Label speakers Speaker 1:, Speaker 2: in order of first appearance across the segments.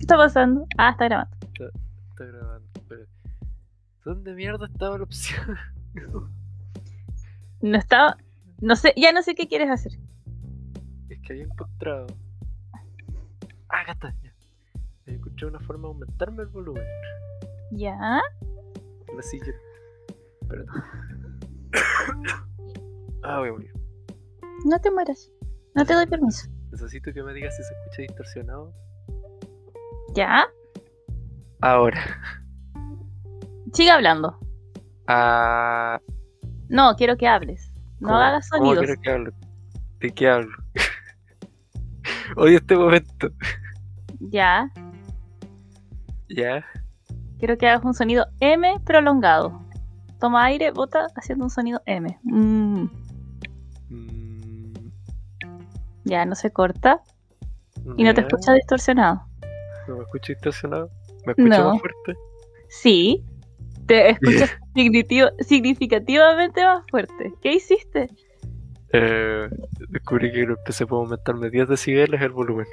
Speaker 1: está pasando? Ah, está grabando.
Speaker 2: Está grabando, pero ¿Dónde mierda estaba la opción?
Speaker 1: No estaba. No sé, ya no sé qué quieres hacer.
Speaker 2: es que había encontrado. Ah, acá está. ya. Había encontrado una forma de aumentarme el volumen.
Speaker 1: Ya.
Speaker 2: La silla. Perdón. ah, voy a morir.
Speaker 1: No te mueras. No te doy permiso.
Speaker 2: Necesito que me digas si se escucha distorsionado.
Speaker 1: Ya.
Speaker 2: Ahora.
Speaker 1: Sigue hablando.
Speaker 2: Ah.
Speaker 1: No, quiero que hables. No
Speaker 2: ¿cómo-
Speaker 1: hagas
Speaker 2: cómo
Speaker 1: sonidos.
Speaker 2: quiero que hablo? ¿De qué hablo? Odio este momento.
Speaker 1: Ya.
Speaker 2: Ya.
Speaker 1: Quiero que hagas un sonido M prolongado. Toma aire, bota haciendo un sonido M. Mm.
Speaker 2: Mm,
Speaker 1: Ya, no se corta. Y no te
Speaker 2: ya.
Speaker 1: escuchas distorsionado.
Speaker 2: ¿No me escucho distorsionado? ¿Me escucho
Speaker 1: No.
Speaker 2: más fuerte?
Speaker 1: Sí. Te escuchas signitio- significativamente más fuerte. ¿Qué hiciste?
Speaker 2: Eh, descubrí que lo empecé por aumentarme 10 decibeles el volumen.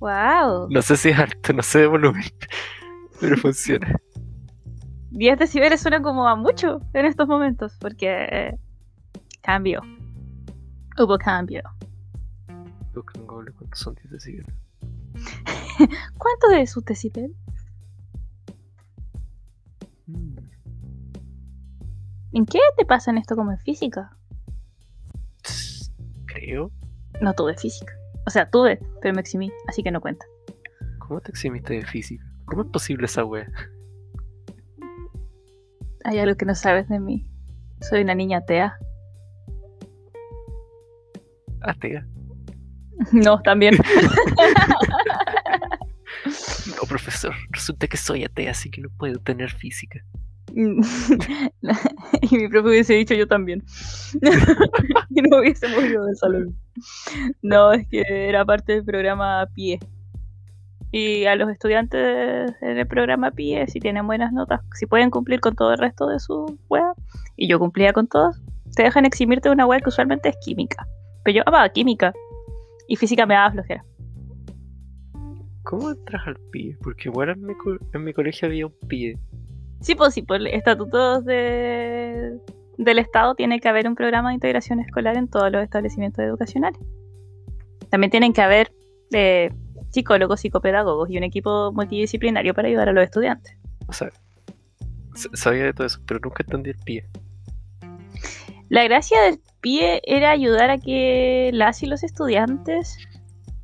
Speaker 1: Wow.
Speaker 2: No sé si es alto, no sé de volumen, pero funciona.
Speaker 1: 10 decibeles suena como a mucho en estos momentos, porque eh, cambio. Hubo cambio.
Speaker 2: Busca en Google cuántos son 10 decibeles.
Speaker 1: ¿Cuánto de sus decibel?
Speaker 2: Mm,
Speaker 1: ¿En qué te pasa en esto como en física?
Speaker 2: tss, Creo.
Speaker 1: No tuve física. O sea, tuve, pero me eximí, así que no cuenta.
Speaker 2: ¿Cómo te eximiste de física? ¿Cómo es posible esa wea?
Speaker 1: Hay algo que no sabes de mí. Soy una niña atea.
Speaker 2: Atea.
Speaker 1: No, también.
Speaker 2: No, profesor. Resulta que soy atea, así que no puedo tener física.
Speaker 1: y mi profe hubiese dicho yo también. y no hubiese movido del salón. No, es que era parte del programa PIE. Y a los estudiantes en el programa PIE, si tienen buenas notas, si pueden cumplir con todo el resto de su web, y yo cumplía con todos, te dejan eximirte de una web que usualmente es química. Pero yo amaba química. Y física me daba flojera.
Speaker 2: ¿Cómo entras al PIE? Porque igual en mi, co- en mi colegio había un PIE.
Speaker 1: Sí, pues sí, por estatutos de- del Estado tiene que haber un programa de integración escolar en todos los establecimientos educacionales. También tienen que haber eh, psicólogos, psicopedagogos y un equipo multidisciplinario para ayudar a los estudiantes.
Speaker 2: O sea, sa- sabía de todo eso, pero nunca entendí el PIE.
Speaker 1: La gracia del PIE era ayudar a que las y los estudiantes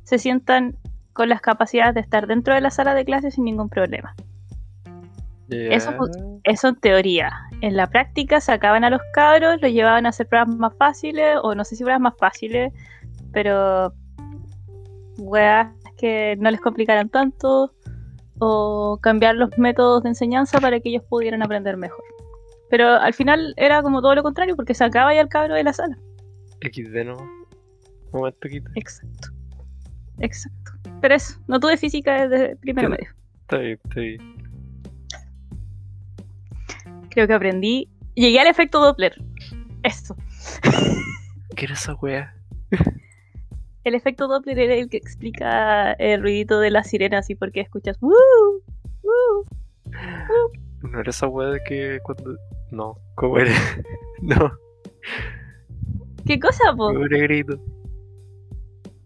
Speaker 1: se sientan con las capacidades de estar dentro de la sala de clases sin ningún problema. Eso fu-
Speaker 2: Ya.
Speaker 1: Eso en teoría. En la práctica sacaban a los cabros, los llevaban a hacer pruebas más fáciles, o no sé si pruebas más fáciles, pero weas que no les complicaran tanto, o cambiar los métodos de enseñanza para que ellos pudieran aprender mejor. Pero al final era como todo lo contrario, porque sacaba ya al cabro de la sala.
Speaker 2: XD nomás. Momento quita.
Speaker 1: Exacto. Exacto. Pero eso, no tuve física desde primero
Speaker 2: Claro.
Speaker 1: medio.
Speaker 2: Está bien, está bien.
Speaker 1: Creo que aprendí. Llegué al efecto Doppler. Eso.
Speaker 2: ¿Qué era esa wea?
Speaker 1: El efecto Doppler era el que explica el ruidito de las sirenas y por qué escuchas "Woo, woo".
Speaker 2: ¿No era esa wea de que cuando.? No, ¿cómo era? no,
Speaker 1: ¿Qué cosa, po?
Speaker 2: ¿cómo era grito?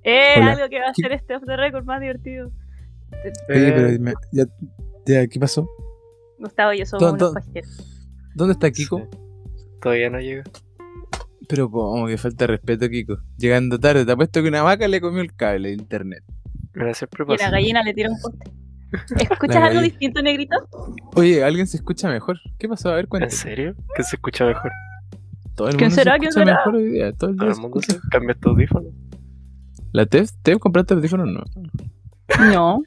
Speaker 1: Eh,
Speaker 3: Hola.
Speaker 1: algo que va a ser este off the record más divertido.
Speaker 3: Oye, pero
Speaker 2: Eh,
Speaker 3: dime, ya, ya, ¿qué pasó?
Speaker 1: Gustavo y yo somos
Speaker 3: Don,
Speaker 1: unos
Speaker 3: don.
Speaker 1: pajeros.
Speaker 3: ¿Dónde está Kiko?
Speaker 2: sí. Todavía no llega.
Speaker 3: Pero como que falta de respeto, Kiko. Llegando tarde, te apuesto que una vaca le comió el cable de internet.
Speaker 2: Mira, siempre
Speaker 1: Y la
Speaker 2: pasa.
Speaker 1: gallina le tira un poste. ¿Escuchas
Speaker 3: La
Speaker 1: algo
Speaker 3: gallina.
Speaker 1: distinto, negrito?
Speaker 3: Oye, ¿alguien se escucha mejor? ¿Qué pasó? A ver,
Speaker 2: ¿En
Speaker 3: cuéntame.
Speaker 2: serio? ¿Qué se escucha mejor?
Speaker 3: Todo el
Speaker 1: ¿Quién
Speaker 3: mundo se
Speaker 1: será? ¿Quién
Speaker 3: escucha
Speaker 1: será?
Speaker 3: mejor hoy día. Todo el
Speaker 2: Todo
Speaker 3: mundo
Speaker 2: el
Speaker 3: se
Speaker 2: mundo
Speaker 3: escucha.
Speaker 2: se cambia tu audífono.
Speaker 3: ¿La Tev? ¿Tev compraste audífono o no?
Speaker 1: No.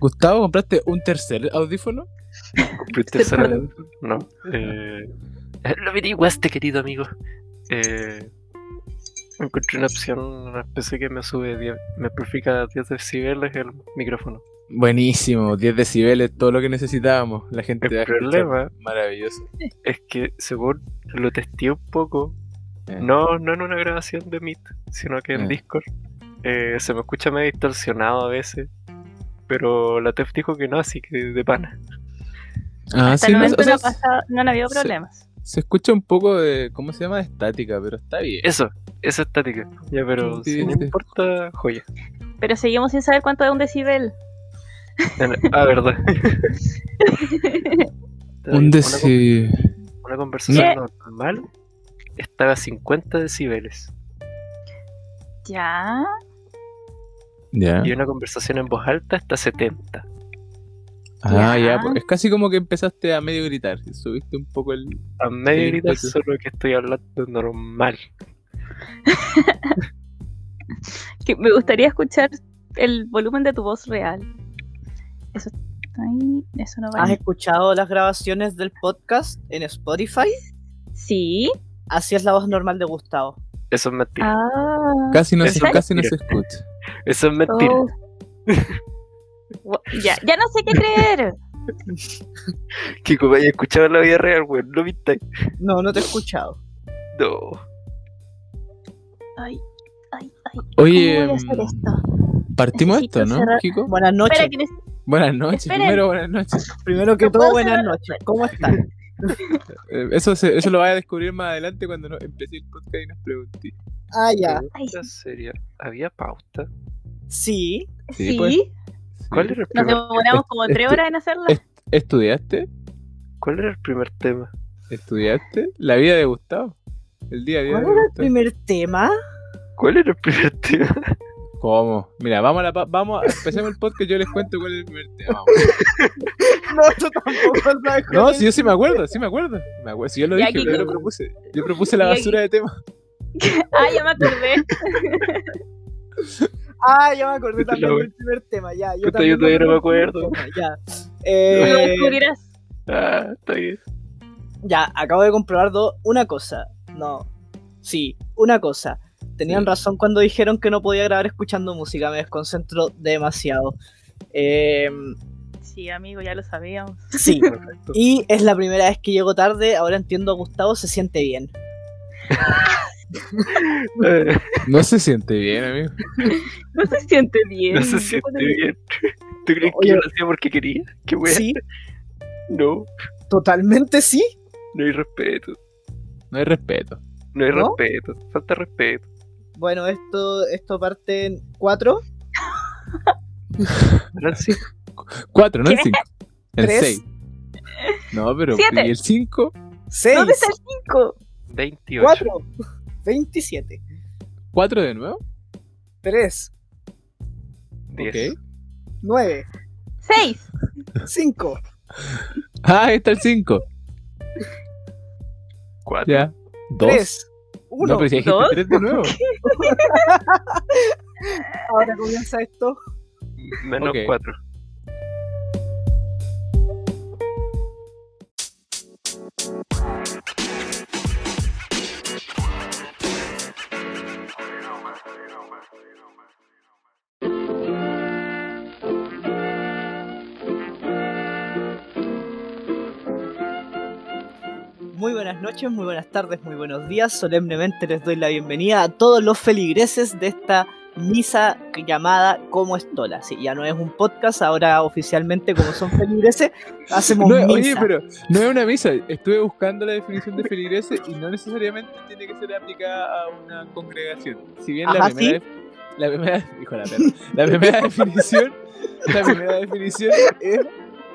Speaker 3: Gustavo, ¿compraste un tercer audífono?
Speaker 2: ¿Cumpliste el salario? No. Eh, lo averiguaste, querido amigo. Eh, encontré una opción, una especie que me sube 10, me amplifica 10 decibeles el micrófono.
Speaker 3: Buenísimo, 10 decibeles, todo lo que necesitábamos. La gente
Speaker 2: El
Speaker 3: va a escuchar.
Speaker 2: problema-
Speaker 3: Maravilloso.
Speaker 2: Es que, según lo testé un poco,
Speaker 3: Eh.
Speaker 2: no, no en una grabación de Meet, sino que en
Speaker 3: Eh.
Speaker 2: Discord. Eh, se me escucha medio distorsionado a veces. Pero la TEF dijo que no, así que de pana.
Speaker 3: Ah,
Speaker 1: Hasta el
Speaker 3: sí, no,
Speaker 1: momento
Speaker 3: o sea,
Speaker 1: no, ha pasado- no han habido
Speaker 3: sí.
Speaker 1: problemas.
Speaker 3: se escucha un poco de, ¿cómo se llama? De estática, pero está bien.
Speaker 2: Eso, esa estática. Ya, pero
Speaker 3: Sí,
Speaker 2: si no
Speaker 3: sí.
Speaker 2: importa, joya.
Speaker 1: Pero seguimos sin saber cuánto es un decibel.
Speaker 2: Ah, verdad.
Speaker 3: Un
Speaker 2: Una
Speaker 3: deci...
Speaker 2: con- Una conversación
Speaker 1: ¿Qué?
Speaker 2: normal estaba a 50 decibeles.
Speaker 1: Ya.
Speaker 3: Ya.
Speaker 2: Y una conversación en voz alta está a 70.
Speaker 3: Ah,
Speaker 1: Ya.
Speaker 3: ya. pues, Es casi como que empezaste a medio gritar. y Subiste un poco el...
Speaker 2: A medio
Speaker 3: Sí,
Speaker 2: gritar
Speaker 3: sí.
Speaker 2: solo que estoy hablando normal.
Speaker 1: Que me gustaría escuchar el volumen de tu voz real. Eso está ahí, Eso no va.
Speaker 4: ¿Has escuchado las grabaciones del podcast en Spotify?
Speaker 1: Sí.
Speaker 4: Así es la voz normal de Gustavo.
Speaker 2: Eso es mentira.
Speaker 1: Ah.
Speaker 3: Casi no, se,
Speaker 2: Eso-
Speaker 3: casi no se
Speaker 2: Mira.
Speaker 3: escucha.
Speaker 2: Eso es mentira.
Speaker 1: Oh. Gua- ya, ya no sé qué creer.
Speaker 2: Que como haya escuchado en la vida real, weón. No viste.
Speaker 4: No, no te he escuchado.
Speaker 2: No.
Speaker 1: Ay, ay, ay. ¿Cómo
Speaker 3: Oye,
Speaker 1: voy a hacer
Speaker 3: mm,
Speaker 1: esto?
Speaker 3: partimos
Speaker 1: Necesito
Speaker 3: esto, ¿no,
Speaker 1: cerrar-
Speaker 3: Kiko?
Speaker 4: Buenas noches.
Speaker 1: Espera, que neces-
Speaker 3: Buenas noches.
Speaker 1: Esperen.
Speaker 3: Primero, buenas noches.
Speaker 4: Primero que
Speaker 1: ¿No
Speaker 4: todo,
Speaker 1: puedo
Speaker 4: buenas
Speaker 1: cerrar?
Speaker 4: noches. ¿Cómo están?
Speaker 3: Eh, Eso, se- eso lo vas a descubrir más adelante cuando no, empecé el podcast y nos pregunté.
Speaker 4: Ah, ya.
Speaker 1: Ay.
Speaker 2: Pregunta seria. Había pauta.
Speaker 4: Sí.
Speaker 3: Sí,
Speaker 1: Sí,
Speaker 3: pues.
Speaker 2: ¿Cuál era el
Speaker 1: nos
Speaker 2: primer,
Speaker 1: demoramos como
Speaker 3: Este-
Speaker 1: tres horas en hacerla.
Speaker 3: este- ¿Estudiaste?
Speaker 2: cuál era el primer tema?
Speaker 3: ¿Estudiaste? La vida de Gustavo. El día a día
Speaker 4: ¿Cuál
Speaker 3: de
Speaker 4: era el
Speaker 3: Gustavo.
Speaker 4: primer tema?
Speaker 2: ¿Cuál era el primer tema?
Speaker 3: ¿Cómo? Mira, vamos a la pa- vamos a, empecemos el podcast yo les cuento cuál es el primer tema.
Speaker 4: No, yo tampoco lo he
Speaker 3: No, si yo sí me acuerdo, sí me acuerdo. Me acuerdo si yo lo
Speaker 1: Ya,
Speaker 3: dije,
Speaker 1: Kiko.
Speaker 3: yo lo propuse. Yo propuse la
Speaker 1: Ya,
Speaker 3: basura de tema.
Speaker 1: Ah, ya me acordé.
Speaker 4: Ah, ya me acordé
Speaker 2: Puta, la
Speaker 4: también
Speaker 2: wea.
Speaker 4: del primer tema. Ya, yo
Speaker 2: Puta,
Speaker 4: también
Speaker 2: yo todavía no me acuerdo.
Speaker 4: del primer tema, Ya.
Speaker 1: Lo
Speaker 4: Eh,
Speaker 1: descubrirás.
Speaker 2: Ah, está bien.
Speaker 4: ya, acabo de comprobar dos- una cosa. No. Sí, una cosa. Tenían
Speaker 3: Sí.
Speaker 4: razón cuando dijeron que no podía grabar escuchando música. Me desconcentro demasiado. Eh,
Speaker 1: Sí, amigo, ya lo sabíamos.
Speaker 4: sí.
Speaker 2: Perfecto.
Speaker 4: Y es la primera vez que llego tarde. Ahora entiendo a Gustavo, se siente bien.
Speaker 2: Eh,
Speaker 3: No se siente bien, amigo.
Speaker 1: No se siente bien.
Speaker 2: no se siente bien. ¿Tú crees que
Speaker 4: Oye.
Speaker 2: yo lo hacía porque quería? ¿Qué wea?
Speaker 4: Sí,
Speaker 2: No,
Speaker 4: totalmente sí.
Speaker 2: no hay respeto.
Speaker 3: No hay respeto.
Speaker 2: No hay
Speaker 4: ¿No?
Speaker 2: respeto. Falta respeto.
Speaker 4: Bueno, esto, esto parte en cuatro,
Speaker 2: Eran sí.
Speaker 3: Cuatro, no el
Speaker 1: ¿Qué?
Speaker 3: cinco. El
Speaker 4: Tres.
Speaker 3: seis. No, pero
Speaker 1: Siete.
Speaker 3: ¿y el cinco?
Speaker 4: seis,
Speaker 1: ¿Dónde está el 5?
Speaker 2: 28.
Speaker 4: cuatro, veintisiete,
Speaker 3: ¿Cuatro de nuevo?
Speaker 4: tres,
Speaker 2: 10.
Speaker 3: Ok.
Speaker 4: nueve,
Speaker 1: 6.
Speaker 4: cinco,
Speaker 3: Ah, ahí está el cinco.
Speaker 2: 4.
Speaker 3: Ya. Dos.
Speaker 4: tres, uno.
Speaker 3: No, pero si dijiste
Speaker 1: ¿Dos?
Speaker 3: tres de nuevo.
Speaker 4: Ahora comienza esto.
Speaker 2: Menos
Speaker 3: Ok.
Speaker 2: 4.
Speaker 4: Muy buenas noches, muy buenas tardes, muy buenos días. Solemnemente les doy la bienvenida a todos los feligreses de esta misa llamada Como Estola. Sí, ya no es un podcast, ahora oficialmente como son feligreses, hacemos
Speaker 3: No,
Speaker 4: misa.
Speaker 3: oye, pero no es una misa. Estuve buscando la definición de feligrese y no necesariamente tiene que ser aplicada a una congregación. Si bien la
Speaker 4: Ajá,
Speaker 3: primera, def- la primera, hijo de la perra, la primera definición, la primera definición es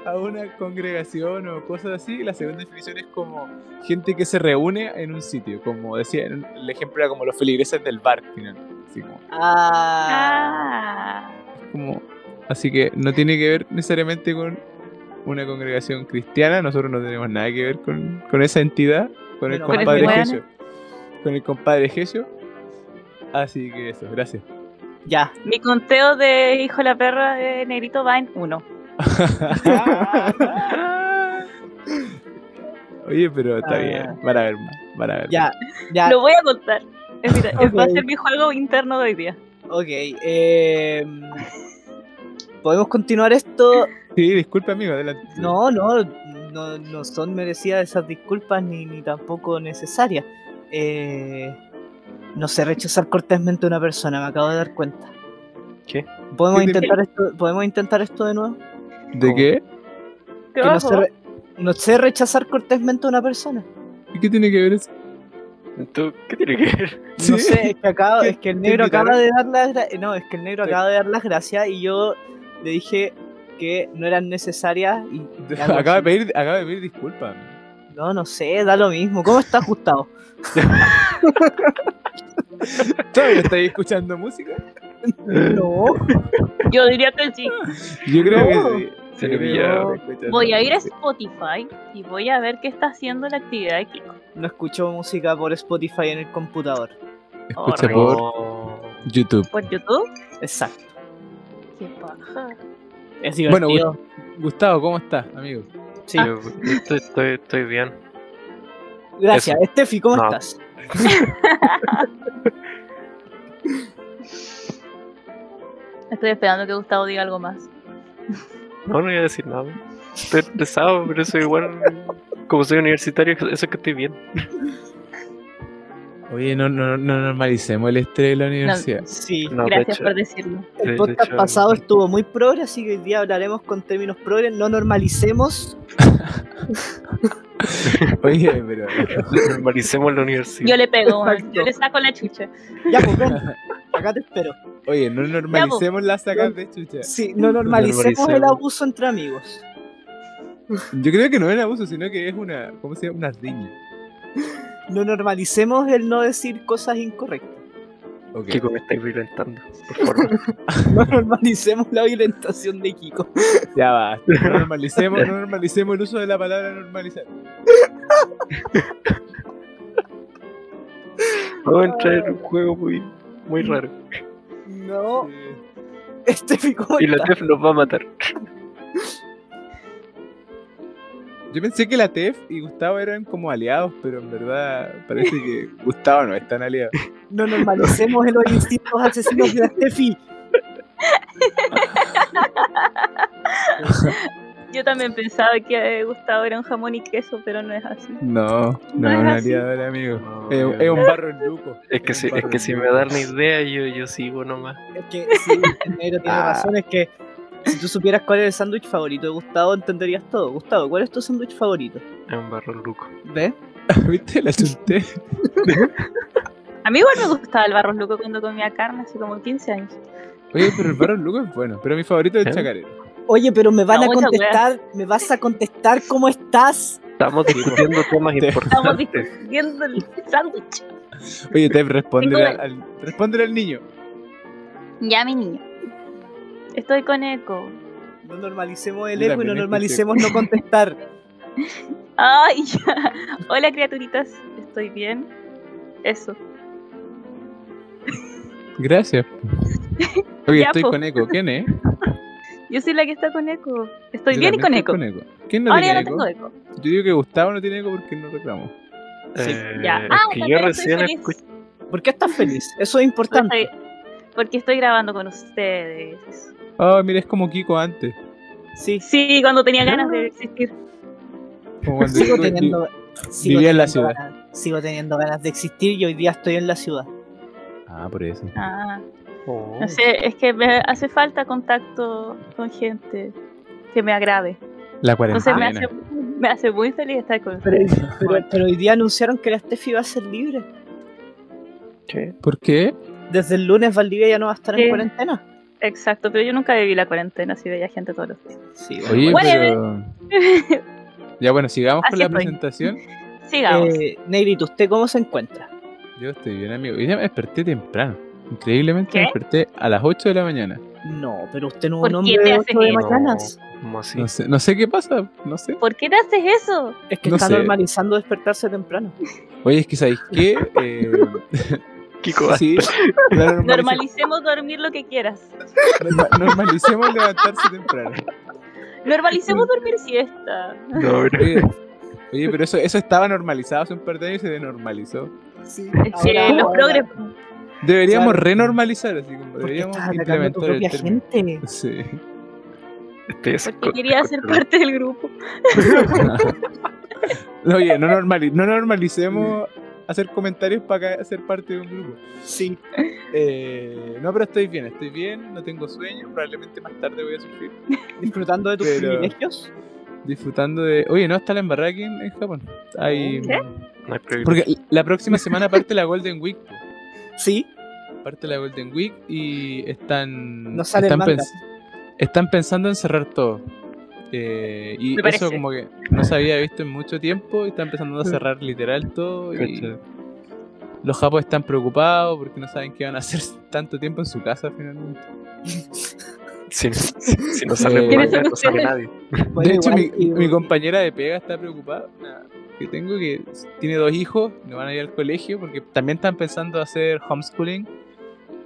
Speaker 3: a una congregación o cosas así. La segunda definición es como gente que se reúne en un sitio, como decía, en- el ejemplo era como los feligreses del bar, finalmente. Así como,
Speaker 4: Ah,
Speaker 1: Ah.
Speaker 3: como- así que no tiene que ver necesariamente con una congregación cristiana, nosotros no tenemos nada que ver con, con esa entidad, con el
Speaker 4: Menos
Speaker 1: mal.
Speaker 3: compadre
Speaker 1: Con el
Speaker 3: Jesús. Con el compadre Jesús. Así que eso, gracias.
Speaker 4: ya.
Speaker 1: Mi conteo de hijo de la perra de Negrito va en 1.
Speaker 3: Oye, pero está
Speaker 4: Ah.
Speaker 3: bien, van a ver más, van a ver
Speaker 4: Ya,
Speaker 3: más.
Speaker 4: ya,
Speaker 1: Lo voy a contar. Es mira, es- va a
Speaker 4: Ok.
Speaker 1: ser mi juego interno de hoy día.
Speaker 4: ok. em, ¿Podemos continuar esto?
Speaker 3: Sí, disculpa amigo, adelante.
Speaker 4: No, no, no, no son merecidas esas disculpas ni, ni tampoco necesarias. Eh, no sé rechazar cortésmente a una persona, me acabo de dar cuenta.
Speaker 2: ¿Qué?
Speaker 4: ¿Podemos
Speaker 3: ¿Qué te-
Speaker 4: intentar, esto, ¿Podemos intentar esto de nuevo?
Speaker 3: ¿De qué?
Speaker 4: Que no sé, re- no sé rechazar cortésmente a una persona.
Speaker 3: ¿Y qué tiene que ver eso?
Speaker 2: ¿Tú qué tiene que ver?
Speaker 4: No sé, es que, acaba-
Speaker 3: ¿Qué-
Speaker 4: es que
Speaker 3: te
Speaker 4: el negro acaba de
Speaker 3: invitaron?
Speaker 4: dar las gracias. No, es que el negro
Speaker 3: Te-
Speaker 4: acaba de dar las gracias y yo le dije que no eran necesarias y y algo
Speaker 3: Acaba de
Speaker 4: así.
Speaker 3: pedir, acaba de pedir disculpas.
Speaker 4: no, no sé, da lo mismo. ¿Cómo está ajustado?
Speaker 3: ¿Todavía estáis escuchando música?
Speaker 4: No,
Speaker 1: Yo diría que sí.
Speaker 3: Yo creo
Speaker 4: No.
Speaker 3: que sí.
Speaker 2: Se
Speaker 3: Yo
Speaker 2: lo
Speaker 3: creo que
Speaker 2: pillaron.
Speaker 3: estáis escuchando
Speaker 1: Voy a ir a
Speaker 3: música.
Speaker 1: Spotify y voy a ver qué está haciendo la actividad de Kiko.
Speaker 4: no escucho música por Spotify en el computador.
Speaker 3: Escucha
Speaker 1: Horrible.
Speaker 3: por
Speaker 2: No.
Speaker 4: Ah.
Speaker 3: YouTube.
Speaker 1: Por YouTube.
Speaker 4: Exacto.
Speaker 1: Qué paja.
Speaker 4: Es
Speaker 3: Bueno,
Speaker 4: divertido.
Speaker 3: Gustavo, ¿cómo estás, amigo?
Speaker 4: sí.
Speaker 2: Yo estoy, estoy, estoy bien.
Speaker 4: Gracias. Estefi, ¿cómo
Speaker 2: No.
Speaker 4: estás?
Speaker 1: Estoy esperando que Gustavo diga algo más.
Speaker 2: No, no voy a decir nada. Estoy estresado, pero eso igual. Como soy universitario, eso es que estoy bien.
Speaker 3: Oye, no, no, no normalicemos el estrés de la universidad.
Speaker 4: Sí.
Speaker 2: No, de
Speaker 1: Gracias
Speaker 2: hecho,
Speaker 1: por decirlo.
Speaker 2: de- de
Speaker 4: El podcast
Speaker 2: hecho,
Speaker 4: pasado estuvo muy progre, así que hoy día hablaremos con términos progres. No normalicemos.
Speaker 3: Oye, pero.
Speaker 2: Normalicemos la universidad.
Speaker 1: Yo le pego, weón.
Speaker 4: Exacto.
Speaker 1: yo le saco la chucha.
Speaker 4: Ya, pues ven, acá te espero.
Speaker 3: Oye, no normalicemos las sacas de chucha.
Speaker 4: Sí, no normalicemos el
Speaker 2: normalicemos.
Speaker 4: abuso entre amigos.
Speaker 3: Yo creo que no es abuso, sino que es una. ¿Cómo se llama? Una riña.
Speaker 4: No normalicemos el no decir cosas incorrectas.
Speaker 3: Ok.
Speaker 2: Kiko, me estáis violentando. Por favor.
Speaker 4: No normalicemos la violentación de Kiko.
Speaker 3: Ya va. No normalicemos, no normalicemos el uso de la palabra normalizar.
Speaker 2: Vamos a entrar en un juego muy, muy raro.
Speaker 4: No,
Speaker 3: Eh,
Speaker 4: Estefi, ¿cómo
Speaker 2: Y la
Speaker 4: estás?
Speaker 2: TEF nos va a matar.
Speaker 3: Yo pensé que la TEF y Gustavo eran como aliados, pero en verdad parece que Gustavo no es tan aliado.
Speaker 4: No normalicemos en los instintos asesinos de la Estefi.
Speaker 1: Yo también pensaba que eh, Gustavo era un jamón y queso, pero no es así.
Speaker 3: No, no,
Speaker 1: No es
Speaker 3: es un
Speaker 1: así.
Speaker 3: aliado del amigo.
Speaker 2: No,
Speaker 3: Es,
Speaker 2: yo-
Speaker 3: es Eh, un barro en luco.
Speaker 2: Es que,
Speaker 3: un
Speaker 2: si, es
Speaker 3: barro
Speaker 2: que
Speaker 3: en
Speaker 2: si
Speaker 3: luco.
Speaker 2: me dan una idea, yo, yo sigo nomás.
Speaker 4: Es que sí, el negro tiene
Speaker 3: Ah.
Speaker 4: razón, es que si tú supieras cuál es el sándwich favorito de Gustavo, entenderías todo. Gustavo, ¿cuál es tu sándwich favorito?
Speaker 2: Es un barro luco.
Speaker 4: ¿Ves?
Speaker 3: Ah, ¿Viste? La chunté.
Speaker 1: A mí igual me gustaba el barros loco cuando comía carne hace como 15 años.
Speaker 3: Oye, pero el barro en luco es bueno, pero mi favorito es
Speaker 2: ¿Eh?
Speaker 3: el chacarero.
Speaker 4: Oye, pero me
Speaker 1: No,
Speaker 4: van a
Speaker 1: esa weá.
Speaker 4: contestar, me vas a contestar cómo estás.
Speaker 2: Estamos discutiendo temas
Speaker 3: Te-
Speaker 1: Estamos
Speaker 2: importantes.
Speaker 1: discutiendo el sándwich.
Speaker 3: Oye, Tef, respóndele
Speaker 1: Tengo-
Speaker 3: al, al- respóndele al niño.
Speaker 1: Ya, mi niño. Estoy con eco.
Speaker 4: No normalicemos el
Speaker 3: Yo
Speaker 4: eco y
Speaker 3: también
Speaker 4: no
Speaker 3: escuché.
Speaker 4: normalicemos no contestar.
Speaker 1: Ay, ya. Hola, criaturitas. Estoy bien. Eso.
Speaker 3: Gracias. Oye,
Speaker 1: Ya,
Speaker 3: estoy
Speaker 1: po.
Speaker 3: con eco. ¿Quién es?
Speaker 1: Yo soy la que está con eco. Estoy
Speaker 3: Yo
Speaker 1: bien y
Speaker 3: también
Speaker 1: con
Speaker 3: estoy
Speaker 1: eco.
Speaker 3: ¿Quién no
Speaker 1: Ahora ya
Speaker 3: tiene
Speaker 1: no
Speaker 3: eco?
Speaker 1: tengo eco.
Speaker 3: Yo digo que Gustavo no tiene eco porque no reclamo.
Speaker 4: Sí,
Speaker 2: Eh,
Speaker 1: Ya.
Speaker 2: es
Speaker 1: Ah,
Speaker 2: que
Speaker 1: también
Speaker 2: yo
Speaker 1: estoy
Speaker 2: recién
Speaker 1: feliz.
Speaker 2: escuché.
Speaker 4: ¿Por qué estás feliz? Eso es
Speaker 1: Porque
Speaker 4: importante.
Speaker 1: estoy, porque estoy grabando con ustedes.
Speaker 3: Ah, mira, es como Kiko antes.
Speaker 4: Sí,
Speaker 1: Sí, cuando tenía ganas de existir.
Speaker 3: Como cuando
Speaker 4: sigo
Speaker 3: Kiko-
Speaker 4: teniendo, sigo
Speaker 3: vivía en la
Speaker 4: teniendo
Speaker 3: ciudad.
Speaker 4: ganas- sigo teniendo ganas de existir y hoy día estoy en la ciudad.
Speaker 3: Ah, por eso.
Speaker 1: Ah,
Speaker 2: Oh.
Speaker 1: no sé, es que me hace falta contacto con gente que me agrade.
Speaker 3: La
Speaker 1: Entonces me
Speaker 3: cuarentena.
Speaker 1: hace, me hace muy feliz estar con
Speaker 4: Pero,
Speaker 1: ustedes.
Speaker 4: pero- pero hoy día anunciaron que la Steffi va a ser libre.
Speaker 2: Sí.
Speaker 3: ¿Por qué?
Speaker 4: Desde el lunes Valdivia ya no va a estar
Speaker 1: Sí.
Speaker 4: en cuarentena.
Speaker 1: Exacto, pero yo nunca viví la cuarentena así veía gente todos los días.
Speaker 4: Sí,
Speaker 3: Oye,
Speaker 4: bueno.
Speaker 3: pero... Ya bueno, sigamos
Speaker 1: Así
Speaker 3: con la
Speaker 1: estoy.
Speaker 3: presentación.
Speaker 1: Sigamos.
Speaker 4: Eh, Negrito, ¿usted cómo se encuentra?
Speaker 3: Yo estoy bien, amigo. Y ya me desperté temprano. Increíblemente
Speaker 1: ¿Qué?
Speaker 3: me desperté a las 8 de la mañana.
Speaker 4: No, pero usted no es
Speaker 1: ¿Por
Speaker 4: un
Speaker 1: qué
Speaker 4: hombre
Speaker 1: te
Speaker 4: de
Speaker 1: haces
Speaker 4: ocho de
Speaker 1: eso?
Speaker 4: mañanas.
Speaker 2: ¿Cómo así?
Speaker 3: No sé, no sé qué pasa, no sé.
Speaker 1: ¿Por qué te haces eso?
Speaker 4: Es que
Speaker 3: No
Speaker 4: está
Speaker 3: sé.
Speaker 4: normalizando despertarse temprano.
Speaker 3: Oye, es que ¿sabéis qué? Eh,
Speaker 2: Kiko, ah, basta.
Speaker 3: sí, la normaliza-
Speaker 1: Normalicemos dormir lo que quieras.
Speaker 3: norma- normalicemos levantarse temprano.
Speaker 1: Normalicemos dormir siesta.
Speaker 2: No, pero-
Speaker 3: Oye, oye, pero eso, eso estaba normalizado hace un par de años y se denormalizó.
Speaker 4: Sí,
Speaker 1: Es que Eh, los progres.
Speaker 3: Deberíamos
Speaker 4: Claro.
Speaker 3: renormalizar, así como
Speaker 4: Porque
Speaker 3: deberíamos
Speaker 4: estás atacando a tu
Speaker 3: implementar el
Speaker 4: propia
Speaker 3: término.
Speaker 4: gente.
Speaker 3: Sí.
Speaker 2: Este es
Speaker 1: Porque
Speaker 2: co-
Speaker 1: quería
Speaker 2: co-
Speaker 1: ser parte del grupo.
Speaker 3: oye, no, normali- no normalicemos hacer comentarios para ser parte de un grupo.
Speaker 4: Sí.
Speaker 3: Eh, no, pero estoy bien, estoy bien, no tengo sueño, probablemente más tarde voy a surgir.
Speaker 4: Disfrutando de tus
Speaker 3: Pero-
Speaker 4: privilegios.
Speaker 3: Disfrutando de... Oye, no, está la embarrada aquí en, en Japón. Hay...
Speaker 1: ¿Qué?
Speaker 2: No hay problema.
Speaker 3: Porque la próxima semana parte la Golden Week. po.
Speaker 4: Sí.
Speaker 3: Parte la Golden Week y están...
Speaker 4: No sale el
Speaker 3: están,
Speaker 4: manga.
Speaker 3: están pensando en cerrar todo. Eh, y
Speaker 1: Me parece.
Speaker 3: eso como que no se había visto en mucho tiempo y están empezando
Speaker 4: Mm.
Speaker 3: a cerrar literal todo. y
Speaker 2: Cacha.
Speaker 3: los japos están preocupados porque no saben qué van a hacer tanto tiempo en su casa finalmente.
Speaker 2: Si, si no sale
Speaker 3: Eh,
Speaker 2: el manga,
Speaker 1: ¿Quiénes
Speaker 2: no sale
Speaker 1: son
Speaker 2: nadie.
Speaker 4: Bueno,
Speaker 3: de hecho,
Speaker 4: igual
Speaker 3: mi,
Speaker 4: que-
Speaker 3: mi compañera de pega está preocupada. una Que tengo que tiene dos hijos, no van a ir al colegio porque también están pensando hacer homeschooling.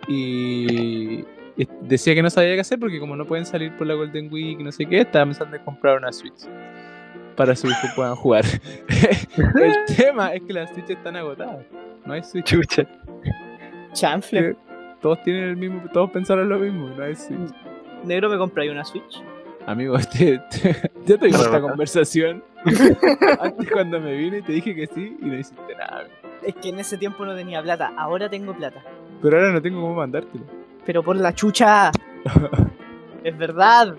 Speaker 3: Y y decía que no sabía qué hacer porque, como no pueden salir por la Golden Week y no sé qué, estaba pensando en comprar una Switch para su hijo puedan jugar. El tema es que las Switch están agotadas. No hay Switch.
Speaker 2: Chucha.
Speaker 3: eh,
Speaker 4: Chanfle.
Speaker 3: Todos tienen el mismo, todos pensaron lo mismo. No hay Switch.
Speaker 4: Negro, ¿me compráis una Switch?
Speaker 3: Amigo, te, te- ya tuvimos esta
Speaker 2: Claro.
Speaker 3: conversación antes cuando me vine y te dije que sí y no hiciste nada. amigo.
Speaker 4: Es que en ese tiempo no tenía plata, ahora tengo plata.
Speaker 3: Pero ahora no tengo cómo mandártelo.
Speaker 4: Pero por la chucha. es verdad.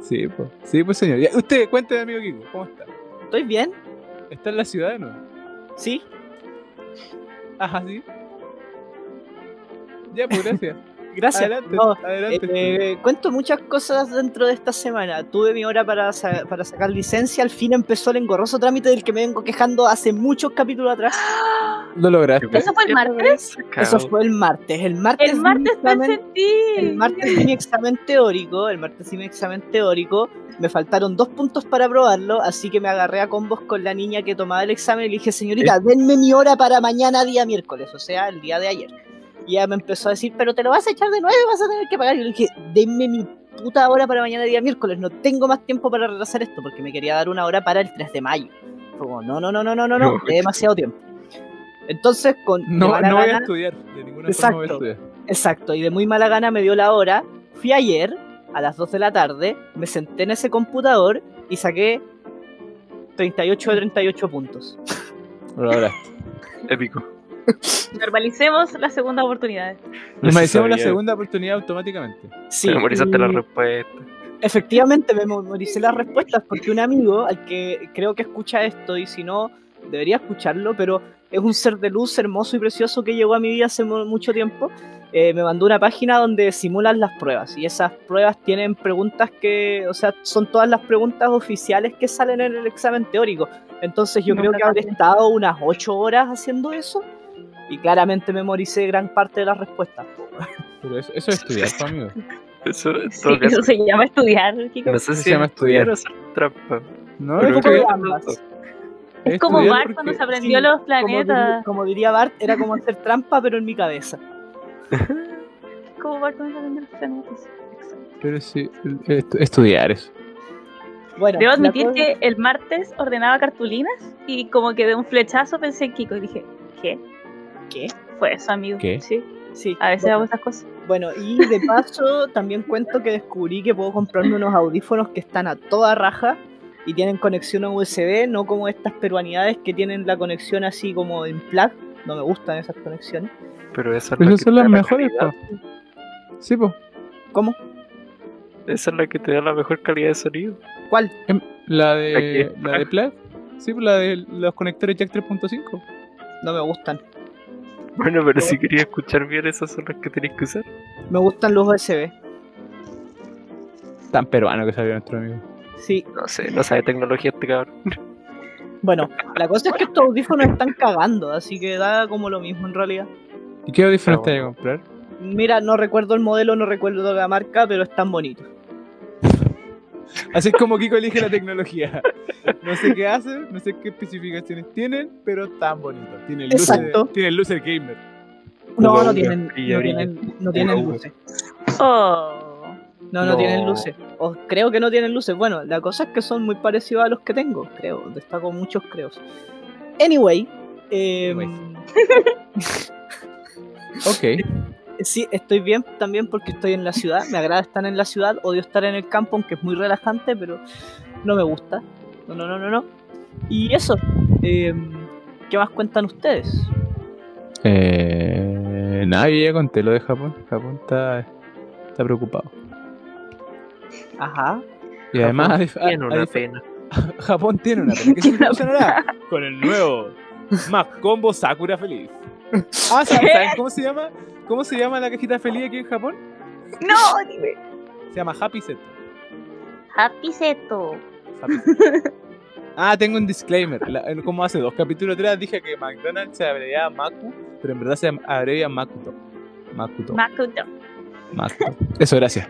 Speaker 3: Sí, pues. Sí, pues señor. Ya, usted, cuénteme, amigo Kiko, ¿cómo está?
Speaker 4: ¿Estoy bien?
Speaker 3: ¿Está en la ciudad o no?
Speaker 4: ¿Sí?
Speaker 3: Ajá, sí. Ya, pues gracias.
Speaker 4: Gracias.
Speaker 3: adelante,
Speaker 4: No,
Speaker 3: adelante.
Speaker 4: Eh, cuento muchas cosas dentro de esta semana. Tuve mi hora para, sa- para sacar licencia. Al fin empezó el engorroso trámite del que me vengo quejando hace muchos capítulos atrás.
Speaker 3: Lo lograste.
Speaker 1: ¿Eso fue el Ah, martes?
Speaker 2: Cagado.
Speaker 4: Eso fue el martes. El martes,
Speaker 1: El
Speaker 4: mi
Speaker 1: martes pensé
Speaker 4: examen-
Speaker 1: en ti.
Speaker 4: el martes di mi examen teórico. El martes di mi examen teórico. Me faltaron dos puntos para aprobarlo, así que me agarré a combos con la niña que tomaba el examen y le dije, señorita, denme mi hora para mañana día miércoles, o sea, el día de ayer. Y ella me empezó a decir, pero te lo vas a echar de nuevo y vas a tener que pagar. Y yo le dije, denme mi puta hora para mañana día miércoles, no tengo más tiempo para retrasar esto, porque me quería dar una hora para el 3 de mayo. Fue como, no, no, no, no, no, no, no,
Speaker 2: No.
Speaker 4: es demasiado tiempo. Entonces, con... de
Speaker 3: No,
Speaker 4: mala
Speaker 3: no voy a
Speaker 4: gana-
Speaker 3: estudiar. De ninguna forma voy a
Speaker 4: Exacto.
Speaker 3: estudiar.
Speaker 4: Exacto, y de muy mala gana me dio la hora. Fui ayer, a las 2 de la tarde, me senté en ese computador y saqué 38 de 38 puntos.
Speaker 3: Lo lograste.
Speaker 2: Épico.
Speaker 1: Normalicemos las segundas oportunidades.
Speaker 3: Nos
Speaker 2: Eso
Speaker 3: merecemos la
Speaker 2: sabía.
Speaker 3: segunda oportunidad automáticamente.
Speaker 4: Sí,
Speaker 2: Te memorizaste la
Speaker 4: y
Speaker 2: respuesta.
Speaker 4: efectivamente me memoricé las respuestas porque un amigo al que creo que escucha esto y si no, debería escucharlo, pero es un ser de luz hermoso y precioso que llegó a mi vida hace mu- mucho tiempo. eh, me mandó una página donde simulan las pruebas y esas pruebas tienen preguntas que, o sea, son todas las preguntas oficiales que salen en el examen teórico. Entonces yo
Speaker 1: Nunca
Speaker 4: creo que habré
Speaker 1: cambié.
Speaker 4: estado unas 8 horas haciendo eso y claramente memoricé gran parte de las respuestas.
Speaker 3: Pero eso, eso es estudiar, pues, amigo.
Speaker 2: Eso, en
Speaker 1: Sí,
Speaker 2: todo caso,
Speaker 1: eso se llama estudiar. Kiko.
Speaker 2: No sé
Speaker 3: se
Speaker 2: si
Speaker 3: llama
Speaker 2: llama estudiar
Speaker 3: estudiar.
Speaker 2: o hacer trampa.
Speaker 3: No,
Speaker 2: Pero
Speaker 3: es
Speaker 4: Un poco
Speaker 3: que
Speaker 4: de
Speaker 2: creo que-
Speaker 4: ambas.
Speaker 1: Es como
Speaker 3: estudiar
Speaker 1: Bart
Speaker 3: porque-
Speaker 1: cuando se aprendió
Speaker 4: Sí,
Speaker 1: los
Speaker 4: como, diri-
Speaker 1: planetas.
Speaker 4: como diría Bart, era como hacer trampa, pero en mi cabeza.
Speaker 1: Es como Bart cuando se aprendió los planetas. Exacto.
Speaker 3: Pero sí, estu- estudiar eso.
Speaker 4: Bueno,
Speaker 1: Debo
Speaker 4: la
Speaker 1: admitir
Speaker 4: cosa-
Speaker 1: que el martes ordenaba cartulinas y como que de un flechazo pensé en Kiko y dije, ¿qué?
Speaker 4: ¿Qué?
Speaker 1: Fue eso, amigo.
Speaker 3: ¿Qué?
Speaker 1: Sí,
Speaker 4: Sí,
Speaker 1: a veces hago
Speaker 4: bueno,
Speaker 1: esas cosas.
Speaker 4: bueno, y de paso también cuento que descubrí que puedo comprarme unos audífonos que están a toda raja y tienen conexión a USB, no como estas peruanidades que tienen la conexión así como en plug. No me gustan esas conexiones.
Speaker 2: Pero esa es la
Speaker 3: Esas
Speaker 2: que
Speaker 3: son
Speaker 2: te da
Speaker 3: las
Speaker 2: la
Speaker 3: mejores,
Speaker 2: calidad.
Speaker 3: po. Sí, pues.
Speaker 4: ¿Cómo?
Speaker 2: Esa es la que te da la mejor calidad de sonido.
Speaker 4: ¿Cuál?
Speaker 3: La
Speaker 2: Aquí
Speaker 3: de,
Speaker 2: está.
Speaker 3: la de Plug. Sí, pues la de los conectores Jack 3.5.
Speaker 4: No me gustan.
Speaker 2: Bueno, pero si querías escuchar bien, esas son las que tenés que usar.
Speaker 4: Me gustan los USB.
Speaker 3: Tan peruano que salió nuestro amigo.
Speaker 4: Sí,
Speaker 2: No sé, no sabe tecnología este cabrón.
Speaker 4: bueno, la cosa es que estos audífonos están cagando, así que da como lo mismo en realidad.
Speaker 3: ¿Y qué audífonos
Speaker 2: Ah,
Speaker 3: te voy a comprar?
Speaker 4: Mira, no recuerdo el modelo, no recuerdo la marca, pero están bonitos.
Speaker 3: Así es como Kiko elige la tecnología. No sé qué hacen, no sé qué especificaciones tienen, pero tan bonito. Tiene el lucer,
Speaker 4: Exacto.
Speaker 3: tiene el lucer gamer.
Speaker 4: No,
Speaker 2: Uga,
Speaker 4: no
Speaker 2: uga,
Speaker 4: tienen, no
Speaker 2: brilla, brilla.
Speaker 4: tienen, no tienen
Speaker 2: Uga, uga.
Speaker 4: luces.
Speaker 1: Oh.
Speaker 4: No, no, tienen
Speaker 2: No.
Speaker 4: luces. O creo que no tienen luces. Bueno, la cosa es que son muy parecidos a los que tengo, creo. Destaco muchos creos. Anyway, eh,
Speaker 3: Anyways. Ok.
Speaker 4: sí, estoy bien también porque estoy en la ciudad. Me agrada estar en la ciudad. Odio estar en el campo, aunque es muy relajante, pero no me gusta. No, no, no, no, no. Y eso. eh, ¿Qué más cuentan ustedes?
Speaker 3: Eh, nada, yo ya conté lo de Japón. Japón está, está preocupado.
Speaker 4: Ajá.
Speaker 3: Y además, a dif- a-
Speaker 2: Tiene
Speaker 3: a
Speaker 2: una
Speaker 3: dif-
Speaker 2: pena.
Speaker 3: Japón tiene una pena que se solucionará con el nuevo Mac Combo Sakura Feliz. Ah, ¿saben,
Speaker 1: ¿Qué?
Speaker 3: saben cómo se llama? ¿Cómo se llama la cajita feliz aquí en Japón?
Speaker 1: No, dime.
Speaker 3: Se llama Happy Set.
Speaker 1: Happy Seto.
Speaker 3: Happy Set. Ah, tengo un disclaimer. La- en- como hace dos capítulos atrás dije que McDonald's se abrevia Macu, pero en verdad se abrevia Makuto. Makuto.
Speaker 1: Makuto.
Speaker 3: Makuto. Eso, gracias.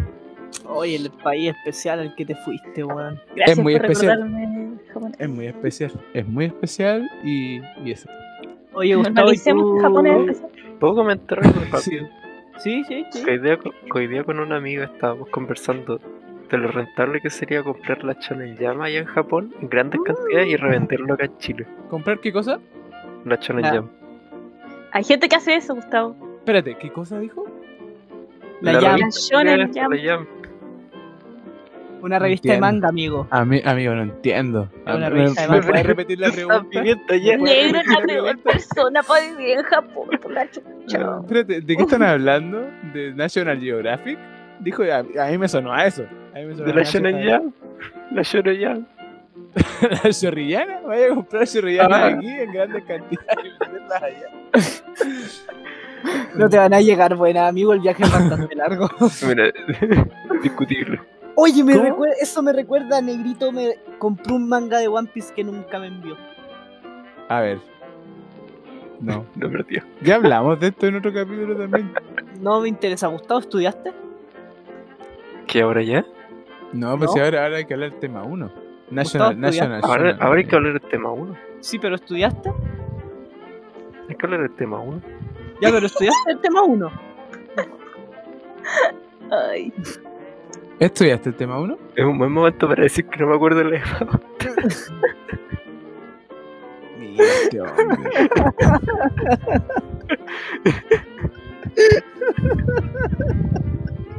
Speaker 4: Oye, el país especial al que te fuiste, weón.
Speaker 1: Gracias
Speaker 3: muy
Speaker 1: por
Speaker 3: especial.
Speaker 1: recordarme japonés.
Speaker 3: Es muy especial. Es muy especial y, y eso.
Speaker 4: Oye, Gustavo, ¿y
Speaker 1: Normalicemos
Speaker 4: tú-
Speaker 1: que Japón es especial.
Speaker 2: ¿Puedo comentar algo? Paco?
Speaker 3: Sí.
Speaker 4: Sí, sí, sí.
Speaker 2: Que hoy, día, co- que hoy día con una amiga estábamos conversando de lo rentable que sería comprar la Shonen Llama allá en Japón en grandes cantidades y revenderlo acá en Chile.
Speaker 3: ¿Comprar qué cosa?
Speaker 2: La Shonen
Speaker 4: Ya.
Speaker 2: Jam.
Speaker 1: Hay gente que hace eso, Gustavo.
Speaker 3: Espérate, ¿qué cosa dijo?
Speaker 4: La
Speaker 2: La
Speaker 4: Jam,
Speaker 1: La Shonen Jam.
Speaker 2: La Jam.
Speaker 4: una revista
Speaker 3: Entiendo.
Speaker 4: de manga, amigo.
Speaker 3: A mí, amigo, no entiendo.
Speaker 4: Es una
Speaker 3: ¿Me-
Speaker 4: revista de
Speaker 3: ¿Me
Speaker 4: manga.
Speaker 3: puedes repetir la pregunta?
Speaker 2: Pimienta ya.
Speaker 3: Bueno,
Speaker 1: Negro es la
Speaker 3: me
Speaker 1: peor
Speaker 3: gusta.
Speaker 1: persona para vivir en Japón, por la chucha.
Speaker 3: Espérate, ¿de qué están hablando? ¿De National Geographic? Dijo, a, a mí me sonó a eso. A mí me sonó
Speaker 2: ¿De
Speaker 3: a
Speaker 2: la
Speaker 3: eso.
Speaker 2: Shonen Jam? La Shonen Jam.
Speaker 3: ¿La chorrillana? Vaya a comprar chorrillana
Speaker 2: Ah.
Speaker 3: aquí en grandes cantidades y venderlas allá.
Speaker 4: No te van a llegar, buena, amigo, el viaje es bastante largo.
Speaker 2: Mira, discutible.
Speaker 4: Oye, me
Speaker 3: ¿Cómo?
Speaker 4: recuer- eso me recuerda a Negrito, me compró un manga de One Piece que nunca me envió.
Speaker 3: A ver. No.
Speaker 2: No, pero tío.
Speaker 3: Ya hablamos de esto en otro capítulo también.
Speaker 4: No me interesa. Gustavo, ¿estudiaste?
Speaker 2: ¿Qué ahora ya?
Speaker 3: No, pues
Speaker 4: No.
Speaker 3: si ahora, ahora hay que hablar del tema 1.
Speaker 4: Gustavo,
Speaker 3: National,
Speaker 4: estudia.
Speaker 3: National.
Speaker 2: Ahora,
Speaker 3: Geographic.
Speaker 2: ahora hay que hablar del tema 1.
Speaker 4: Sí, pero ¿estudiaste?
Speaker 2: Hay que hablar del tema 1.
Speaker 4: Ya, pero ¿estudiaste el tema 1?
Speaker 1: Ay.
Speaker 3: ¿Estudiaste el tema 1?
Speaker 2: Es un buen momento para decir que no me acuerdo el lema.
Speaker 3: Mira, qué hombre.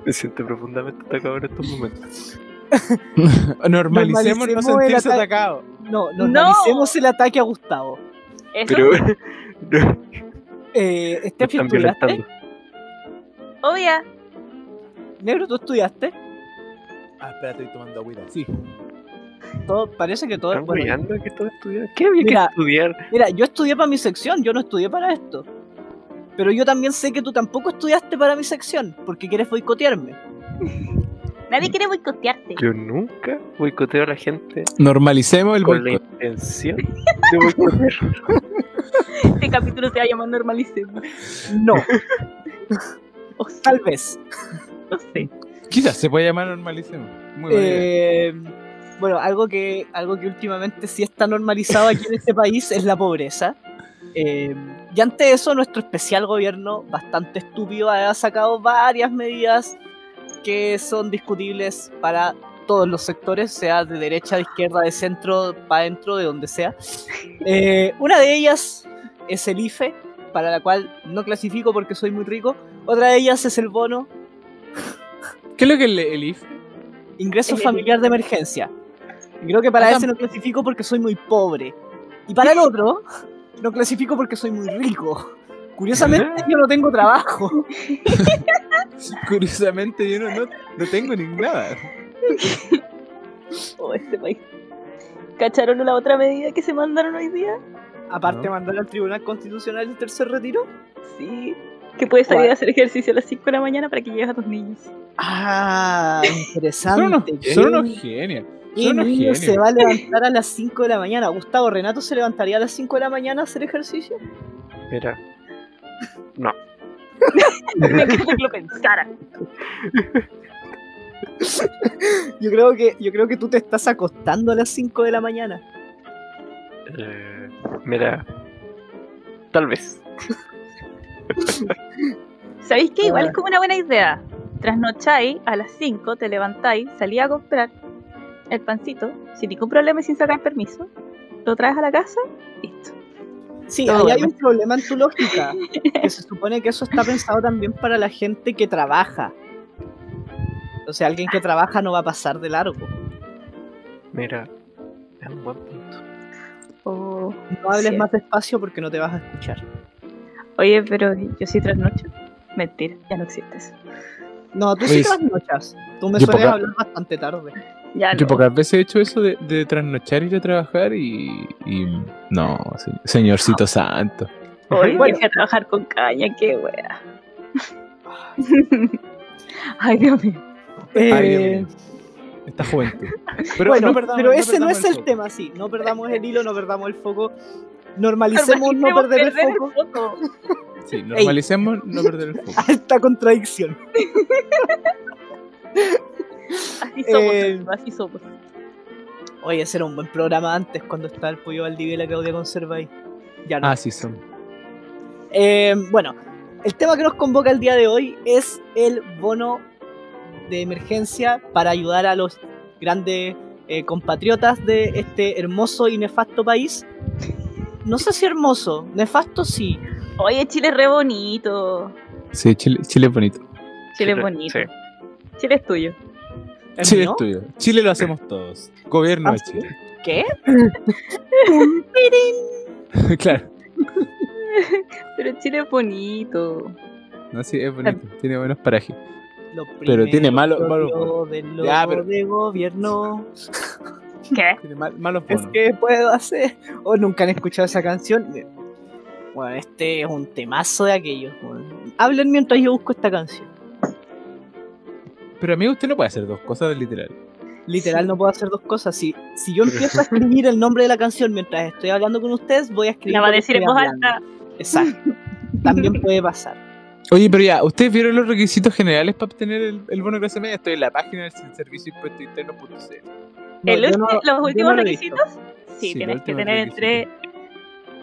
Speaker 2: Me siento profundamente atacado en estos momentos.
Speaker 3: Normalicemos no
Speaker 4: Normalicemos
Speaker 3: sentirse
Speaker 4: el ata-
Speaker 3: atacados.
Speaker 4: No, normalicemos el ataque a Gustavo.
Speaker 1: Eso,
Speaker 2: Pero no,
Speaker 4: Eh,
Speaker 2: me
Speaker 4: Estefi,
Speaker 2: están
Speaker 4: ¿estudiaste?
Speaker 2: violentando.
Speaker 1: obvia.
Speaker 4: Negro, ¿tú estudiaste?
Speaker 3: Ah, espera, estoy tomando agüita. Sí.
Speaker 4: Todo, parece que todo
Speaker 2: ¿Están
Speaker 4: es bueno.
Speaker 2: guiando que todo estudiar? ¿Qué había
Speaker 4: Mira.
Speaker 2: que estudiar?
Speaker 4: Mira, yo estudié para mi sección, yo no estudié para esto. Pero yo también sé que tú tampoco estudiaste para mi sección, porque quieres boicotearme.
Speaker 1: Nadie quiere boicotearte.
Speaker 2: Yo nunca boicoteo a la gente
Speaker 3: Normalicemos el
Speaker 2: con la
Speaker 3: boicot.
Speaker 2: intención de boicotear.
Speaker 1: Este capítulo se va a llamar Normalicemos.
Speaker 4: No,
Speaker 1: O sea,
Speaker 4: tal vez.
Speaker 1: no sé.
Speaker 3: Quizás se puede llamar normalicemos. Muy buena idea.
Speaker 4: Eh, bueno, algo que, algo que últimamente sí está normalizado aquí en este país es la pobreza. Eh, y ante eso, nuestro especial gobierno, bastante estúpido, ha sacado varias medidas que son discutibles para todos los sectores, sea de derecha, de izquierda, de centro, para adentro, de donde sea. Eh, una de ellas es el IFE, para la cual no clasifico porque soy muy rico. Otra de ellas es el bono,
Speaker 3: ¿Qué es lo que el, el IFE?
Speaker 4: Ingreso
Speaker 1: Eh,
Speaker 4: familiar de emergencia. Y Creo que para
Speaker 3: Acá-
Speaker 4: ese no clasifico porque soy muy pobre. Y para el otro, no clasifico porque soy muy rico.
Speaker 3: ¿Eh?
Speaker 4: Curiosamente, yo no tengo trabajo.
Speaker 3: Curiosamente yo no, no, no tengo ni nada.
Speaker 1: Oh, este país. ¿Cacharon la otra medida que se mandaron hoy día?
Speaker 4: Aparte,
Speaker 3: No.
Speaker 4: mandar al Tribunal Constitucional el tercer retiro.
Speaker 1: Sí. Que puedes salir
Speaker 4: ¿Cuál?
Speaker 1: a hacer ejercicio a las 5 de la mañana para que llegues a tus niños.
Speaker 4: Ah,
Speaker 3: Son unos,
Speaker 4: interesante.
Speaker 3: son unos genios.
Speaker 4: ¿Qué
Speaker 3: Son unos
Speaker 4: niño
Speaker 3: genios.
Speaker 4: se va a levantar a las 5 de la mañana? Gustavo Renato se levantaría a las 5 de la mañana a hacer ejercicio.
Speaker 2: Mira,
Speaker 1: Me encanta que lo pensara.
Speaker 4: Yo creo que, yo creo que tú te estás acostando a las 5 de la mañana.
Speaker 2: eh, mira, tal vez.
Speaker 1: ¿Sabéis que igual
Speaker 4: Ah.
Speaker 1: es como una buena idea? Trasnocháis a las 5, te levantáis, salís a comprar el pancito, sin ningún problema y sin sacar permiso, lo traes a la casa, listo.
Speaker 4: Sí,
Speaker 1: Todo
Speaker 4: ahí hay
Speaker 1: bien.
Speaker 4: un problema en tu lógica. Que se supone que eso está pensado también para la gente que trabaja. O sea, alguien que
Speaker 1: Ah.
Speaker 4: trabaja no va a pasar de largo.
Speaker 2: Mira, es un buen punto.
Speaker 1: O Oh,
Speaker 4: No hables
Speaker 1: Sí.
Speaker 4: más despacio porque no te vas a escuchar.
Speaker 1: oye, pero yo sí trasnocho. Mentira, ya no existes.
Speaker 4: No, tú
Speaker 3: Oye,
Speaker 4: sí trasnochas. Tú me
Speaker 3: yo
Speaker 4: sueles
Speaker 3: poca-
Speaker 4: hablar bastante tarde.
Speaker 1: Ya
Speaker 3: Yo
Speaker 1: no.
Speaker 3: pocas veces he hecho eso de, de trasnochar ir a trabajar y. y no, se- señorcito santo.
Speaker 1: Hoy
Speaker 4: Bueno.
Speaker 1: a trabajar con caña, qué wea. Ay, Dios mío.
Speaker 3: Ay,
Speaker 4: Eh,
Speaker 3: Dios mío. Esta juventud. Pero,
Speaker 4: bueno,
Speaker 3: no perdamos-
Speaker 4: pero
Speaker 3: no
Speaker 4: ese no
Speaker 3: perdamos
Speaker 4: es el
Speaker 3: foco.
Speaker 4: tema, sí. No perdamos el hilo, no perdamos el foco. Normalicemos no
Speaker 1: Normalicemos
Speaker 4: perder el foco.
Speaker 1: foco.
Speaker 3: Sí, normalicemos no perder el foco.
Speaker 4: Alta contradicción.
Speaker 1: Así somos,
Speaker 4: Eh,
Speaker 1: amigos, así somos.
Speaker 4: Oye, ese era un buen programa antes cuando estaba el pollo Valdivia y la Claudia Conserva ahí. Ya no.
Speaker 3: Ah, sí, son.
Speaker 4: Eh, bueno, el tema que nos convoca el día de hoy es el bono de emergencia para ayudar a los grandes eh, compatriotas de este hermoso y nefasto país. No sé si hermoso, nefasto sí.
Speaker 1: Oye, Chile es re bonito.
Speaker 3: Sí, Chile, Chile es bonito.
Speaker 1: Chile es
Speaker 2: Sí,
Speaker 1: bonito.
Speaker 2: sí.
Speaker 1: Chile es tuyo.
Speaker 4: ¿Es
Speaker 3: Chile
Speaker 4: mío?
Speaker 3: es tuyo. Chile lo hacemos todos. Gobierno
Speaker 4: Ah,
Speaker 3: de
Speaker 4: ¿sí?
Speaker 3: Chile.
Speaker 4: ¿Qué?
Speaker 3: claro.
Speaker 1: Pero Chile es bonito.
Speaker 3: No, sí, es bonito. Tiene buenos parajes.
Speaker 4: Lo
Speaker 3: Pero tiene
Speaker 4: primero
Speaker 3: malo-
Speaker 4: que
Speaker 3: malo-
Speaker 4: odió del logo
Speaker 3: Ya, pero-
Speaker 4: de gobierno
Speaker 1: ¿Qué?
Speaker 3: Tiene mal- malos
Speaker 4: es
Speaker 3: bonos.
Speaker 4: que puedo hacer. O nunca han escuchado esa canción. Bueno, este es un temazo de aquellos. weón. Hablen mientras yo busco esta canción.
Speaker 3: Pero amigo, usted no puede hacer dos cosas literal.
Speaker 4: Literal,
Speaker 1: Sí.
Speaker 4: no puedo hacer dos cosas. Si, si yo empiezo a escribir el nombre de la canción mientras estoy hablando con ustedes, voy a escribir.
Speaker 1: La va a
Speaker 4: lo que
Speaker 1: decir en
Speaker 4: estoy
Speaker 1: voz
Speaker 4: hablando.
Speaker 1: alta.
Speaker 4: Exacto. También puede pasar.
Speaker 3: Oye, pero ya, ¿ustedes vieron los requisitos generales para obtener el, el bono clase media? Estoy en la página del servicio impuesto interno.cl.
Speaker 4: No,
Speaker 1: El
Speaker 4: yo
Speaker 1: ulti-
Speaker 4: no- yo
Speaker 1: los
Speaker 4: no
Speaker 1: últimos
Speaker 4: lo he visto.
Speaker 1: requisitos. Sí,
Speaker 3: Sí,
Speaker 1: tienes
Speaker 3: los
Speaker 1: que
Speaker 3: últimos
Speaker 1: tener entre
Speaker 3: requisitos.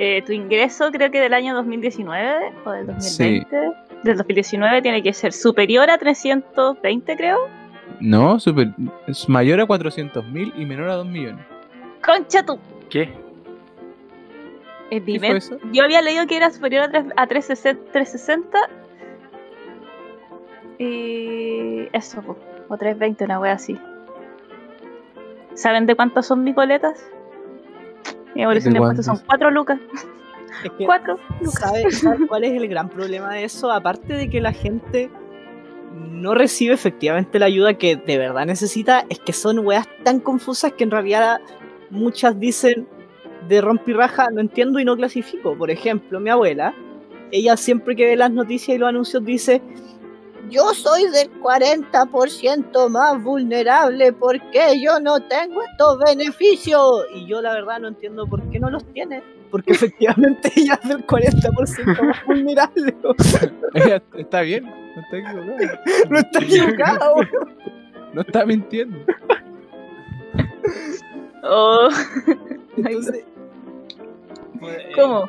Speaker 1: eh, tu ingreso, creo que del año 2019 o del 2020. Del 2019 tiene que ser superior a 320, creo.
Speaker 3: No, super, es mayor a 400 mil y menor a 2 millones.
Speaker 1: Concha tu.
Speaker 2: ¿Qué?
Speaker 1: Es
Speaker 3: ¿Qué
Speaker 1: Vimet.
Speaker 3: fue eso?
Speaker 1: Yo había leído que era superior a, tres- a 360, 360. Y eso, po, o 320, una wea así. ¿Saben de cuántas son mis boletas? Mi evolución de impuestos son
Speaker 3: cuántas?
Speaker 1: 4 lucas.
Speaker 4: Es que,
Speaker 1: 4 lucas.
Speaker 4: ¿sabe- sabe cuál es el gran problema de eso? Aparte de que la gente no recibe efectivamente la ayuda que de verdad necesita, es que son weas tan confusas que en realidad muchas dicen de rompirraja, no entiendo y no clasifico. Por ejemplo, mi abuela, ella siempre que ve las noticias y los anuncios dice, yo soy del 40% más vulnerable porque yo no tengo estos beneficios. Y yo la verdad no entiendo por qué no los tiene. Porque efectivamente ella es del 40% más vulnerable.
Speaker 3: Oiga, está bien, no está equivocado.
Speaker 4: No está equivocado.
Speaker 3: No está mintiendo.
Speaker 1: Oh,
Speaker 4: Entonces,
Speaker 2: Eh,
Speaker 1: ¿Cómo?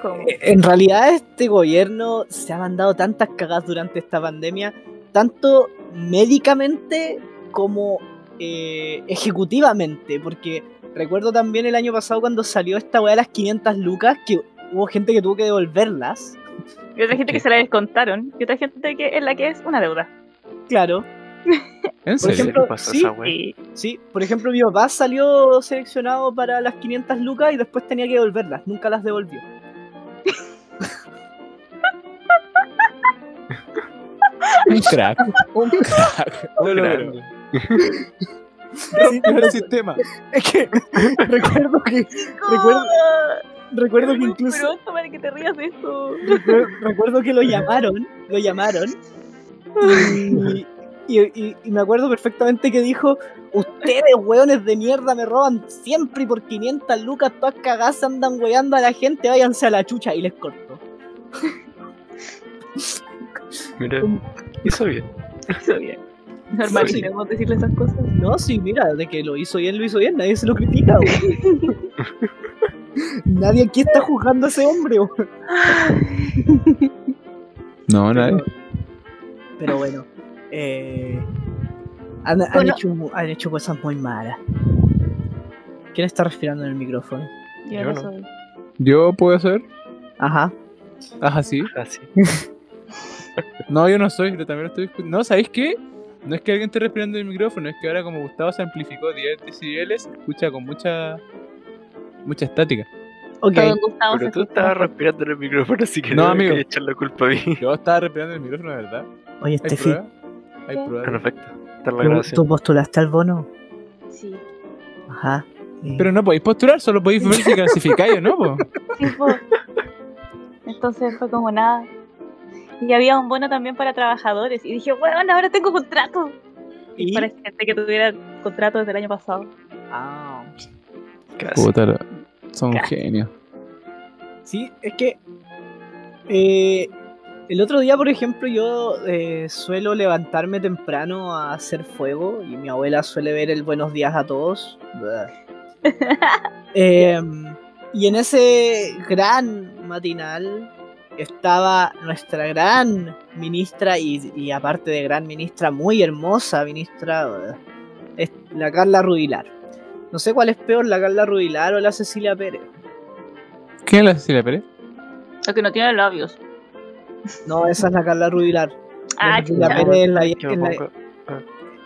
Speaker 1: ¿Cómo?
Speaker 4: eh, en realidad este gobierno se ha mandado tantas cagas durante esta pandemia, tanto médicamente como eh, ejecutivamente, porque recuerdo también el año pasado cuando salió esta weá de las 500 lucas, que hubo gente que tuvo que devolverlas,
Speaker 1: Y otra
Speaker 2: eh.
Speaker 1: gente que se la descontaron. Y otra gente que es la que es una deuda.
Speaker 4: claro,
Speaker 3: ¿En
Speaker 4: Por
Speaker 2: ¿En
Speaker 3: serio?
Speaker 2: serio
Speaker 4: ejemplo,
Speaker 2: pasó
Speaker 4: sí,
Speaker 2: esa wea?
Speaker 1: Y
Speaker 4: ¿sí? Por ejemplo, mi papá salió seleccionado para las 500 lucas y después tenía que devolverlas, nunca las devolvió.
Speaker 3: Un crack. Un crack.
Speaker 2: Oh,
Speaker 3: Lo lograron.
Speaker 4: Sí,
Speaker 3: Rompió el sistema.
Speaker 4: es que recuerdo que, recuerdo,
Speaker 1: Oh,
Speaker 4: recuerdo que
Speaker 1: Muy
Speaker 4: incluso...
Speaker 1: pronto para que te rías de esto.
Speaker 4: Recuerdo- recuerdo que lo llamaron, lo llamaron. Y, y- y- y me acuerdo perfectamente que dijo, ustedes hueones de mierda me roban siempre y por 500 lucas todas cagadas andan hueando a la gente, váyanse a la chucha y les corto.
Speaker 2: Mira, hizo bien.
Speaker 1: Hizo bien. Normalicemos decirle esas cosas.
Speaker 4: No, sí, mira, de que lo hizo bien, lo hizo bien, nadie se lo critica. weón. nadie aquí está juzgando a ese hombre. weón.
Speaker 3: No, nadie.
Speaker 4: Pero bueno, eh, han, han
Speaker 1: Bueno.
Speaker 4: hecho, han hecho cosas muy malas. ¿Quién está respirando en el micrófono?
Speaker 1: Yo,
Speaker 2: Yo
Speaker 1: no
Speaker 2: no.
Speaker 1: soy.
Speaker 3: ¿Yo puedo hacer?
Speaker 4: Ajá.
Speaker 3: Ajá, sí.
Speaker 2: Así.
Speaker 3: No, yo no soy, pero también lo estoy escuchando. No, ¿sabéis qué? No es que alguien esté respirando en el micrófono, es que ahora como Gustavo se amplificó 10 decibeles, se escucha con mucha mucha estática.
Speaker 4: Ok.
Speaker 1: Don Gustavo
Speaker 2: Pero
Speaker 1: se
Speaker 2: tú estabas respirando en el micrófono, así que
Speaker 3: No,
Speaker 2: me
Speaker 3: amigo.
Speaker 2: quería echar la culpa a mí.
Speaker 3: Yo estaba respirando en el micrófono, ¿verdad?
Speaker 4: Oye,
Speaker 3: ¿Hay
Speaker 4: Estefi,
Speaker 3: prueba? ¿Hay prueba?
Speaker 2: Perfecto. Está en la
Speaker 4: ¿tú,
Speaker 2: grabación.
Speaker 4: tú postulaste al bono?
Speaker 1: escucha. Sí.
Speaker 4: Ajá. Eh,
Speaker 3: Pero no podéis postular, solo podéis ver si clasificáis o no, po.
Speaker 1: Sí, po. Entonces fue como nada. Y había un bono también para trabajadores. Y dije, bueno, ahora tengo contrato.
Speaker 4: ¿Y?
Speaker 1: Para gente que tuviera contrato desde el año pasado.
Speaker 4: Ah.
Speaker 2: Casi.
Speaker 3: Puta, la- son
Speaker 1: Ca-
Speaker 3: genios.
Speaker 4: Sí, es que eh, el otro día, por ejemplo, yo eh, suelo levantarme temprano a hacer fuego y mi abuela suele ver el buenos días a todos. Eh, y en ese gran matinal estaba nuestra gran ministra y, y aparte de gran ministra, muy hermosa ministra, eh, es la Carla Rubilar. No sé cuál es peor, la Carla Rubilar o la Cecilia Pérez.
Speaker 3: ¿Quién es la Cecilia Pérez?
Speaker 1: Lo que no tiene labios.
Speaker 4: No, esa es la Carla Rubilar.
Speaker 1: Ah,
Speaker 4: Bueno, la
Speaker 1: chucha.
Speaker 4: Pérez es la,
Speaker 2: Que me
Speaker 4: es la-
Speaker 2: pongo-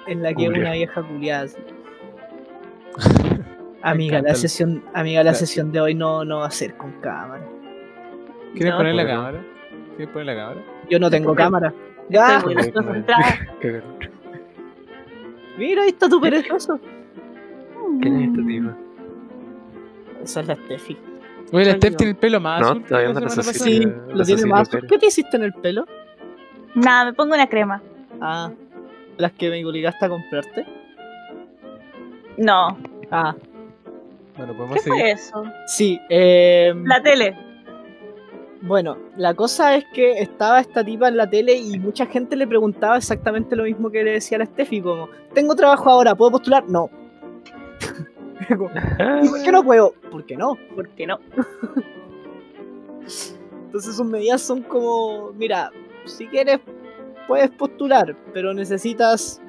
Speaker 4: es la que es
Speaker 2: Culiar.
Speaker 4: una vieja culiada. así. Amiga, la
Speaker 3: encanta.
Speaker 4: sesión, amiga, la
Speaker 3: La-
Speaker 4: sesión de hoy no, no va a ser con cámara.
Speaker 3: ¿Quieres
Speaker 1: No.
Speaker 3: poner la
Speaker 2: Bueno.
Speaker 3: cámara? ¿Quieres poner la cámara?
Speaker 4: Yo no tengo
Speaker 1: Estoy-
Speaker 4: cámara.
Speaker 1: Estoy
Speaker 4: Ya,
Speaker 1: muy
Speaker 2: Ah.
Speaker 1: desconcentrada.
Speaker 2: que-
Speaker 4: mira, ahí está tu perezoso.
Speaker 2: ¿Quién es este tipo?
Speaker 4: Esa es la Steffi.
Speaker 3: Oye, la
Speaker 1: Soy
Speaker 3: Steph
Speaker 1: yo.
Speaker 3: tiene el pelo más
Speaker 2: No,
Speaker 3: azul que
Speaker 2: todavía
Speaker 3: la
Speaker 2: no
Speaker 3: semana
Speaker 2: necesito.
Speaker 3: pasada.
Speaker 4: Sí,
Speaker 2: la
Speaker 4: lo tiene
Speaker 2: Cecilia
Speaker 4: más.
Speaker 2: Pérez.
Speaker 4: ¿Qué te hiciste en el pelo?
Speaker 1: Nada, me pongo una crema.
Speaker 4: Ah, las que me obligaste a comprarte.
Speaker 1: No.
Speaker 4: Ah,
Speaker 3: Bueno,
Speaker 1: ¿Qué
Speaker 3: podemos
Speaker 1: fue
Speaker 3: seguir.
Speaker 1: eso?
Speaker 4: sí. Eh,
Speaker 1: La tele.
Speaker 4: Bueno, la cosa es que estaba esta tipa en la tele y mucha gente le preguntaba exactamente lo mismo que le decía a la Steffi, como, tengo trabajo ahora, ¿puedo postular? No. Como, "¿Y ¿Por qué no puedo? ¿Por qué no?
Speaker 1: ¿Por qué no?
Speaker 4: Entonces sus medidas son como, mira, si quieres puedes postular, pero necesitas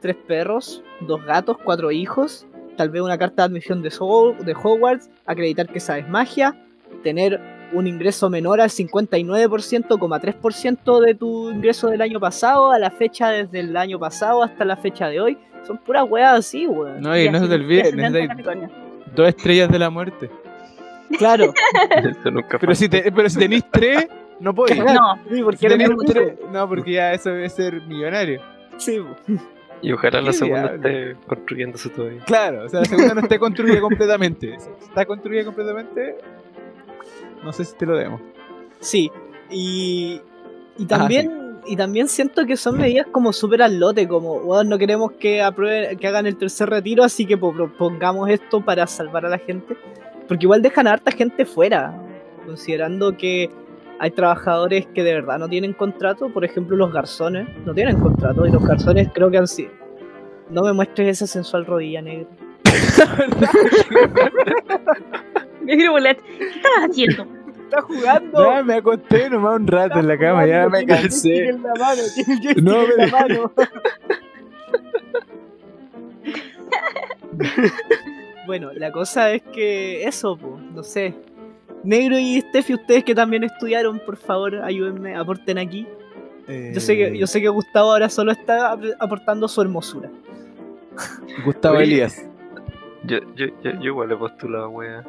Speaker 4: tres perros, dos gatos, cuatro hijos, tal vez una carta de admisión de, Soul- de Hogwarts, acreditar que sabes magia, tener un ingreso menor al 59,3% de tu ingreso del año pasado a la fecha desde el año pasado hasta la fecha de hoy. Son puras weas así, weón.
Speaker 3: No, y no se te olvide, necesitáis dos estrellas de la muerte.
Speaker 4: Claro.
Speaker 2: Eso nunca
Speaker 3: Pero si, te, pero si tenéis tres, no podéis.
Speaker 1: No,
Speaker 4: Sí, porque
Speaker 3: Si
Speaker 4: era
Speaker 3: tenéis
Speaker 4: mi-
Speaker 3: tres, no, porque ya eso debe ser millonario.
Speaker 4: Sí, po.
Speaker 2: falta. Y ojalá la
Speaker 3: ¿Qué
Speaker 2: segunda
Speaker 3: diablo?
Speaker 2: esté construyéndose todavía.
Speaker 3: Claro, o sea, la segunda no está construida completamente. Si está construida completamente, no sé si te lo demos.
Speaker 4: Sí, y, y también y también siento que son medidas como súper al lote, como, weón, no queremos que aprueben, que hagan el tercer retiro, así que po- propongamos esto para salvar a la gente. Porque igual dejan a harta gente fuera, considerando que hay trabajadores que de verdad no tienen contrato, por ejemplo los garzones, no tienen contrato, y los garzones creo que han sido... No me muestres esa sensual rodilla negra.
Speaker 1: Negro Bolet, ¿qué estás haciendo?
Speaker 4: Está jugando.
Speaker 3: Ya me acosté nomás un rato en la cama, ya me cansé. No, en la pero-
Speaker 4: bueno, la cosa es que eso, po, no sé. Negro y Steffi, ustedes que también estudiaron, por favor, ayúdenme, aporten aquí. Eh, Yo sé que, yo
Speaker 3: Eh.
Speaker 4: sé que Gustavo ahora solo está ap- aportando su hermosura.
Speaker 3: Gustavo
Speaker 2: Oye.
Speaker 3: Elías.
Speaker 2: Yo, yo, yo, yo igual he postulado, wea.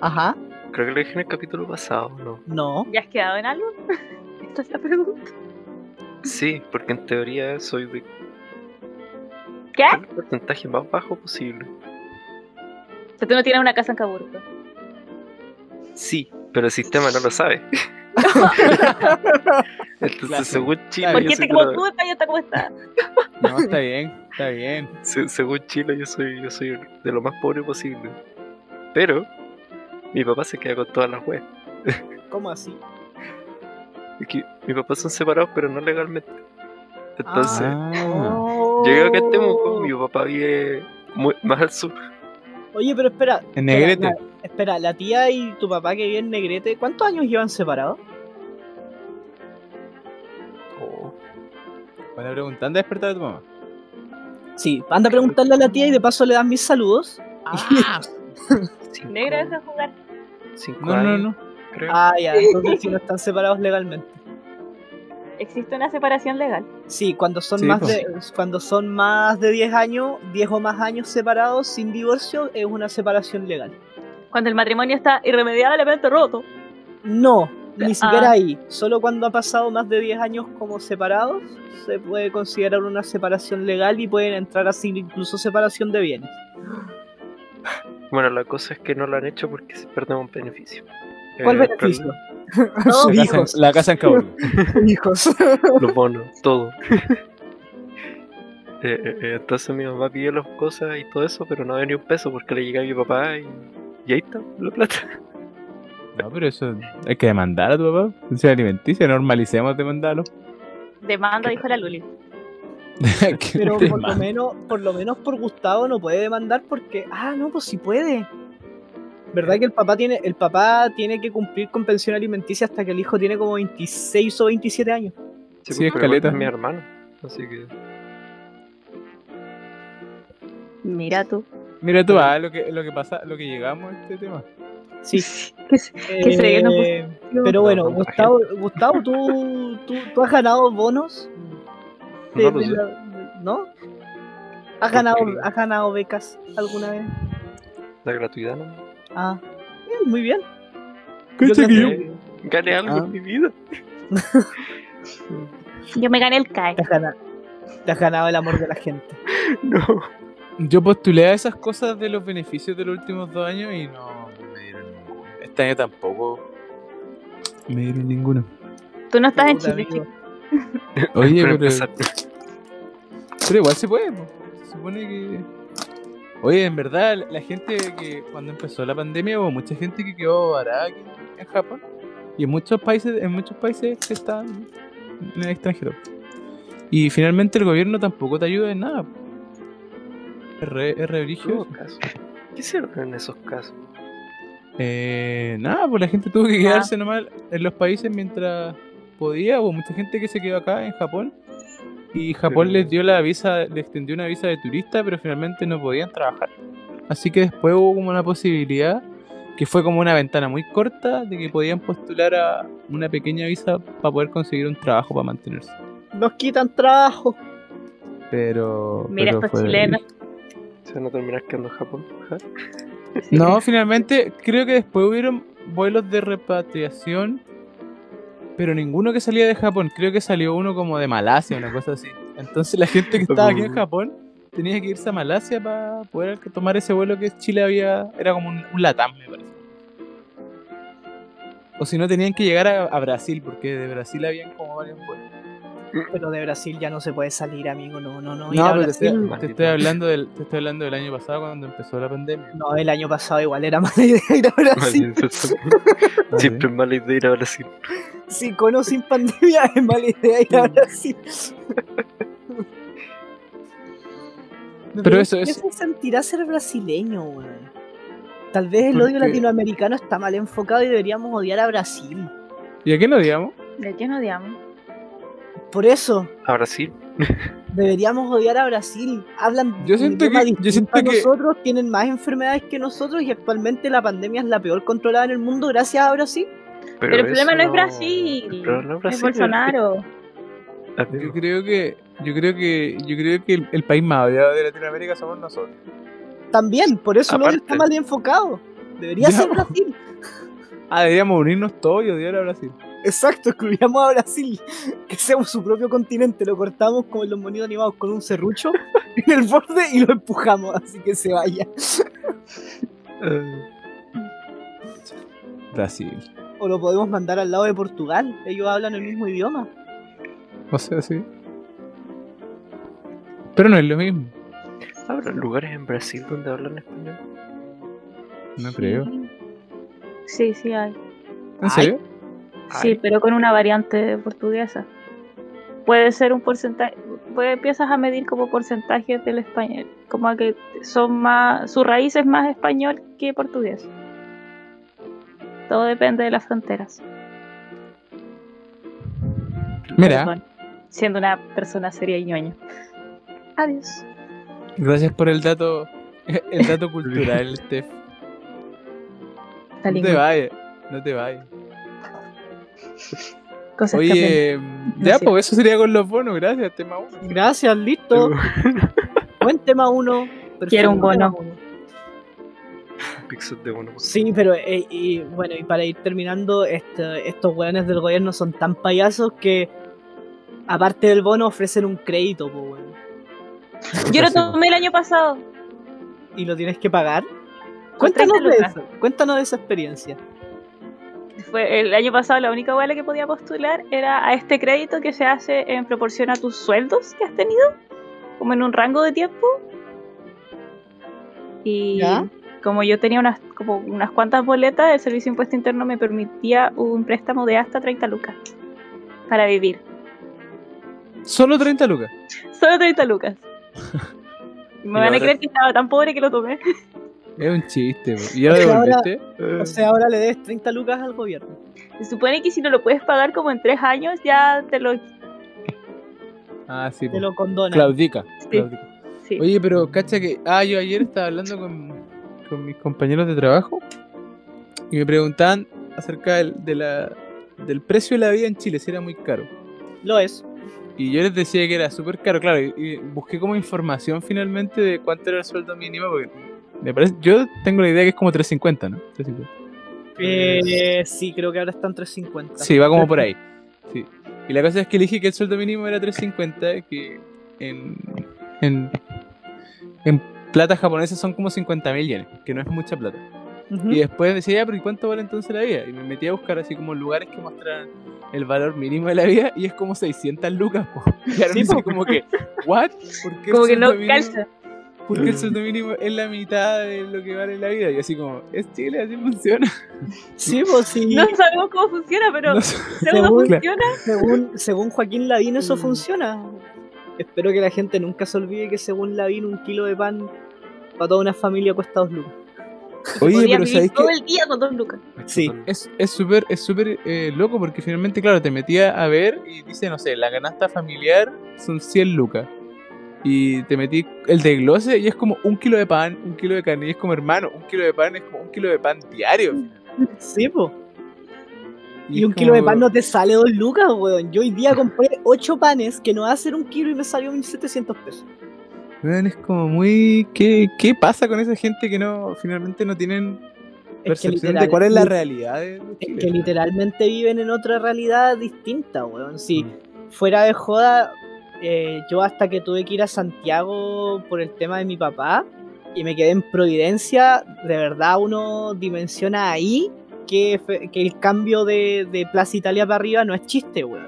Speaker 4: Ajá.
Speaker 2: Creo que lo dije en el capítulo pasado, ¿no?
Speaker 4: No.
Speaker 1: ¿Ya has quedado en algo? Esta es la pregunta.
Speaker 2: Sí, porque en teoría soy de
Speaker 1: ¿Qué?
Speaker 2: el porcentaje más bajo posible.
Speaker 1: O sea, tú no tienes una casa en Caburco.
Speaker 2: Sí, pero el sistema no lo sabe. Entonces,
Speaker 3: Claro.
Speaker 2: según Chile,
Speaker 1: ¿Por
Speaker 2: yo
Speaker 1: qué
Speaker 2: soy
Speaker 1: te como
Speaker 2: de la-
Speaker 1: tú, España está como está?
Speaker 3: No, está bien, está bien.
Speaker 2: se- según Chile, yo soy, yo soy de lo más pobre posible. Pero mi papá se queda con todas las weas.
Speaker 4: ¿Cómo así?
Speaker 2: Es que mis papás son separados, pero no legalmente. Entonces,
Speaker 3: Ah.
Speaker 2: llegué acá a Temuco, mi papá vive muy, más al sur.
Speaker 4: Oye, pero espera.
Speaker 3: En
Speaker 4: espera,
Speaker 3: negrete.
Speaker 4: la- Espera, la tía y tu papá que viven en Negrete, ¿cuántos años llevan separados?
Speaker 2: Oh,
Speaker 3: Para preguntar, anda a despertar a tu mamá.
Speaker 4: Sí, anda a preguntarle a la tía y de paso le dan mis saludos.
Speaker 2: cinco-
Speaker 1: Negro, deja de jugar.
Speaker 2: cinco
Speaker 3: Ah. No, no,
Speaker 2: años,
Speaker 3: no.
Speaker 2: creo.
Speaker 4: Ah, ya, entonces si no están separados legalmente.
Speaker 1: Existe una separación legal.
Speaker 4: Sí, cuando son
Speaker 3: Sí,
Speaker 4: más
Speaker 3: pues.
Speaker 4: de cuando son más de 10 años, 10 o más años separados sin divorcio es una separación legal.
Speaker 1: Cuando el matrimonio está irremediablemente roto.
Speaker 4: No,
Speaker 1: Ah.
Speaker 4: ni siquiera ahí. Solo cuando ha pasado más de 10 años como separados, se puede considerar una separación legal y pueden entrar así incluso separación de bienes.
Speaker 2: Bueno, la cosa es que no lo han hecho porque se pierde un beneficio.
Speaker 4: ¿Cuál
Speaker 2: Eh,
Speaker 4: beneficio?
Speaker 1: Todos
Speaker 4: Sus
Speaker 3: La casa,
Speaker 4: hijos.
Speaker 3: la casa en Caborca.
Speaker 4: Hijos.
Speaker 2: los bonos, todo. Eh, eh, eh, entonces mi mamá pidió las cosas y todo eso, pero no había ni un peso porque le llegaba a mi papá y, y ahí está la plata.
Speaker 3: No, pero eso hay que demandar a tu papá. Pensión alimenticia, normalicemos demandarlo.
Speaker 1: Demanda, dijo la Luli.
Speaker 3: Que
Speaker 4: Pero
Speaker 3: te
Speaker 4: por lo,
Speaker 3: mande.
Speaker 4: menos, por lo menos por Gustavo no puede demandar porque. Ah, no, pues sí puede. ¿Verdad que el papá tiene, el papá tiene que cumplir con pensión alimenticia hasta que el hijo tiene como 26 o 27 años?
Speaker 3: Sí,
Speaker 2: porque
Speaker 3: es
Speaker 2: mi papá
Speaker 3: caleta.
Speaker 2: mi hermano, así que
Speaker 1: Mira tú.
Speaker 3: Mira tú, ah, lo que, lo que pasa, lo que llegamos a este tema.
Speaker 4: Sí.
Speaker 1: Que se- que se
Speaker 4: Eh,
Speaker 1: nos
Speaker 4: Pero bueno,
Speaker 2: No, no,
Speaker 4: Gustavo, Gustavo ¿tú, tú, tú has ganado bonos. de-
Speaker 2: no lo
Speaker 4: de
Speaker 2: sé.
Speaker 4: la- de- ¿no? ¿Has ganado,
Speaker 2: Ok.
Speaker 4: ¿Has ganado becas alguna vez?
Speaker 2: La gratuidad no.
Speaker 4: Ah, bien, muy bien.
Speaker 3: Cacha
Speaker 4: creo
Speaker 3: que yo-
Speaker 4: que
Speaker 2: Gané algo
Speaker 3: Ah.
Speaker 2: en mi vida.
Speaker 1: Yo me gané el E. CAE.
Speaker 4: Te has ganado, te has ganado el amor de la gente.
Speaker 2: No.
Speaker 3: Yo postulé a esas cosas de los beneficios de los últimos dos años y no me dieron ninguno. Este año tampoco me dieron ninguno.
Speaker 1: Tú no estás en
Speaker 4: Puta,
Speaker 1: Chile,
Speaker 4: amigo.
Speaker 1: chico.
Speaker 2: Para
Speaker 3: Oye, pero,
Speaker 2: empezar,
Speaker 3: pero igual se puede. po. Se supone que. Oye, en verdad, la- la gente que cuando empezó la pandemia hubo mucha gente que quedó varada aquí en Japón y en muchos países, en muchos países que están en el extranjero. Y finalmente el gobierno tampoco te ayuda en nada. po. Es re, es re
Speaker 2: ¿qué hubo
Speaker 3: brígido.
Speaker 2: caso? ¿Qué hicieron en esos casos?
Speaker 3: Eh, nada, pues la gente tuvo que
Speaker 1: Ah.
Speaker 3: quedarse nomás en los países mientras podía. Hubo mucha gente que se quedó acá en Japón. Y Japón
Speaker 2: Pero-
Speaker 3: les dio la visa, les extendió una visa de turista, pero finalmente no podían trabajar. Así que después hubo como una posibilidad, que fue como una ventana muy corta, de que podían postular a una pequeña visa para poder conseguir un trabajo para mantenerse.
Speaker 4: Nos quitan trabajo.
Speaker 3: Pero.
Speaker 1: Mira
Speaker 3: pero
Speaker 1: estos
Speaker 3: fue-
Speaker 1: chilenos.
Speaker 2: ¿Se van a terminar quedando en Japón? Ja.
Speaker 3: No, finalmente creo que después hubieron vuelos de repatriación, pero ninguno que salía de Japón. Creo que salió uno como de Malasia, una cosa así. Entonces la gente que estaba aquí en Japón tenía que irse a Malasia para poder alca- tomar ese vuelo que Chile había. Era como un, un latam, me parece. O si no, tenían que llegar a, a Brasil, porque de Brasil habían como varios vuelos.
Speaker 4: Pero de Brasil ya no se puede salir, amigo. No, no, no. ir
Speaker 3: No,
Speaker 4: a
Speaker 3: pero te,
Speaker 4: Brasil-
Speaker 3: estoy- te estoy hablando del, te estoy hablando del año pasado cuando empezó la pandemia.
Speaker 4: No, el año pasado igual era mala idea ir a Brasil.
Speaker 2: Maldito sea. pues, Siempre es mala idea ir a Brasil.
Speaker 4: Si cono sin pandemia es mala idea ir a
Speaker 3: Mm.
Speaker 4: Brasil. Me
Speaker 3: Pero
Speaker 4: pregunto
Speaker 3: eso
Speaker 4: ¿Qué
Speaker 3: es-
Speaker 4: se sentirá ser brasileño, weón? Tal vez el
Speaker 3: ¿Por
Speaker 4: odio
Speaker 3: qué?
Speaker 4: latinoamericano está mal enfocado y deberíamos odiar a Brasil.
Speaker 3: ¿Y a qué nos digamos?
Speaker 1: ¿De quién odiamos?
Speaker 4: Por eso,
Speaker 2: A Brasil.
Speaker 4: deberíamos odiar a Brasil. Hablan
Speaker 3: Yo
Speaker 4: un
Speaker 3: siento
Speaker 4: idioma
Speaker 3: que- yo
Speaker 4: distinto
Speaker 3: siento
Speaker 4: a
Speaker 3: que-
Speaker 4: nosotros, tienen más enfermedades que nosotros y actualmente la pandemia es la peor controlada en el mundo gracias a Brasil.
Speaker 1: Pero, el problema
Speaker 2: eso
Speaker 1: no es Brasil.
Speaker 2: Pero no es Brasil. pues,
Speaker 1: Bolsonaro.
Speaker 2: Amigo.
Speaker 3: Yo creo que, yo creo que, yo creo que el, el país más odiado de Latinoamérica somos nosotros.
Speaker 4: También, por eso el odio está
Speaker 2: Aparte.
Speaker 4: mal enfocado. Debería
Speaker 3: Ya.
Speaker 4: ser Brasil.
Speaker 3: Ah, deberíamos unirnos todos y odiar a Brasil.
Speaker 4: Exacto, excluyamos a Brasil, que seamos su propio continente, lo cortamos como en los monitos animados con un serrucho en el borde y lo empujamos, así que se vaya.
Speaker 2: Eh,
Speaker 3: Brasil.
Speaker 4: O lo podemos mandar al lado de Portugal, ellos hablan el mismo idioma.
Speaker 3: O sea, sí. Pero no es lo mismo.
Speaker 2: ¿Habrá lugares en Brasil donde hablan español?
Speaker 3: No creo.
Speaker 1: Sí, sí hay.
Speaker 3: ¿En serio?
Speaker 1: Sí, pero con una variante portuguesa. Puede ser un porcentaje, pues empiezas a medir como porcentajes del español, como a que son más, su raíz es más español que portugués. Todo depende de las fronteras.
Speaker 3: Mira,
Speaker 1: Perdón, siendo una persona seria y ñoña. Adiós.
Speaker 3: gracias por el dato, el dato cultural, Steph.
Speaker 1: La
Speaker 3: No te
Speaker 1: lengua.
Speaker 3: vayas, no te vayas.
Speaker 1: Cosas que aprendí.
Speaker 3: Oye, ya,
Speaker 1: Gracias.
Speaker 3: pues eso sería con los bonos, gracias, tema uno.
Speaker 4: Gracias, listo. Buen tema uno. perfecto
Speaker 1: Quiero un bono.
Speaker 4: tema uno.
Speaker 2: pixel de mono.
Speaker 4: Sí, pero eh, y, bueno, y para ir terminando, este- estos weones del gobierno son tan payasos que aparte del bono ofrecen un crédito, po, weón.
Speaker 1: Yo lo
Speaker 2: Sí, po.
Speaker 1: tomé el año pasado.
Speaker 4: Y lo tienes que pagar.
Speaker 1: Con 30
Speaker 4: Cuéntanos de
Speaker 1: lucas.
Speaker 4: eso, cuéntanos de esa experiencia.
Speaker 1: Fue el año pasado la única hueá que podía postular era a este crédito que se hace en proporción a tus sueldos que has tenido, como en un rango de tiempo. Y
Speaker 4: ¿Ya?
Speaker 1: como yo tenía unas, como unas cuantas boletas, el Servicio de Impuesto Interno me permitía un préstamo de hasta 30 lucas para vivir.
Speaker 3: Solo 30 lucas.
Speaker 1: Solo 30 lucas. Me
Speaker 2: Y
Speaker 1: van
Speaker 2: ahora-
Speaker 1: a creer que estaba tan pobre que lo tomé.
Speaker 3: Es un chiste, po. ¿Y ya lo
Speaker 4: Es que ahora-
Speaker 3: devolviste?
Speaker 2: Eh,
Speaker 4: O sea, ahora le des 30 lucas al gobierno.
Speaker 1: Se supone que si no lo puedes pagar como en tres años, ya te lo...
Speaker 3: Ah, sí, po.
Speaker 4: Te lo condonan.
Speaker 3: Claudica.
Speaker 1: Sí.
Speaker 3: Claudica.
Speaker 1: sí.
Speaker 3: Oye, pero cacha que. Ah, yo ayer estaba hablando con, con mis compañeros de trabajo y me preguntaban acerca del, de la, del precio de la vida en Chile, si era muy caro.
Speaker 4: Lo es.
Speaker 3: Y yo les decía que era súper caro, claro. Y, y busqué como información finalmente de cuánto era el sueldo mínimo, porque me parece. Yo tengo la idea que es como 350, ¿no? 350.
Speaker 4: Eh, sí, creo que ahora están 3.50.
Speaker 3: Pues Sí, va como por ahí. Sí. Y la cosa es que le dije que el sueldo mínimo era 350, que en, en, en plata japonesa son como 50 mil yenes, que no es mucha plata.
Speaker 4: Ujú.
Speaker 3: Y después decía, ya, pero ¿y cuánto vale entonces la vida? Y me metí a buscar así como lugares que mostraran el valor mínimo de la vida y es como 600 lucas, po. Y ahora
Speaker 4: Sí,
Speaker 3: uno
Speaker 4: po.
Speaker 3: dice como que, ¿what? ¿Por qué el
Speaker 1: Como que no
Speaker 3: sueldo mínimo-
Speaker 1: calza.
Speaker 3: ¿Por qué el sueldo mínimo es la mitad de lo que vale la vida? Y así como, es Chile, así funciona.
Speaker 4: Sí, pues sí.
Speaker 1: No sabemos cómo funciona, pero
Speaker 3: No sé.
Speaker 1: según
Speaker 4: Según-
Speaker 1: funciona,
Speaker 4: Según, según Joaquín Lavín eso
Speaker 1: Mm.
Speaker 4: funciona. Espero que la gente nunca se olvide que según Lavín un kilo de pan para toda una familia cuesta dos lucas.
Speaker 3: Oye,
Speaker 1: podía
Speaker 3: pero
Speaker 1: vivir
Speaker 3: ¿sabéis qué?
Speaker 1: todo el día con dos lucas.
Speaker 4: Sí.
Speaker 3: Es es súper es súper eh, loco porque finalmente, claro, te metía a ver y dice, no sé, la canasta familiar son 100 lucas. Y te metí el desglose y es como un kilo de pan, un kilo de carne. Y es como, hermano, un kilo de pan es como un kilo de pan diario.
Speaker 4: Sí, po.
Speaker 3: es
Speaker 4: Mm, Y un kilo de
Speaker 3: como-
Speaker 4: pan no te sale dos lucas, weón. Yo hoy día compré ocho panes que no hacen un kilo y me salió 1700 pesos.
Speaker 3: Weón, Es como muy... ¿Qué, ¿Qué pasa con esa gente que no finalmente no tienen
Speaker 4: Es que,
Speaker 3: percepción
Speaker 4: literal-
Speaker 3: de cuál es la
Speaker 4: li-
Speaker 3: realidad de, de
Speaker 4: es
Speaker 3: Chile?
Speaker 4: que literalmente viven en otra realidad distinta, weón.
Speaker 2: Mm.
Speaker 4: Si fuera de joda, eh, yo hasta que tuve que ir a Santiago por el tema de mi papá y me quedé en Providencia, de verdad uno dimensiona ahí que, fe- que el cambio de, de Plaza Italia para arriba no es chiste, weón.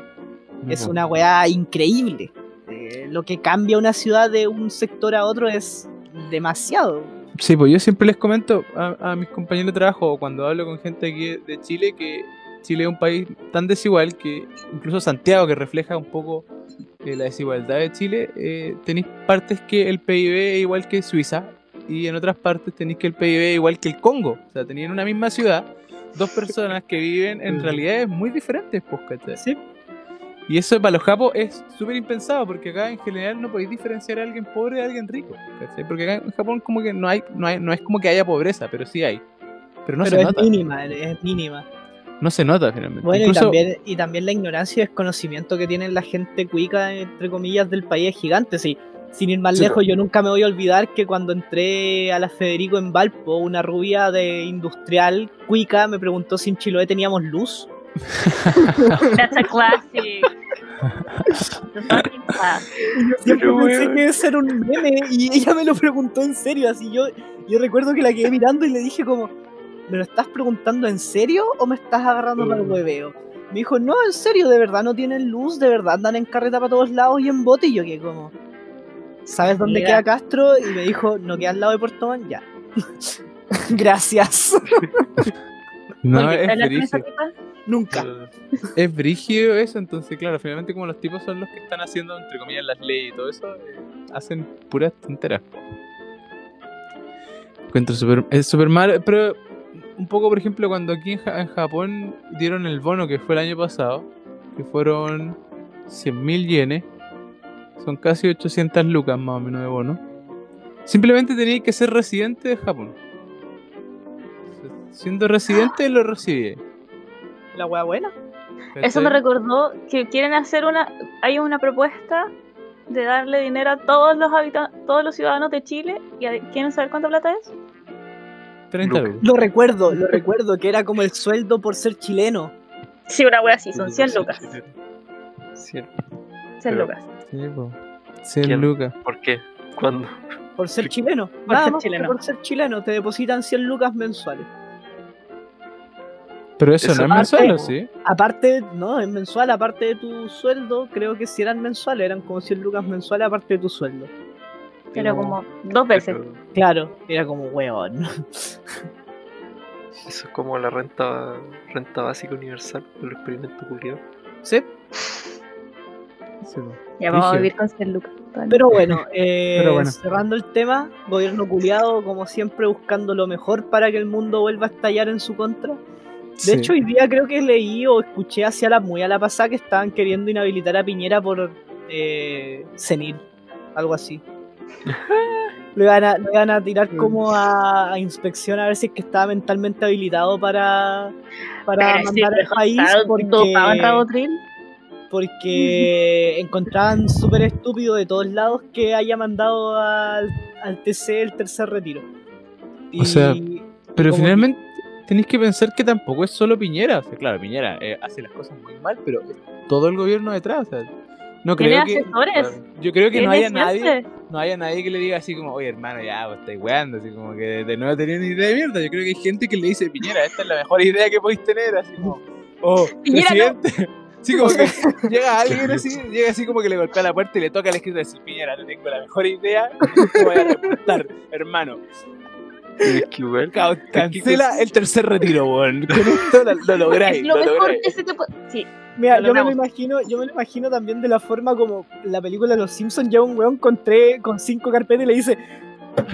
Speaker 4: Es una weá increíble. Eh, lo que cambia una ciudad de un sector a otro es demasiado.
Speaker 3: Sí, pues yo siempre les comento a, a mis compañeros de trabajo o cuando hablo con gente aquí de Chile que Chile es un país tan desigual que incluso Santiago, que refleja un poco eh, la desigualdad de Chile, eh, tenéis partes que el PIB es igual que Suiza y en otras partes tenéis que el PIB es igual que el Congo. O sea, tenéis en una misma ciudad dos personas que viven en realidades muy diferentes, pues, ¿cachai?
Speaker 4: Sí.
Speaker 3: Y eso para los japos es súper impensado, porque acá en general no podéis diferenciar a alguien pobre de alguien rico. ¿cachai? Porque acá en Japón como que no hay, no hay, no es como que haya pobreza, pero sí hay. Pero no
Speaker 4: pero
Speaker 3: se
Speaker 4: es
Speaker 3: nota.
Speaker 4: mínima, es mínima.
Speaker 3: No se nota finalmente.
Speaker 4: Bueno,
Speaker 3: Incluso-
Speaker 4: y, también, y también la ignorancia y desconocimiento que tiene la gente cuica, entre comillas, del país es gigante. Sí. Sin ir más
Speaker 3: Sí,
Speaker 4: lejos, yo nunca me voy a olvidar que cuando entré a la Federico en Valpo, una rubia de industrial cuica me preguntó si en Chiloé teníamos luz.
Speaker 1: That's a classic. The fucking classic.
Speaker 4: Siempre
Speaker 2: Pero,
Speaker 4: pensé
Speaker 2: weón.
Speaker 4: que ese era un meme y ella me lo preguntó en serio. Así yo, yo recuerdo que la quedé mirando y le dije como, ¿me lo estás preguntando en serio o me estás agarrando para el
Speaker 2: Mm.
Speaker 4: hueveo? Me dijo, no, en serio, de verdad no tienen luz, de verdad andan en carreta para todos lados y en bote. Y yo que como, ¿sabes dónde
Speaker 1: Mira.
Speaker 4: queda Castro? Y me dijo, no queda al lado de Puerto Montt, ya. Gracias.
Speaker 3: No,
Speaker 1: ¿Dónde
Speaker 3: es
Speaker 1: está la
Speaker 3: brígido.
Speaker 1: fresa, tipa?
Speaker 4: Nunca.
Speaker 2: eh,
Speaker 3: Es brígido eso, entonces claro, finalmente como los tipos son los que están haciendo, entre comillas, las leyes y todo eso, eh, hacen puras tonteras. po. Encuentro súper, es súper mal, pero un poco, por ejemplo, cuando aquí en, Ja- en Japón dieron el bono que fue el año pasado, que fueron 100.000 yenes, son casi 800 lucas más o menos de bono. Simplemente tenías que ser residente de Japón. Siendo residente lo recibí.
Speaker 4: La hueá buena.
Speaker 1: Eso me recordó que quieren hacer una. Hay una propuesta de darle dinero a todos los habitantes, todos los ciudadanos de Chile. ¿Y a- quieren saber cuánta plata es?
Speaker 3: 30
Speaker 2: Lucas.
Speaker 3: lucas.
Speaker 4: Lo recuerdo, lo recuerdo, que era como el sueldo por ser chileno.
Speaker 1: Sí, una wea así, son 100 lucas.
Speaker 2: 100.
Speaker 1: 100
Speaker 2: Pero-
Speaker 1: lucas.
Speaker 3: Sí, po. 100
Speaker 2: ¿Quién?
Speaker 3: lucas.
Speaker 2: ¿Por qué? ¿Cuándo?
Speaker 4: Por ser chileno.
Speaker 1: Por
Speaker 4: Nada
Speaker 1: ser
Speaker 4: más que
Speaker 1: chileno.
Speaker 4: por ser chileno. Te depositan 100 lucas mensuales.
Speaker 3: Pero eso,
Speaker 2: Eso
Speaker 3: no es mensual,
Speaker 4: parte-
Speaker 3: ¿o sí?
Speaker 4: Aparte, no, es mensual, aparte de tu sueldo, creo que si eran mensuales, eran como 100 lucas mensuales aparte de tu sueldo.
Speaker 1: Pero como dos veces.
Speaker 2: Pero
Speaker 4: Claro, era como weón.
Speaker 2: Eso es como la renta renta básica universal, el experimento culiado.
Speaker 4: ¿Sí?
Speaker 3: Sí, po.
Speaker 1: Ya vamos a
Speaker 3: Brígido.
Speaker 1: vivir con 100 lucas. Toda la-
Speaker 4: Pero bueno, eh,
Speaker 3: Pero bueno.
Speaker 4: cerrando el tema, gobierno culiado, como siempre, buscando lo mejor para que el mundo vuelva a estallar en su contra. De
Speaker 3: Sí.
Speaker 4: hecho, hoy día creo que leí o escuché hacia la muy a la pasada que estaban queriendo inhabilitar a Piñera por eh, senil, algo así. Le van, a, le van a
Speaker 3: Mm.
Speaker 4: tirar como a, a inspección a ver si es que estaba mentalmente habilitado para, para
Speaker 1: Pero sí,
Speaker 4: mandar al
Speaker 1: pero
Speaker 4: país.
Speaker 1: está
Speaker 4: porque-
Speaker 1: dopado en Rabotril.
Speaker 4: porque encontraban súper estúpido de todos lados que haya mandado al, al TC el tercer retiro.
Speaker 3: O sea, Pero
Speaker 4: como
Speaker 3: finalmente tenéis que pensar que tampoco es solo Piñera. O sea, claro, Piñera eh, hace las cosas muy mal, pero es todo el gobierno detrás. o sea, no creo
Speaker 1: Tiene
Speaker 3: que,
Speaker 1: asesores.
Speaker 3: yo creo que no
Speaker 1: tiene
Speaker 3: haya
Speaker 1: gente.
Speaker 3: nadie, no haya nadie que le diga así como, oye hermano, ya vos estáis weando, así como que de nuevo tenía una idea de mierda. Yo creo que hay gente que le dice, Piñera, esta es la mejor idea que podéis tener, así como, oh,
Speaker 1: Piñera,
Speaker 3: presidente. Sí, como que llega alguien así, llega así como que le golpea la puerta y le toca la escrita y dice, Piñera, te tengo la mejor idea, te voy a reportar, hermano.
Speaker 2: Es que igual,
Speaker 3: Ca- cancela el tercer retiro, weón. Con esto lo, lo lográis.
Speaker 1: es lo
Speaker 3: lo
Speaker 1: mejor
Speaker 3: lográis.
Speaker 1: que se te puede. Sí,
Speaker 4: Mira,
Speaker 1: Lo
Speaker 4: yo me, lo
Speaker 1: logramos.
Speaker 4: imagino, yo me lo imagino también de la forma como la película Los Simpsons lleva un weón con tres, con cinco carpetas y le dice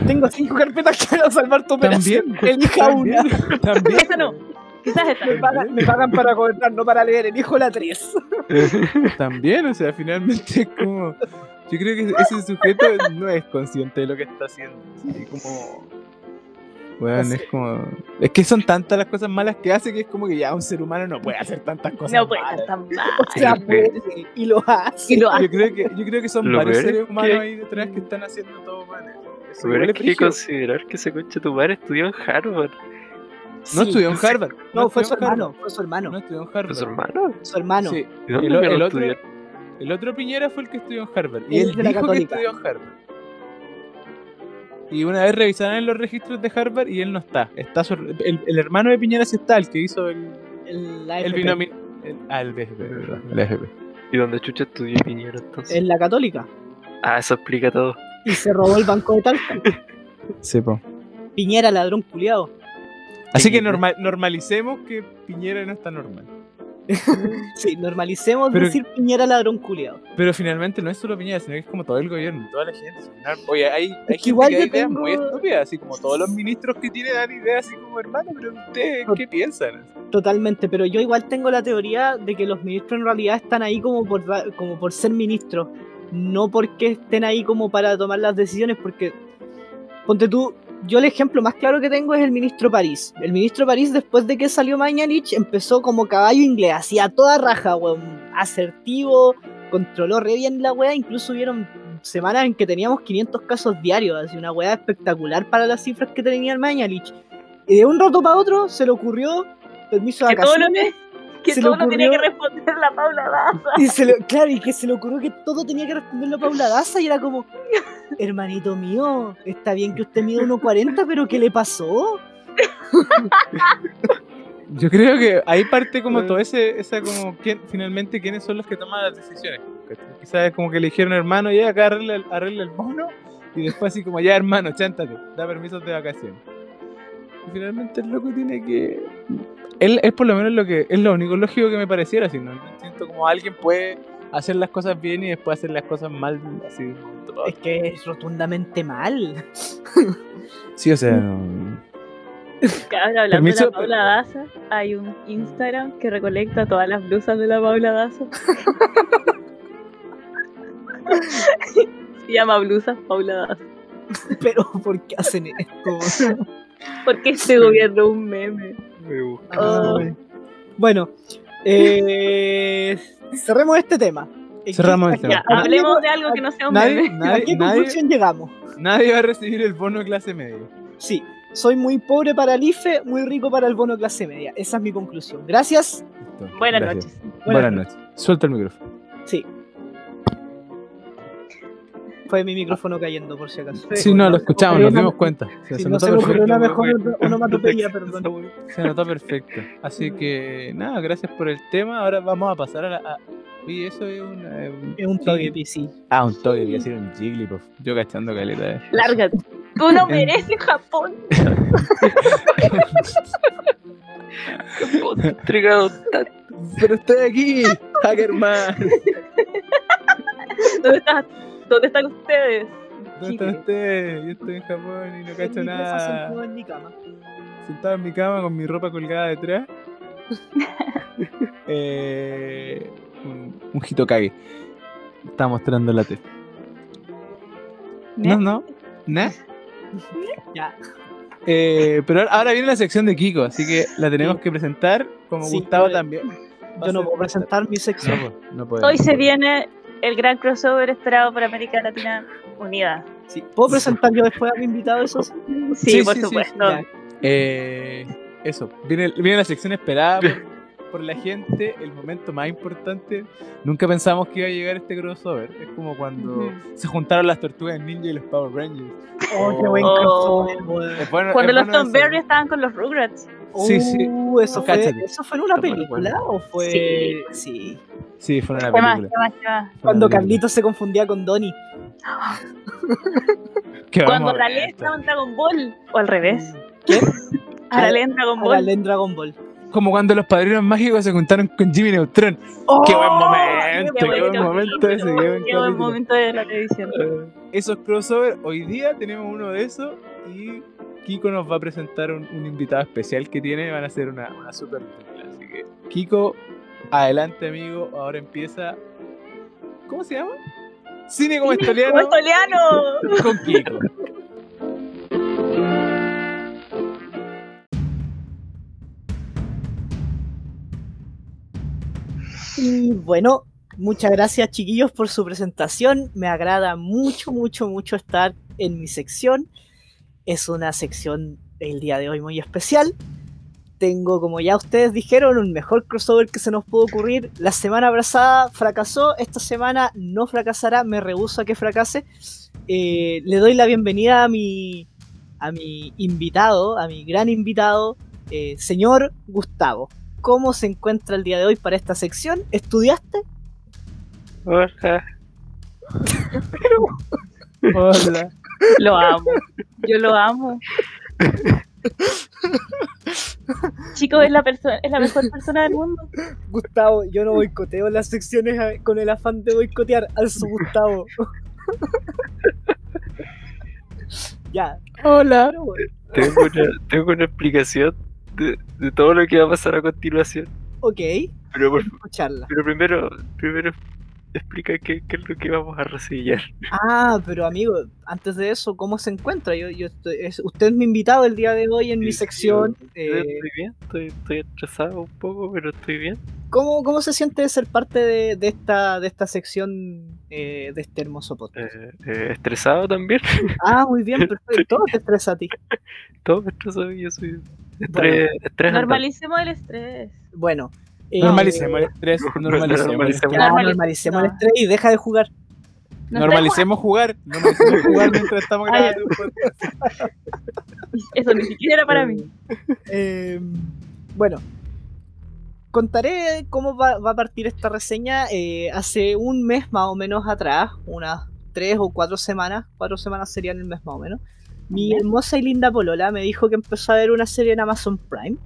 Speaker 4: tengo cinco carpetas que van a salvar tu operación.
Speaker 3: También,
Speaker 4: Elija una.
Speaker 3: También, También.
Speaker 1: Esa no. quizás esta.
Speaker 4: Me pagan, me pagan para gobernar, no para leer. Elijo la tres.
Speaker 3: También, o sea, finalmente es como. Yo creo que ese sujeto no es consciente de lo que está haciendo. así como. Weón, es como. Es que son tantas las cosas malas que hace que es como que ya un ser humano no puede hacer tantas cosas
Speaker 1: No puede
Speaker 3: malas.
Speaker 1: estar tan mal.
Speaker 4: O sea,
Speaker 2: Sí.
Speaker 4: puede, y lo hace.
Speaker 1: Y lo hace.
Speaker 3: Yo creo que, yo creo que son
Speaker 2: Lo
Speaker 3: varios
Speaker 2: peor es
Speaker 3: seres humanos
Speaker 2: que-
Speaker 3: ahí detrás que están haciendo todo mal. Eso
Speaker 2: Pero
Speaker 3: igual
Speaker 2: hay
Speaker 3: es
Speaker 2: que
Speaker 3: brígido.
Speaker 2: considerar que ese coche tu madre estudió en Harvard.
Speaker 3: No estudió en
Speaker 2: Sí.
Speaker 3: Harvard.
Speaker 4: No, fue su
Speaker 3: estudió en Harvard.
Speaker 4: hermano, fue su hermano, Ah,
Speaker 3: No estudió en Harvard.
Speaker 2: ¿Es hermano?
Speaker 4: su hermano.
Speaker 3: Sí.
Speaker 2: ¿Y dónde
Speaker 3: El o-
Speaker 2: iba a
Speaker 3: el otro-
Speaker 2: estudiar?
Speaker 3: El otro Piñera fue el que estudió en Harvard. Y
Speaker 4: El
Speaker 3: él
Speaker 4: de la
Speaker 3: dijo que
Speaker 4: Católica.
Speaker 3: estudió en Harvard. Y una vez revisaron los registros de Harvard y él no está. está su- el, el hermano de Piñera sí está, el que hizo el,
Speaker 4: El, la
Speaker 3: el
Speaker 4: FP.
Speaker 3: binomio. el- ah, el BFP, verdad. El BFP.
Speaker 2: ¿Y dónde Chucha estudió Piñera entonces?
Speaker 4: en la católica
Speaker 2: Ah, eso explica todo.
Speaker 4: y se robó el banco de Talca.
Speaker 3: Sí, po.
Speaker 4: Piñera ladrón culiado.
Speaker 3: Así que
Speaker 2: Piñera.
Speaker 3: norma- normalicemos que Piñera no está normal.
Speaker 4: Sí, normalicemos
Speaker 3: Pero-
Speaker 4: decir Piñera ladrón culiado.
Speaker 3: Pero finalmente no es solo Piñera, sino que es como todo el gobierno, toda la gente. Al final, Oye, hay, hay gente
Speaker 4: igual
Speaker 3: que
Speaker 4: yo
Speaker 3: da ideas
Speaker 4: tengo-
Speaker 3: muy estúpidas, así como todos los ministros que tienen dan ideas así como hermano, pero ustedes, ¿qué piensan?
Speaker 4: Totalmente, pero yo igual tengo la teoría de que los ministros en realidad están ahí como por ra- como por ser ministros, no porque estén ahí como para tomar las decisiones porque ponte tú yo el ejemplo más claro que tengo es el ministro París. El ministro París, después de que salió Mañanich, empezó como caballo inglés, hacía toda raja, weón. Asertivo, controló re bien la weá. Incluso hubieron semanas en que teníamos 500 casos diarios, así una weá espectacular para las cifras que tenía el Mañanich. Y de un rato para otro se le ocurrió permiso de
Speaker 1: Que todo lo
Speaker 4: vacaciones.
Speaker 1: que, que,
Speaker 4: se le
Speaker 1: todo lo tenía que
Speaker 4: ocurrió-
Speaker 1: responder la Paula Daza.
Speaker 4: Y se le- claro, y que se le ocurrió que todo tenía que responderlo a Paula Daza y era como, hermanito mío, está bien que usted mide 1,40, pero ¿qué le pasó?
Speaker 3: Yo creo que ahí parte como
Speaker 2: Bueno.
Speaker 3: todo ese, esa como quién, finalmente quiénes son los que toman las decisiones. ¿cachai? Quizás como que le dijeron hermano, ya acá arregla, el- arregla el mono y después así como ya hermano, chántate, da permisos de vacaciones. Y finalmente el loco tiene que... Él es por lo menos lo que es lo único lógico que me pareciera, así, no, no siento como alguien puede hacer las cosas bien y después hacer las cosas mal así. de un momento para
Speaker 4: Es
Speaker 3: otro.
Speaker 4: que es rotundamente mal.
Speaker 3: Sí, o sea... no-
Speaker 1: Ahora hablando de
Speaker 3: Permiso,
Speaker 1: la Paula Daza, hay un Instagram que recolecta todas las blusas de la Paula Daza. Se llama blusas Paula Daza.
Speaker 4: Pero ¿por qué hacen esto?
Speaker 1: Porque este gobierno es un meme.
Speaker 2: Me busca.
Speaker 4: Ah, bueno, eh, cerremos este tema.
Speaker 3: Cerramos el tema.
Speaker 1: Ya, hablemos de algo que no sea un
Speaker 3: Nadie,
Speaker 1: meme.
Speaker 4: ¿A
Speaker 3: nadie,
Speaker 4: qué
Speaker 3: nadie,
Speaker 4: conclusión llegamos?
Speaker 3: nadie va a recibir el bono de clase media.
Speaker 4: Sí, Soy muy pobre para el IFE, muy rico para el bono clase media. Esa es mi conclusión. Gracias.
Speaker 3: Listo,
Speaker 1: Buenas
Speaker 3: gracias.
Speaker 1: noches.
Speaker 3: Buenas noches. Suelta el micrófono.
Speaker 4: Sí. Fue mi micrófono cayendo, por si acaso.
Speaker 3: Sí, no, lo escuchamos, nos
Speaker 4: Una-
Speaker 3: dimos cuenta. Se,
Speaker 4: Sí,
Speaker 3: se
Speaker 4: no
Speaker 3: notó
Speaker 4: se me ocurrió
Speaker 3: perfecto.
Speaker 4: una mejor onomatopeya, perdón.
Speaker 3: Se notó perfecto. Así que, nada, gracias por el tema. Ahora vamos a pasar a la. a- Oye, eso es un. eh, un-
Speaker 4: Es un Togepi, sí.
Speaker 3: Ah, un toque, voy a decir un Jigglypuff. Yo cachando caleta, eh.
Speaker 1: Lárgate. Tú no mereces Japón.
Speaker 2: Ponte entregado tanto.
Speaker 3: Pero estoy aquí, Hackerman.
Speaker 1: ¿Dónde, estás? ¿Dónde están ustedes?
Speaker 3: ¿Dónde está
Speaker 1: Chile.
Speaker 3: usted? Yo estoy en Japón y no cacho
Speaker 4: Mi micrófono sentado
Speaker 3: nada.
Speaker 4: en mi cama.
Speaker 3: Sentado en mi cama con mi ropa colgada detrás. eh, un, un Hitokage. Está mostrando la tele.
Speaker 1: ¿Eh?
Speaker 3: No, no. ¿Nah?
Speaker 4: Ya.
Speaker 3: Eh, pero ahora- ahora viene la sección de Kiko, así que la tenemos que presentar como
Speaker 4: Sí,
Speaker 3: Gustavo
Speaker 4: yo-
Speaker 3: también.
Speaker 4: Yo no puedo presentar mi sección.
Speaker 3: No, po, no puedo.
Speaker 1: Hoy se viene el gran crossover esperado por América Latina Unida.
Speaker 4: Sí. ¿Puedo presentar yo después a mi invitado? Eso sí.
Speaker 1: Sí,
Speaker 3: Sí,
Speaker 1: por
Speaker 3: sí, sí,
Speaker 1: supuesto.
Speaker 4: Ya.
Speaker 3: Eh, eso, viene, viene la sección esperada por, por la gente, el momento más importante. Nunca pensamos que iba a llegar este crossover. Es como cuando
Speaker 1: Ujú.
Speaker 3: se juntaron las tortugas ninja y los Power Rangers.
Speaker 4: Oh, qué buen
Speaker 1: Oh.
Speaker 4: crossover, weey.
Speaker 3: Es bueno-
Speaker 1: Cuando
Speaker 3: es
Speaker 1: los
Speaker 3: bueno
Speaker 1: Tom
Speaker 3: eso.
Speaker 1: Berry estaban con los Rugrats.
Speaker 3: Sí, sí.
Speaker 4: Uh, eso, fue,
Speaker 3: Cáchate.
Speaker 4: ¿Eso fue en una
Speaker 2: Toma la
Speaker 4: película o fue...?
Speaker 1: Sí.
Speaker 4: sí.
Speaker 3: Sí, fue una
Speaker 1: ¿Qué más?
Speaker 3: película.
Speaker 1: ¿Qué más? ¿Qué más?
Speaker 3: fue una
Speaker 4: Cuando
Speaker 3: película.
Speaker 4: Carlitos se confundía con Donnie.
Speaker 3: Que vamos
Speaker 1: Cuando
Speaker 3: a ver
Speaker 1: Arale
Speaker 3: esto.
Speaker 1: estaba en Dragon Ball. O al revés. Arale en Dragon
Speaker 4: Ahora
Speaker 1: Ball.
Speaker 4: leen Dragon Ball.
Speaker 3: Como cuando los padrinos mágicos se juntaron con Jimmy Neutron. ¡Qué buen momento!
Speaker 1: ¡Oh! qué
Speaker 3: ¡Qué
Speaker 1: buen
Speaker 3: buen momento ese! ¡Qué buen
Speaker 1: Qué buen
Speaker 3: capítulo.
Speaker 1: momento de la televisión.
Speaker 3: Esos crossovers, hoy día tenemos uno de esos y Kiko nos va a presentar un, un invitado especial que tiene, van a ser una, una super dupla, Así que, Kiko, adelante amigo, ahora empieza. ¿Cómo se llama? Cine como
Speaker 1: ¡Como
Speaker 3: estoliano
Speaker 1: Estoliano!
Speaker 3: con Kiko.
Speaker 4: Y bueno, muchas gracias chiquillos por su presentación. Me agrada mucho, mucho, mucho estar en mi sección. Es una sección el día de hoy muy especial. Tengo, como ya ustedes dijeron, un mejor crossover que se nos pudo ocurrir. La semana pasada fracasó, esta semana no fracasará, me rehúso a que fracase. Eh, le doy la bienvenida a mi, a mi invitado, a mi gran invitado, eh, señor Gustavo cómo se encuentra el día de hoy para esta sección. ¿Estudiaste?
Speaker 2: Hola.
Speaker 3: Hola.
Speaker 1: Lo amo. Yo lo amo. Chico, es la, perso- es la mejor persona del mundo.
Speaker 4: Gustavo, yo no boicoteo las secciones a- con el afán de boicotear al su Gustavo. ya.
Speaker 3: Hola.
Speaker 4: pero bueno.
Speaker 2: Tengo una, tengo una explicación de, de todo lo que va a pasar a continuación.
Speaker 4: Ok,
Speaker 2: Pero, por-
Speaker 4: escucharla.
Speaker 2: pero primero, primero explica qué, qué es lo que vamos a reseñar.
Speaker 4: Ah, pero amigo, antes de eso, ¿cómo se encuentra? Yo, yo estoy- es- usted es mi invitado el día de hoy en mi
Speaker 2: Sí,
Speaker 4: sección. eh,
Speaker 2: Estoy bien, estoy, estoy estresado un poco, pero estoy bien.
Speaker 4: ¿cómo, ¿Cómo se siente de ser parte de, de esta, de esta sección eh, de este hermoso podcast?
Speaker 2: Eh, eh, estresado también.
Speaker 4: Ah, muy bien, perfecto. Todo te estresa a ti.
Speaker 2: Todo me estresado yo soy estres,
Speaker 4: Bueno,
Speaker 2: estrés andante.
Speaker 1: Normalicemos el estrés.
Speaker 4: Bueno. eh,
Speaker 3: Normalicemos el estrés,
Speaker 2: No,
Speaker 3: normalicemos el
Speaker 2: normalicemos.
Speaker 3: estrés.
Speaker 4: Ya,
Speaker 1: Normali-
Speaker 4: normalicemos
Speaker 1: no.
Speaker 4: el estrés y deja de jugar.
Speaker 1: No
Speaker 3: Normalicemos jugar, normalicemos jugar mientras estamos
Speaker 1: Ay,
Speaker 3: grabando. un podcast.
Speaker 1: está- Eso ni siquiera era para mí.
Speaker 4: Eh, bueno, contaré cómo va, va a partir esta reseña. Eh, hace un mes más o menos atrás, unas tres o cuatro semanas, cuatro semanas serían el mes más o menos, mi
Speaker 1: Bien.
Speaker 4: hermosa y linda Polola me dijo que empezó a ver una serie en Amazon Prime.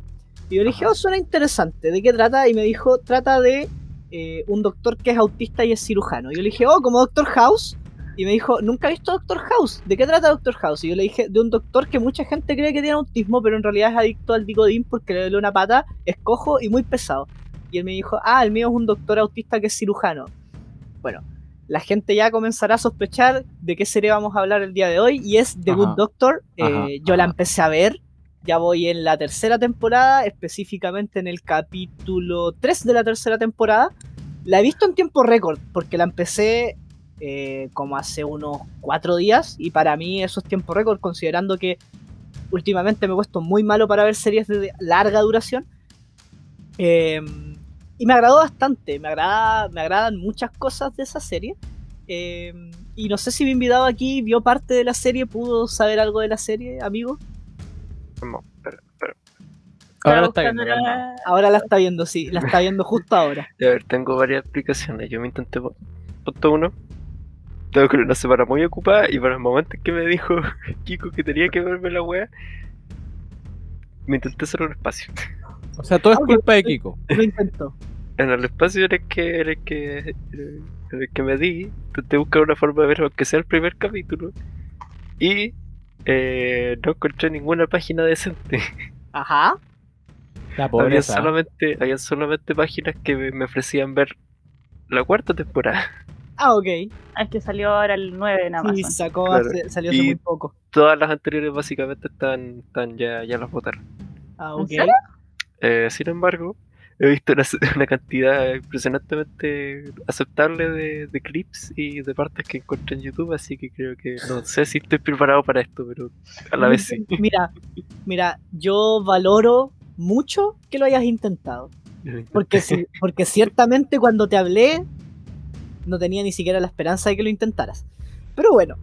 Speaker 4: Y yo le dije, oh, suena interesante, ¿de qué trata? Y me dijo, trata de eh, un doctor que es autista y es cirujano. Y yo le dije, oh, como Doctor House. Y me dijo, nunca he visto Doctor House. ¿De qué trata Doctor House? Y yo le dije, de un doctor que mucha gente cree que tiene autismo, pero en realidad es adicto al Dicodin porque le duele una pata, es cojo y muy pesado. Y él me dijo, ah, el mío es un doctor autista que es cirujano. Bueno, la gente ya comenzará a sospechar de qué serie vamos a hablar el día de hoy y es The
Speaker 3: Ajá,
Speaker 4: Good Doctor. Eh,
Speaker 3: ajá,
Speaker 4: yo la
Speaker 3: ajá.
Speaker 4: empecé a ver, ya voy en la tercera temporada, específicamente en el capítulo 3 de la tercera temporada. La he visto en tiempo récord porque la empecé eh, como hace unos cuatro días y para mí eso es tiempo récord considerando que últimamente me he puesto muy malo para ver series de larga duración. Eh, y me agradó bastante, me, agrada, me agradan muchas cosas de esa serie. Eh, y no sé si mi invitado aquí vio parte de la serie, pudo saber algo de la serie, amigo.
Speaker 2: No, espera, espera.
Speaker 3: Ahora
Speaker 1: Estaba
Speaker 3: lo está
Speaker 1: buscando
Speaker 3: viendo. ¿verdad?
Speaker 1: la-
Speaker 4: Ahora la está viendo, sí, la está viendo justo ahora.
Speaker 2: Y A ver, tengo varias aplicaciones. Yo me intenté. pon- Punto uno. Tengo que una semana muy ocupada y para el momento en que me dijo Kiko que tenía que verme la wea, me intenté hacer un espacio.
Speaker 3: O sea, todo es
Speaker 4: Ok.
Speaker 3: culpa de Kiko.
Speaker 4: Lo intentó.
Speaker 2: En el espacio en el que, en el que, en el que me di, intenté buscar una forma de ver aunque sea el primer capítulo y eh, no encontré ninguna página decente.
Speaker 4: Ajá.
Speaker 3: La
Speaker 2: Había
Speaker 3: pobreza.
Speaker 2: solamente, había solamente páginas que me- me ofrecían ver la cuarta temporada.
Speaker 4: Ah, ok.
Speaker 1: Ah, Es que salió ahora el 9 en
Speaker 4: Sí,
Speaker 1: Amazon.
Speaker 4: sacó,
Speaker 2: Claro.
Speaker 4: hace- salió hace
Speaker 2: Y-
Speaker 4: muy poco.
Speaker 2: todas las anteriores básicamente están, están ya, ya las votaron.
Speaker 4: Ah,
Speaker 1: ¿En
Speaker 4: ok.
Speaker 1: serio?
Speaker 2: Eh, sin embargo, he visto una, una cantidad impresionantemente aceptable de, de clips y de partes que encontré en YouTube, así que creo que no sé si estoy preparado para esto, pero a la vez sí.
Speaker 4: Mira, mira, yo valoro mucho que lo hayas intentado. Porque, si- porque ciertamente cuando te hablé, no tenía ni siquiera la esperanza de que lo intentaras. Pero bueno,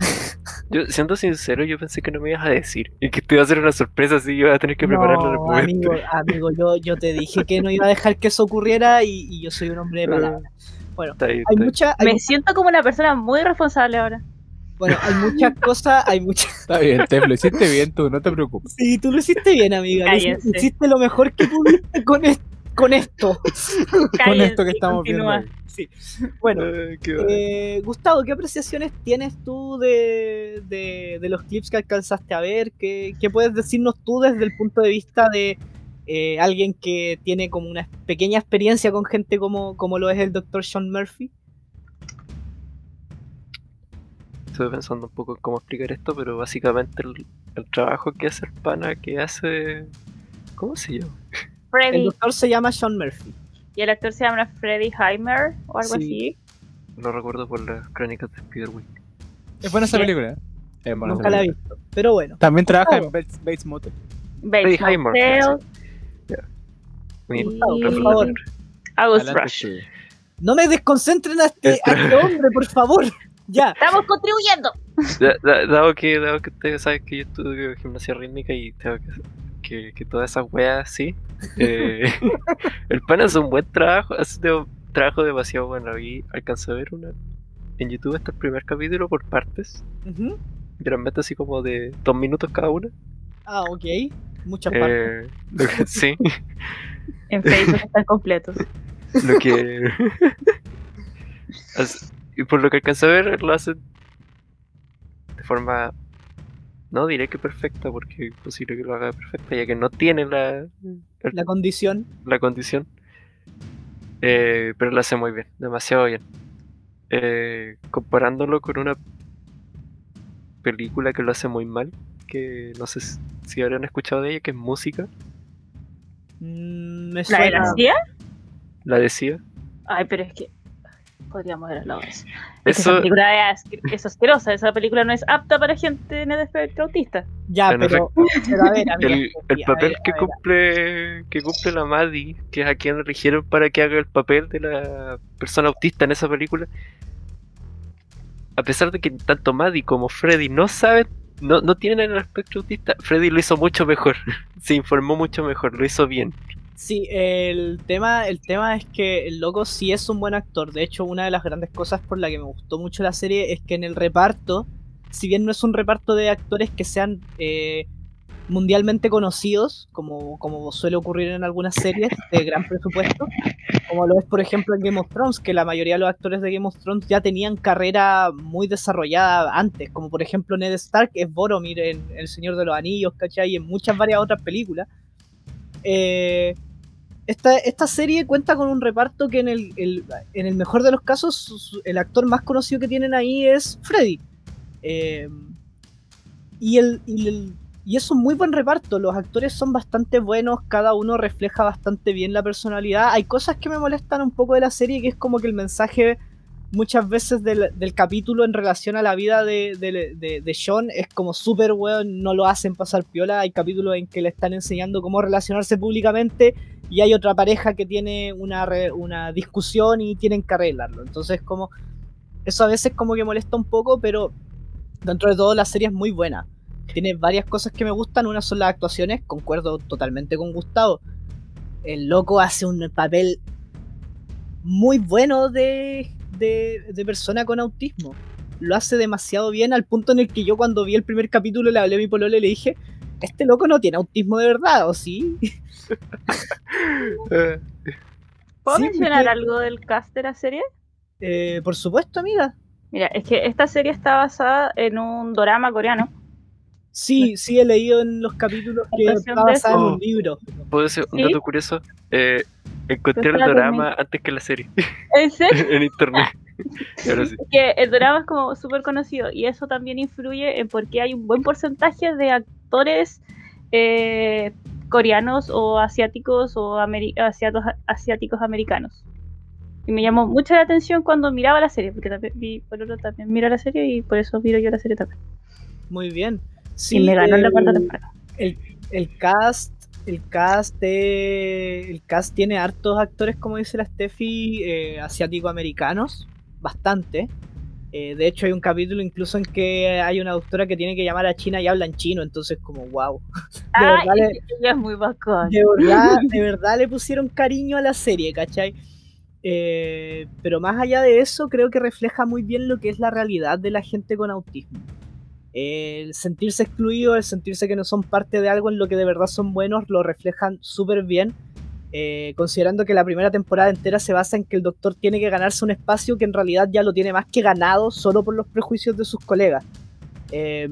Speaker 2: Yo, siendo sincero, yo pensé que no me ibas a decir y que te iba a hacer una sorpresa, así que iba a tener que prepararlo pues. al
Speaker 4: no,
Speaker 2: momento.
Speaker 4: amigo, amigo yo, yo te dije que no iba a dejar que eso ocurriera y, y yo soy un hombre de palabras.
Speaker 2: Está bien,
Speaker 4: Hay
Speaker 2: está bien.
Speaker 4: mucha, hay-
Speaker 1: Me siento como una persona muy responsable ahora.
Speaker 4: bueno, hay muchas cosas, hay muchas.
Speaker 3: Está bien, Tef, lo hiciste bien tú, no te preocupes.
Speaker 4: Sí, tú lo hiciste bien, amiga. lo hici-
Speaker 1: Cállense.
Speaker 4: Hiciste lo mejor que pudiste con, es- con esto.
Speaker 3: Con
Speaker 1: Cállense
Speaker 3: esto que
Speaker 1: y
Speaker 3: estamos
Speaker 1: continúa.
Speaker 3: viendo. ahí.
Speaker 4: Bueno,
Speaker 2: Ay, qué bueno.
Speaker 4: Eh, Gustavo, ¿qué apreciaciones tienes tú de, de- de los clips que alcanzaste a ver? ¿Qué, qué puedes decirnos tú desde el punto de vista de eh, alguien que tiene como una pequeña experiencia con gente como, como lo es el Dr. Sean Murphy?
Speaker 2: Estuve pensando un poco en cómo explicar esto, pero básicamente el, el trabajo que hace el pana, que hace... ¿Cómo se llama?
Speaker 1: Freddy.
Speaker 4: El doctor se llama Sean Murphy.
Speaker 1: Y el actor se llama Freddy Heimer o algo
Speaker 4: Sí.
Speaker 1: así.
Speaker 2: No recuerdo por las crónicas de Spiderwick.
Speaker 3: Es buena esa
Speaker 1: Sí.
Speaker 3: película. ¿eh? Es buena esa
Speaker 4: Nunca la he
Speaker 3: película.
Speaker 4: visto. Pero bueno,
Speaker 3: También trabaja en Bates, Bates Motel.
Speaker 1: Bates
Speaker 2: Freddy Heimer,
Speaker 1: Motel,
Speaker 2: claro, Mira,
Speaker 1: Y-
Speaker 2: otro
Speaker 4: por
Speaker 2: problema.
Speaker 4: favor,
Speaker 1: August
Speaker 3: Adelante,
Speaker 1: Rush.
Speaker 3: sí.
Speaker 4: no me desconcentren a este, a este hombre, por favor. Ya.
Speaker 1: Estamos contribuyendo.
Speaker 2: Da- da- Dado que, dado que ustedes saben que yo estudio gimnasia rítmica y tengo que, que, que todas esas weas sí. eh, el pan hace un buen trabajo, hace de- un trabajo demasiado bueno. Y alcancé a ver una en YouTube hasta el primer capítulo por partes.
Speaker 4: Ujú.
Speaker 2: Realmente así como de dos minutos cada una.
Speaker 4: Ah, ok. Muchas partes.
Speaker 2: Eh, lo que- sí,
Speaker 1: En Facebook están completos.
Speaker 2: lo que. As- y por lo que alcancé a ver, lo hacen de forma. No diré que perfecta, porque es imposible que lo haga perfecta, ya que no tiene la,
Speaker 4: La condición.
Speaker 2: la condición. Eh, pero lo hace muy bien, demasiado bien. Eh, comparándolo con una película que lo hace muy mal, que no sé si- si habrán escuchado de ella, que es música,
Speaker 4: mm, me
Speaker 1: ¿La de la
Speaker 4: suena.
Speaker 1: CIA?
Speaker 2: la decía.
Speaker 1: Ay, pero es que. Podríamos haber hablado de eso. Es que esa
Speaker 2: Eso,
Speaker 1: película es, es asquerosa. Esa película no es apta para gente en el espectro autista.
Speaker 4: Ya,
Speaker 2: En
Speaker 4: pero, pero a ver, amiga,
Speaker 2: el, el
Speaker 4: Sofía, a
Speaker 2: papel
Speaker 4: ver, a
Speaker 2: que
Speaker 4: ver,
Speaker 2: cumple que cumple la Maddie, que es a quien eligieron para que haga el papel de la persona autista en esa película, a pesar de que tanto Maddie como Freddy no saben, no, no tienen el aspecto autista, Freddy lo hizo mucho mejor, se informó mucho mejor, lo hizo bien.
Speaker 4: Sí, el tema, el tema es que el loco sí es un buen actor. De hecho, una de las grandes cosas por la que me gustó mucho la serie es que en el reparto, si bien no es un reparto de actores que sean eh, mundialmente conocidos, como, como suele ocurrir en algunas series de gran presupuesto, como lo es por ejemplo en Game of Thrones, que la mayoría de los actores de Game of Thrones ya tenían carrera muy desarrollada antes, como por ejemplo Ned Stark es Boromir en El Señor de los Anillos, ¿cachai? Y en muchas varias otras películas. Eh, esta, esta serie cuenta con un reparto que en el, el- en el mejor de los casos su- su- el actor más conocido que tienen ahí es Freddy. Eh, y, el, y, el- y es un muy buen reparto, los actores son bastante buenos, cada uno refleja bastante bien la personalidad. Hay cosas que me molestan un poco de la serie, que es como que el mensaje muchas veces del, del capítulo en relación a la vida de, de, de, de Sean es como súper weón, no lo hacen pasar piola. Hay capítulos en que le están enseñando cómo relacionarse públicamente y hay otra pareja que tiene una, re- una discusión y tienen que arreglarlo. Entonces, como eso a veces como que molesta un poco, pero dentro de todo la serie es muy buena. Tiene varias cosas que me gustan. Una son las actuaciones, concuerdo totalmente con Gustavo. El loco hace un papel muy bueno de, de, de persona con autismo. Lo hace demasiado bien al punto en el que yo cuando vi el primer capítulo le hablé a mi polole y le dije, este loco no tiene autismo de verdad, ¿o sí?
Speaker 2: Eh,
Speaker 1: ¿Puedo
Speaker 4: Sí,
Speaker 1: mencionar
Speaker 4: porque-
Speaker 1: algo del cast de la serie?
Speaker 4: Eh, por supuesto, amiga.
Speaker 1: Mira, es que esta serie está basada en un dorama coreano.
Speaker 4: Sí, sí he leído en los capítulos que
Speaker 1: Entonces,
Speaker 4: está basada en
Speaker 2: eso-
Speaker 4: un libro.
Speaker 2: ¿Puedo decir un
Speaker 1: Sí.
Speaker 2: dato curioso? Eh, encontré el
Speaker 1: Espérate,
Speaker 2: drama antes que la serie
Speaker 1: ¿En serio?
Speaker 2: en internet. Ahora sí.
Speaker 1: Que el dorama es como súper conocido y eso también influye en por qué hay un buen porcentaje de actores eh, coreanos o asiáticos o ameri- asiatos- asiáticos americanos. Y me llamó mucho la atención cuando miraba la serie, porque también vi, por otro también mira la serie y por eso miro yo la serie también.
Speaker 4: Muy bien. Sí, eh,
Speaker 1: Y me ganó en la
Speaker 4: el-
Speaker 1: cuarta temporada.
Speaker 4: El cast, el cast de- el cast tiene hartos actores, como dice la Steffi, eh, asiático-americanos, bastante. Eh, de hecho, hay un capítulo incluso en que hay una doctora que tiene que llamar a China y hablan chino, entonces como wow. De
Speaker 1: Ah,
Speaker 4: verdad, le-
Speaker 1: ella es muy bacán.
Speaker 4: de verdad, de verdad le pusieron cariño a la serie, ¿cachai? Eh, pero más allá de eso, creo que refleja muy bien lo que es la realidad de la gente con autismo. El sentirse excluido, el sentirse que no son parte de algo en lo que de verdad son buenos, lo reflejan súper bien. eh, considerando que la primera temporada entera se basa en que el doctor tiene que ganarse un espacio que en realidad ya lo tiene más que ganado solo por los prejuicios de sus colegas. Eh,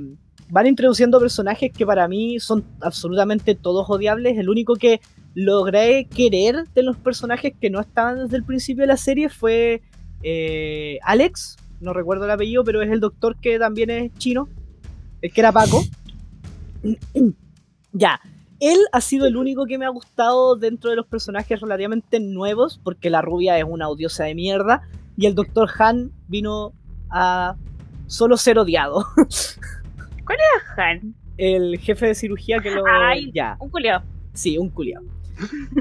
Speaker 4: van introduciendo personajes que para mí son absolutamente todos odiables. El único que logré querer de los personajes que no estaban desde el principio de la serie fue eh, Alex, no recuerdo el apellido, pero es el doctor que también es chino, el que era Paco. ya, él ha sido el único que me ha gustado dentro de los personajes relativamente nuevos, porque la rubia es una odiosa de mierda, y el doctor Han vino a solo ser odiado
Speaker 1: Han,
Speaker 4: el jefe de cirugía que lo.
Speaker 1: Ay.
Speaker 4: Ya,
Speaker 1: Un culiao.
Speaker 4: sí, un culiao.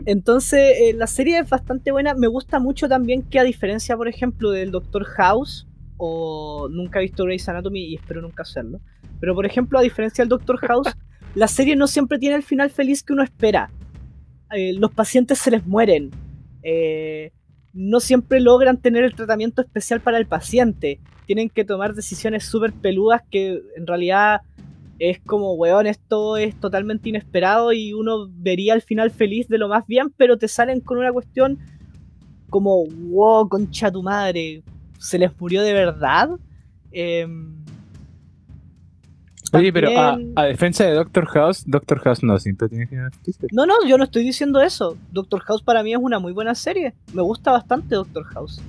Speaker 4: Entonces, eh, la serie es bastante buena. Me gusta mucho también que, a diferencia, por ejemplo, del Doctor House, o nunca he visto Grey's Anatomy y espero nunca hacerlo. Pero, por ejemplo, a diferencia del Doctor House, la serie no siempre tiene el final feliz que uno espera. Eh, los pacientes se les mueren. Eh, no siempre logran tener el tratamiento especial para el paciente. Tienen que tomar decisiones súper peludas que en realidad es como, weón, esto es totalmente inesperado y uno vería el final feliz de lo más bien, pero te salen con una cuestión como, wow, concha tu madre, ¿se les murió de verdad? Em,
Speaker 3: Oye, pero a,
Speaker 4: también-
Speaker 3: a defensa de Doctor House, Doctor House no, siempre tiene que felices.
Speaker 4: No, no, yo no estoy diciendo eso. Doctor House para mí es una muy buena serie. Me gusta bastante Doctor House.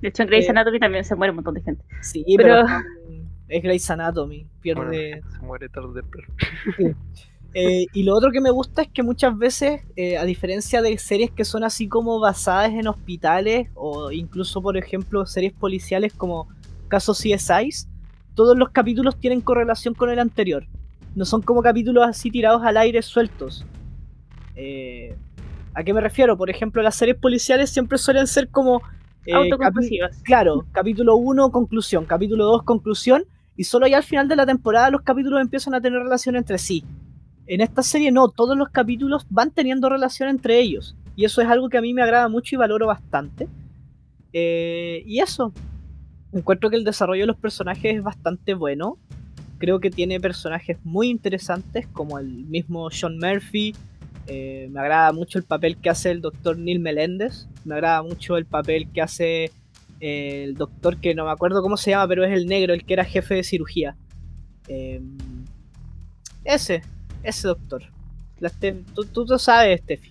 Speaker 1: De hecho, en Grey's
Speaker 4: Eh,
Speaker 1: Anatomy también se muere un montón de gente.
Speaker 4: Sí,
Speaker 1: pero-
Speaker 4: pero, es Grey's Anatomy.
Speaker 2: Bueno,
Speaker 4: Pierde.
Speaker 2: se muere tarde o temprano.
Speaker 4: Eh, y lo otro que me gusta es que muchas veces, eh, a diferencia de series que son así como basadas en hospitales o incluso, por ejemplo, series policiales como casos CSIs, todos los capítulos tienen correlación con el anterior. No son como capítulos así tirados al aire sueltos. Eh, ¿A qué me refiero? Por ejemplo, las series policiales siempre suelen ser como... eh, capi-
Speaker 1: Autoconclusivas.
Speaker 4: Claro, capítulo 1, conclusión, capítulo 2, conclusión, y solo ya al final de la temporada los capítulos empiezan a tener relación entre sí. En esta serie no, todos los capítulos van teniendo relación entre ellos, y eso es algo que a mí me agrada mucho y valoro bastante. Eh, y eso, encuentro que el desarrollo de los personajes es bastante bueno, creo que tiene personajes muy interesantes como el mismo Sean Murphy, eh, me agrada mucho el papel que hace el doctor Neil Meléndez, me agrada mucho el papel que hace el doctor que no me acuerdo cómo se llama, pero es el negro, el que era jefe de cirugía. Eh, ese, ese doctor. La Steph- tú, tú lo sabes, Steffi.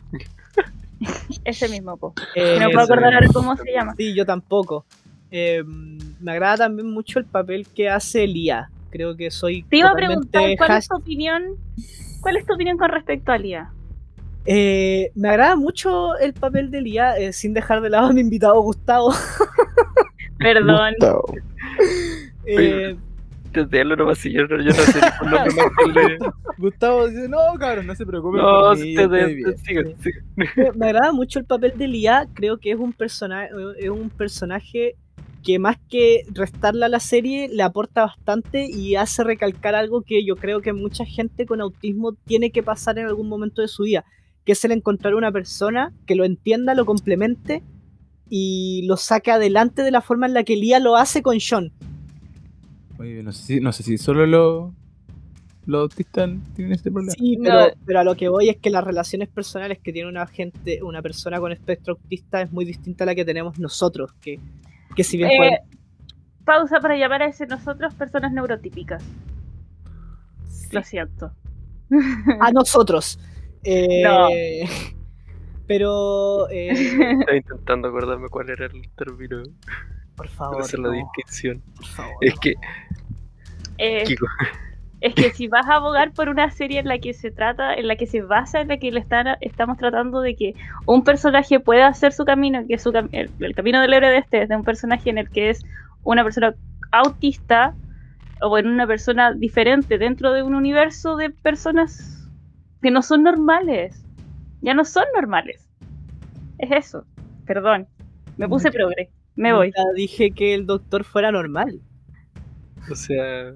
Speaker 1: Ese mismo, po.
Speaker 4: Eh,
Speaker 1: No puedo acordar ahora cómo se llama.
Speaker 4: Sí, yo tampoco. Eh, me agrada también mucho el papel que hace Lía. Creo que soy.
Speaker 1: Te iba a
Speaker 4: totalmente
Speaker 1: preguntar cuál
Speaker 4: hash-
Speaker 1: es tu opinión, cuál es tu opinión con respecto a Lía.
Speaker 4: Eh, me agrada mucho el papel de Lía, eh, sin dejar de lado a mi invitado Gustavo.
Speaker 1: Perdón.
Speaker 5: Gustavo.
Speaker 4: Eh,
Speaker 2: Desde él no más, yo no, yo no sé ni por nombre mandarle.
Speaker 3: Gustavo dice, no, cabrón, no se preocupe.
Speaker 2: No,
Speaker 3: por mí,
Speaker 2: si
Speaker 3: yo
Speaker 2: te
Speaker 3: estoy
Speaker 2: de-
Speaker 3: bien".
Speaker 2: sigue, sigue.
Speaker 4: me, me agrada mucho el papel de Lia, creo que es un personaje, es un personaje que más que restarle a la serie le aporta bastante y hace recalcar algo que yo creo que mucha gente con autismo tiene que pasar en algún momento de su vida, que es el encontrar una persona que lo entienda, lo complemente y lo saque adelante de la forma en la que Lia lo hace con John.
Speaker 3: Oye, no sé si, no sé si solo lo- los autistas tienen este problema.
Speaker 4: Sí,
Speaker 1: No.
Speaker 4: pero, pero a lo que voy es que las relaciones personales que tiene una gente, una persona con espectro autista es muy distinta a la que tenemos nosotros, que, que si bien
Speaker 1: Eh,
Speaker 4: pueden-
Speaker 1: Pausa para llamar a ese nosotros personas neurotípicas. Lo siento.
Speaker 4: a nosotros. Eh,
Speaker 1: No.
Speaker 4: Pero eh,
Speaker 2: Estaba intentando acordarme cuál era el término
Speaker 4: por
Speaker 2: para
Speaker 4: favor,
Speaker 2: hacer la
Speaker 4: no,
Speaker 2: distinción.
Speaker 4: por favor,
Speaker 2: Es
Speaker 4: no.
Speaker 2: que,
Speaker 1: Eh,
Speaker 2: Kiko,
Speaker 1: es que si vas a abogar por una serie en la que se trata, en la que se basa, en la que le están, estamos tratando de que un personaje pueda hacer su camino, que su cam- el, el camino del héroe de este es de un personaje en el que es una persona autista o en una persona diferente dentro de un universo de personas que no son normales. Ya no son normales. Es eso. Perdón. Me puse progre. Me voy.
Speaker 4: Nunca dije que el doctor fuera normal.
Speaker 2: o sea,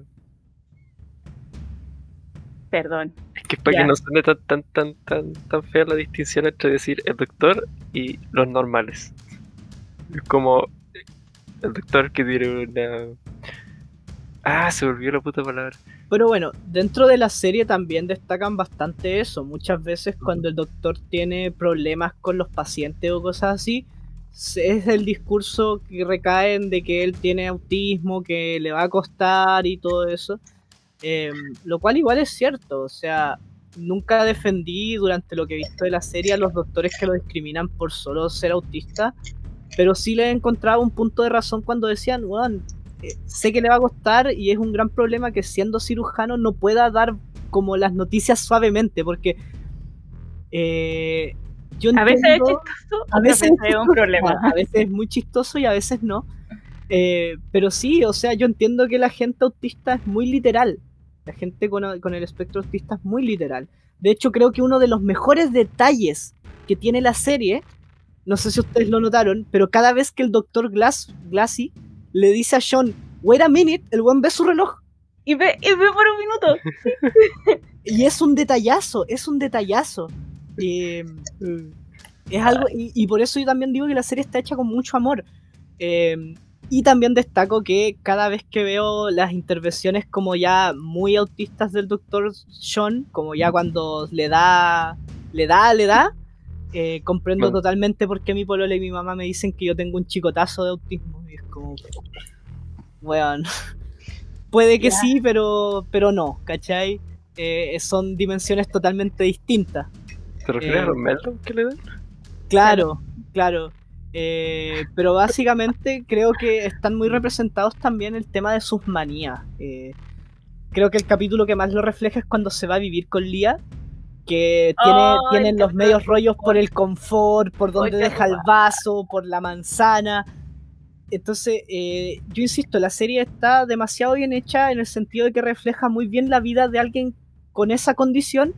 Speaker 1: Perdón.
Speaker 2: es que es para
Speaker 1: Ya.
Speaker 2: que no suene tan, tan, tan, tan, tan fea la distinción entre decir el doctor y los normales. Es Como el doctor que tiene una. Ah, se volvió la puta palabra.
Speaker 4: Pero bueno, dentro de la serie también destacan bastante eso. Muchas veces cuando el doctor tiene problemas con los pacientes o cosas así, se- es el discurso que recaen de que él tiene autismo, que le va a costar y todo eso. Em, lo cual igual es cierto, o sea, nunca defendí durante lo que he visto de la serie a los doctores que lo discriminan por solo ser autista, pero sí le encontraba un punto de razón cuando decían, weón, eh, sé que le va a costar y es un gran problema que siendo cirujano no pueda dar como las noticias suavemente, porque eh, yo
Speaker 1: A veces es
Speaker 4: entiendo-
Speaker 1: chistoso,
Speaker 4: a veces
Speaker 1: es un problema.
Speaker 4: a veces es muy chistoso y a veces no. Eh, pero sí, o sea, yo entiendo que la gente autista es muy literal. La gente con, con el espectro autista es muy literal. De hecho, creo que uno de los mejores detalles que tiene la serie, no sé si ustedes lo notaron, pero cada vez que el doctor Glass, Glassy le dice a John, wait a minute, el buen ve su reloj.
Speaker 1: Y ve, y ve por un minuto.
Speaker 4: Y es un detallazo, es un detallazo. Eh, es algo, y, y por eso yo también digo que la serie está hecha con mucho amor. Eh, y también destaco que cada vez que veo las intervenciones como ya muy autistas del doctor Sean, como ya cuando le da, le da, le da, eh, comprendo
Speaker 2: Bueno.
Speaker 4: totalmente por qué mi polola y mi mamá me dicen que yo tengo un chicotazo de autismo. Y es como, weón, puede que
Speaker 1: Ya.
Speaker 4: sí, pero, pero no, ¿cachai? Eh, son dimensiones totalmente distintas.
Speaker 2: ¿Te refieres
Speaker 4: Eh,
Speaker 2: a los Melon que le dan?
Speaker 4: Claro, claro. Eh, pero básicamente creo que están muy representados también el tema de sus manías. Eh, creo que el capítulo que más lo refleja es cuando se va a vivir con Lía, que tiene,
Speaker 1: Ay,
Speaker 4: tienen
Speaker 1: qué
Speaker 4: los medios
Speaker 1: horror.
Speaker 4: rollos por el confort, por donde
Speaker 1: Ay, qué
Speaker 4: deja el
Speaker 1: horror.
Speaker 4: vaso, por la manzana. Entonces, eh, yo insisto, la serie está demasiado bien hecha en el sentido de que refleja muy bien la vida de alguien con esa condición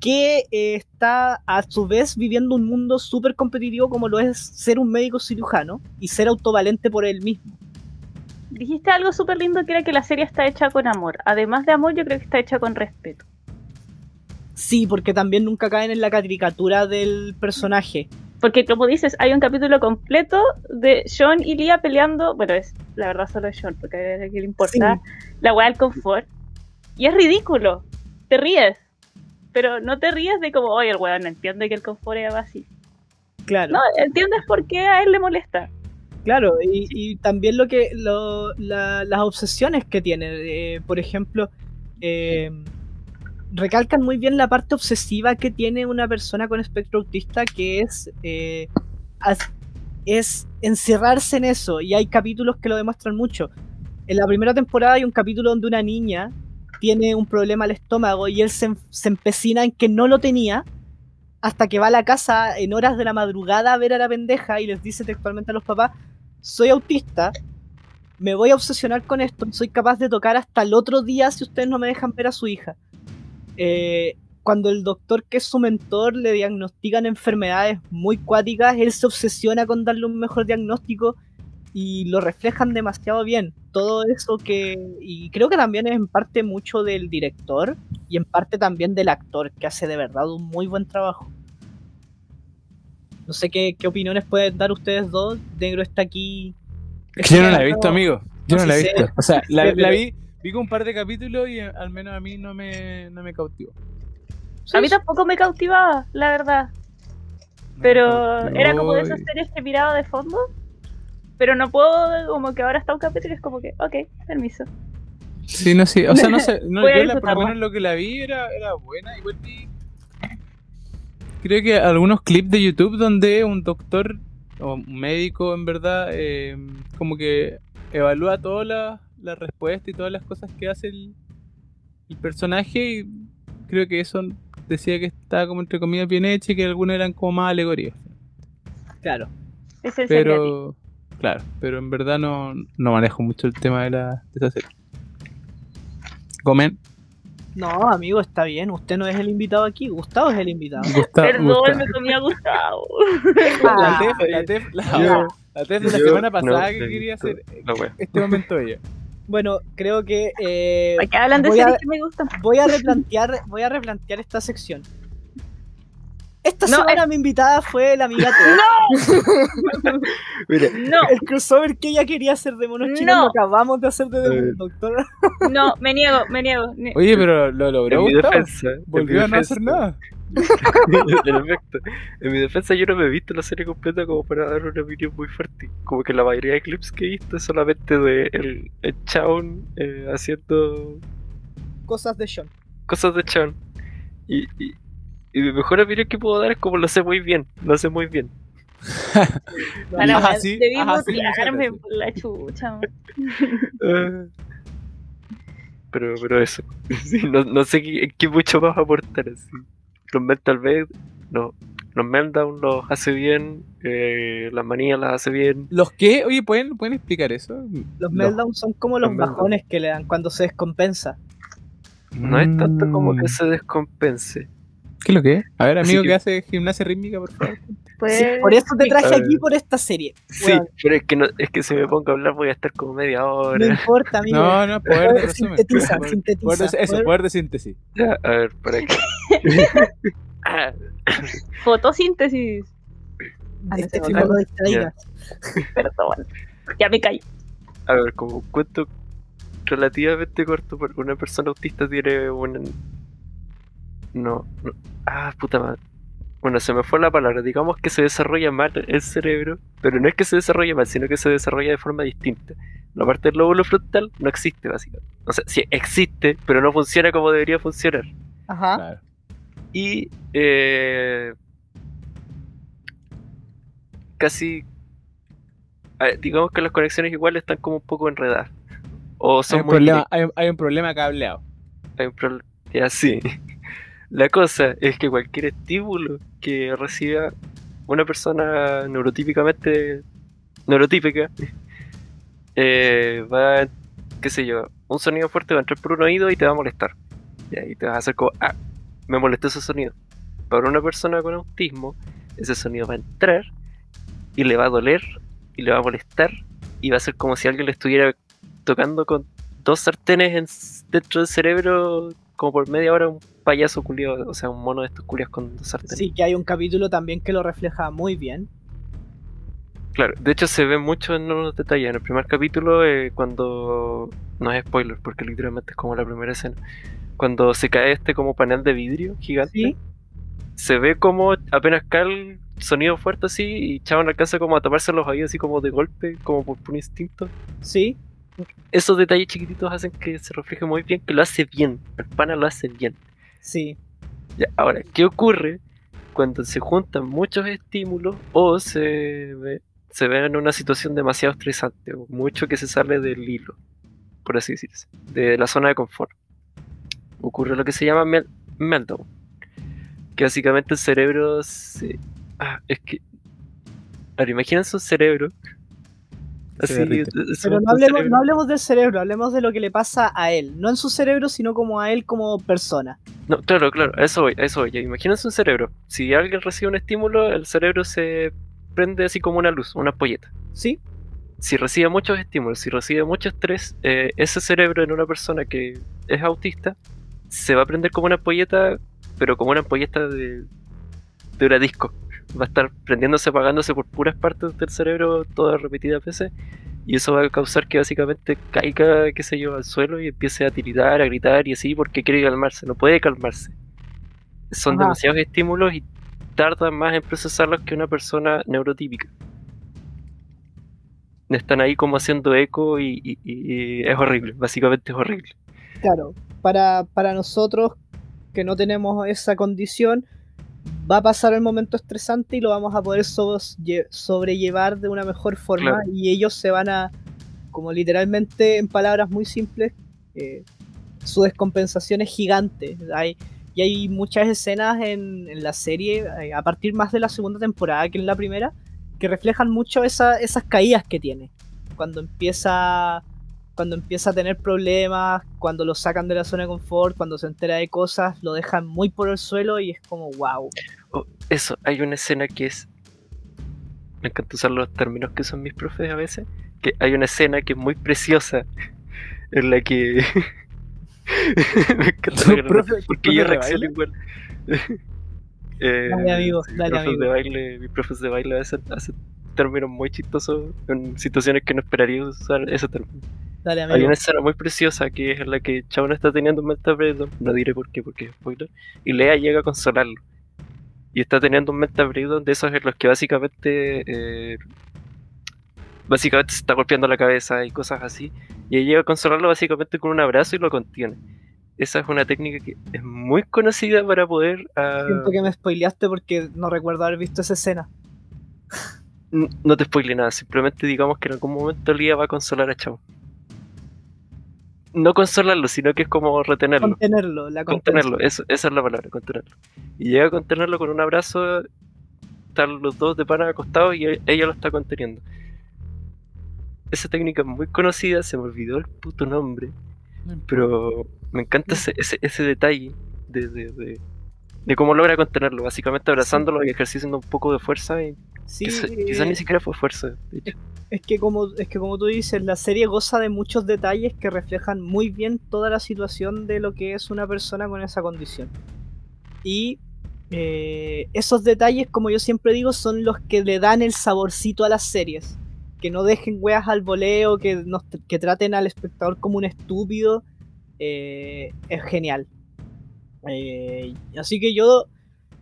Speaker 4: que eh, está a su vez viviendo un mundo súper competitivo como lo es ser un médico cirujano y ser autovalente por él mismo.
Speaker 1: Dijiste algo súper lindo que era que la serie está hecha con amor. Además de amor, yo creo que está hecha con respeto.
Speaker 4: Sí, porque también nunca caen en la caricatura del personaje.
Speaker 1: Porque como dices, hay un capítulo completo de John y Lia peleando. Bueno, es la verdad solo es John, porque es el que le importa. La weá del confort. Y es ridículo. Te ríes. Pero no te ríes de como, oye, el weón no entiende que el confort era así.
Speaker 4: Claro.
Speaker 1: No, entiendes por qué a él le molesta.
Speaker 4: Claro, y, y también lo que lo- la- las obsesiones que tiene, eh, por ejemplo, eh, recalcan muy bien la parte obsesiva que tiene una persona con espectro autista, que es eh, as- es encerrarse en eso, y hay capítulos que lo demuestran mucho. En la primera temporada hay un capítulo donde una niña tiene un problema al estómago y él se, en- se empecina en que no lo tenía hasta que va a la casa en horas de la madrugada a ver a la pendeja y les dice textualmente a los papás, soy autista, me voy a obsesionar con esto, soy capaz de tocar hasta el otro día si ustedes no me dejan ver a su hija. Eh, cuando el doctor, que es su mentor, le diagnostican enfermedades muy cuáticas, él se obsesiona con darle un mejor diagnóstico y lo reflejan demasiado bien. Todo eso que. Y creo que también es en parte mucho del director y en parte también del actor, que hace de verdad un muy buen trabajo. No sé qué, qué opiniones pueden dar ustedes dos. Negro está aquí.
Speaker 3: Yo no la he visto, amigo. Yo
Speaker 4: No,
Speaker 3: no la he
Speaker 4: sí sé.
Speaker 3: visto. O sea, la,
Speaker 4: Sí, pero-
Speaker 3: la vi, vi con un par de capítulos y eh, al menos a mí no me, no me cautivó.
Speaker 1: A mí tampoco me cautivaba, la verdad.
Speaker 3: No me
Speaker 1: Pero
Speaker 3: cautivó
Speaker 1: era como de esas
Speaker 3: y-
Speaker 1: series que miraba de fondo. Pero no puedo, como que ahora está un capítulo y es como que, ok, permiso.
Speaker 3: Sí, no, sí. O sea, no sé. No,
Speaker 1: Voy a
Speaker 3: yo la- por lo
Speaker 1: disfrutarla.
Speaker 3: menos lo que la vi era, era buena. Igual vi. Creo que algunos clips de YouTube donde un doctor o un médico, en verdad, eh, como que evalúa todas las las respuestas y todas las cosas que hace el, el personaje. Y creo que eso decía que estaba como entre comillas bien hecha y que algunas eran como más alegorías.
Speaker 4: Claro.
Speaker 1: Es el serial.
Speaker 3: Pero. Claro, pero en verdad no, no manejo mucho el tema de, la, de esa serie. Comen.
Speaker 4: No, amigo, está bien. Usted no es el invitado aquí. Gustavo es el invitado.
Speaker 3: Gustavo,
Speaker 1: Perdón,
Speaker 3: Gustavo.
Speaker 1: me comí a Gustavo.
Speaker 3: La
Speaker 4: Ah,
Speaker 3: TEF, la TEF, la,
Speaker 2: Yo-
Speaker 3: la TEF de la
Speaker 2: yo
Speaker 3: semana
Speaker 2: no
Speaker 3: pasada que
Speaker 2: he
Speaker 3: quería
Speaker 2: visto
Speaker 3: hacer
Speaker 2: La wea.
Speaker 3: este momento ella.
Speaker 4: Bueno, creo que eh,
Speaker 1: ¿Para qué hablan de
Speaker 4: Voy a-
Speaker 1: series que me gustan?
Speaker 4: voy a replantear, voy a replantear esta sección. Esta
Speaker 1: No,
Speaker 4: semana mi invitada fue la amiga T.
Speaker 2: Mira,
Speaker 1: No,
Speaker 4: El crossover que ella quería hacer de monos chinos
Speaker 1: No.
Speaker 4: lo acabamos de hacer de
Speaker 2: Eh.
Speaker 4: Demon Doctor.
Speaker 1: no, me niego, me niego. ni-
Speaker 3: Oye, pero lo
Speaker 2: en
Speaker 3: logró
Speaker 2: mi
Speaker 3: Gustavo.
Speaker 2: defensa. en mi
Speaker 3: Volvió a no
Speaker 2: defensa-
Speaker 3: hacer nada.
Speaker 2: en efecto, en mi defensa yo no me he visto la serie completa como para dar una opinión muy fuerte. Como que la mayoría de clips que he visto es solamente de el, el Chaun eh, haciendo
Speaker 4: Cosas de Sean.
Speaker 2: cosas de Chaun. Y, y, y mi mejor opinión que puedo dar es como lo sé muy bien, lo sé muy bien.
Speaker 1: A la
Speaker 3: Ajá,
Speaker 1: wea,
Speaker 3: sí,
Speaker 1: debí
Speaker 3: ajá, sí, muchas
Speaker 1: mutearme
Speaker 3: gracias.
Speaker 1: por la chucha. man.
Speaker 2: Ah. Pero, pero eso. Sí, no, no sé qué, qué mucho más aportar así. Los mental bed, no. Los meltdown los hace bien, eh, las manías las hace bien.
Speaker 3: ¿Los qué? Oye, ¿pueden, ¿pueden explicar eso?
Speaker 4: Los
Speaker 2: No.
Speaker 4: meltdowns son como los
Speaker 2: Los meltdowns.
Speaker 4: bajones que le dan cuando se descompensa.
Speaker 2: No es tanto como que
Speaker 3: Mm.
Speaker 2: se descompense.
Speaker 3: ¿Qué es lo que es? A ver,
Speaker 2: Así
Speaker 3: amigo
Speaker 2: que-
Speaker 3: que hace gimnasia rítmica, por favor.
Speaker 1: Pues,
Speaker 4: Sí, por eso te traje
Speaker 2: Eh.
Speaker 4: aquí por esta serie.
Speaker 2: Sí,
Speaker 4: Weón.
Speaker 2: pero es que, no, es que si me pongo a hablar voy a estar como media
Speaker 4: No
Speaker 2: hora.
Speaker 4: importa, amigo.
Speaker 3: No, no, poder de
Speaker 4: Poder-
Speaker 3: resumen.
Speaker 4: sintetiza,
Speaker 3: Poder-
Speaker 4: sintetiza.
Speaker 3: poder de- eso,
Speaker 4: Poder-
Speaker 3: poder de síntesis.
Speaker 2: Ya, a ver, para qué. Ah,
Speaker 1: fotosíntesis.
Speaker 4: A este
Speaker 1: Ah,
Speaker 4: tipo
Speaker 1: no,
Speaker 4: lo distraigas.
Speaker 1: Perdón. Ya me callo.
Speaker 2: a ver, como un cuento relativamente corto, porque una persona autista tiene un... No, no. Ah, puta madre. Bueno, se me fue la palabra. Digamos que se desarrolla mal el cerebro, pero no es que se desarrolle mal, sino que se desarrolla de forma distinta. La parte del lóbulo frontal no existe, básicamente. O sea, sí existe, pero no funciona como debería funcionar. Ah.
Speaker 4: Ajá.
Speaker 3: Claro.
Speaker 2: Y eh, casi, a- digamos que las conexiones iguales están como un poco enredadas. O
Speaker 3: Hay
Speaker 2: son
Speaker 3: un,
Speaker 2: muy
Speaker 3: problema, hay, un- hay un problema cableado.
Speaker 2: directas, hay un prole- ya, sí. La cosa es que cualquier estímulo que reciba una persona neurotípicamente neurotípica eh, va, qué sé yo, un sonido fuerte va a entrar por un oído y te va a molestar. Y ahí te vas a hacer como, ah, me molestó ese sonido. Para una persona con autismo, ese sonido va a entrar y le va a doler y le va a molestar y va a ser como si alguien le estuviera tocando con dos sartenes en s- dentro del cerebro como por media hora un payaso culiado, o sea, un mono de estos culiados con dos sartenes.
Speaker 4: Sí, que hay un capítulo también que lo refleja muy bien.
Speaker 2: Claro, de hecho se ve mucho en unos detalles. En el primer capítulo, eh, cuando. No es spoiler, porque literalmente es como la primera escena. Cuando se cae este como panel de vidrio gigante,
Speaker 4: Sí.
Speaker 2: se ve como apenas cae el sonido fuerte así y Chabón alcanza como a taparse los oídos así como de golpe, como por puro instinto.
Speaker 4: Sí.
Speaker 2: Esos detalles chiquititos hacen que se refleje muy bien, que lo hace bien. El pana lo hace bien.
Speaker 4: Sí.
Speaker 2: Ya, ahora, ¿qué ocurre cuando se juntan muchos estímulos o se ve, se ve en una situación demasiado estresante o mucho que se sale del hilo, por así decirse, de la zona de confort? Ocurre lo que se llama mel- meltdown, que básicamente el cerebro se... ah, es que... Ahora, imagínense un cerebro
Speaker 3: Se
Speaker 2: Así,
Speaker 3: derrite.
Speaker 2: es- es
Speaker 4: Pero
Speaker 2: un
Speaker 4: no hablemos,
Speaker 2: cerebro.
Speaker 4: no hablemos del cerebro, hablemos de lo que le pasa a él. No en su cerebro, sino como a él como persona.
Speaker 2: No, claro, claro, a eso voy, a eso voy. Ya, Imagínense un cerebro. Si alguien recibe un estímulo, el cerebro se prende así como una luz, una ampolleta.
Speaker 4: ¿Sí?
Speaker 2: Si recibe muchos estímulos, si recibe mucho estrés, eh, ese cerebro en una persona que es autista se va a prender como una ampolleta, pero como una ampolleta de, de una disco. Va a estar prendiéndose, apagándose por puras partes del cerebro, todas repetidas veces, y eso va a causar que básicamente caiga, qué sé yo, al suelo y empiece a tiritar, a gritar y así, porque quiere calmarse, no puede calmarse. Son
Speaker 4: Ajá.
Speaker 2: demasiados estímulos y tardan más en procesarlos que una persona neurotípica. Están ahí como haciendo eco y, y- y es horrible, básicamente es horrible.
Speaker 4: Claro. Para, para nosotros que no tenemos esa condición, va a pasar el momento estresante y lo vamos a poder so- lle- sobrellevar de una mejor forma.
Speaker 2: Claro.
Speaker 4: Y ellos se van a, como literalmente en palabras muy simples, eh, su descompensación es gigante. Hay, y hay muchas escenas en, en la serie, eh, a partir más de la segunda temporada que en la primera, que reflejan mucho esa- esas caídas que tiene. Cuando empieza, cuando empieza a tener problemas, cuando lo sacan de la zona de confort, cuando se entera de cosas, lo dejan muy por el suelo y es como, wow.
Speaker 2: Eso, hay una escena que es. Me encanta usar los términos que son mis profes a veces. Que hay una escena que es muy preciosa en la que. me encanta
Speaker 3: ¿Tu
Speaker 2: que lo-
Speaker 3: profe- tu
Speaker 2: porque yo
Speaker 3: profe de
Speaker 2: reacciono
Speaker 3: baile?
Speaker 2: igual. Eh,
Speaker 4: Dale, amigo,
Speaker 2: sí,
Speaker 4: dale,
Speaker 2: profes
Speaker 4: amigo.
Speaker 2: de baile, mis profes de baile a veces hacen términos muy chistosos en situaciones que no esperaría usar ese término.
Speaker 4: Dale, amigo.
Speaker 2: Hay una escena muy preciosa que es en la que Chabón está teniendo un mal abrido, no diré por qué, porque es spoiler, y Lea llega a consolarlo. Y está teniendo un mental breakdown de esos en los que básicamente eh, básicamente se está golpeando la cabeza y cosas así. Y ella llega a consolarlo básicamente con un abrazo y lo contiene. Esa es una técnica que es muy conocida para poder... ah,
Speaker 4: Siento que me spoileaste porque no recuerdo haber visto esa escena.
Speaker 2: n- No te spoile nada, simplemente digamos que en algún momento Lía va a consolar a Chabón. No consolarlo, sino que es como retenerlo.
Speaker 4: Contenerlo, la contención.
Speaker 2: contenerlo, eso, esa es la palabra, contenerlo. Y llega a contenerlo con un abrazo, están los dos de pana acostados y e- ella lo está conteniendo. Esa técnica es muy conocida, se me olvidó el puto nombre, pero me encanta ese, ese, ese detalle de, de, de- de cómo logra contenerlo, básicamente abrazándolo y ejerciendo un poco de fuerza, y
Speaker 4: Sí,
Speaker 2: quizá- quizás ni siquiera fue fuerza, de hecho.
Speaker 4: es que como es que como tú dices, la serie goza de muchos detalles que reflejan muy bien toda la situación de lo que es una persona con esa condición. Y eh, esos detalles, como yo siempre digo, son los que le dan el saborcito a las series. Que no dejen weas al voleo, que, nos- que traten al espectador como un estúpido. eh, es genial. Eh, así que yo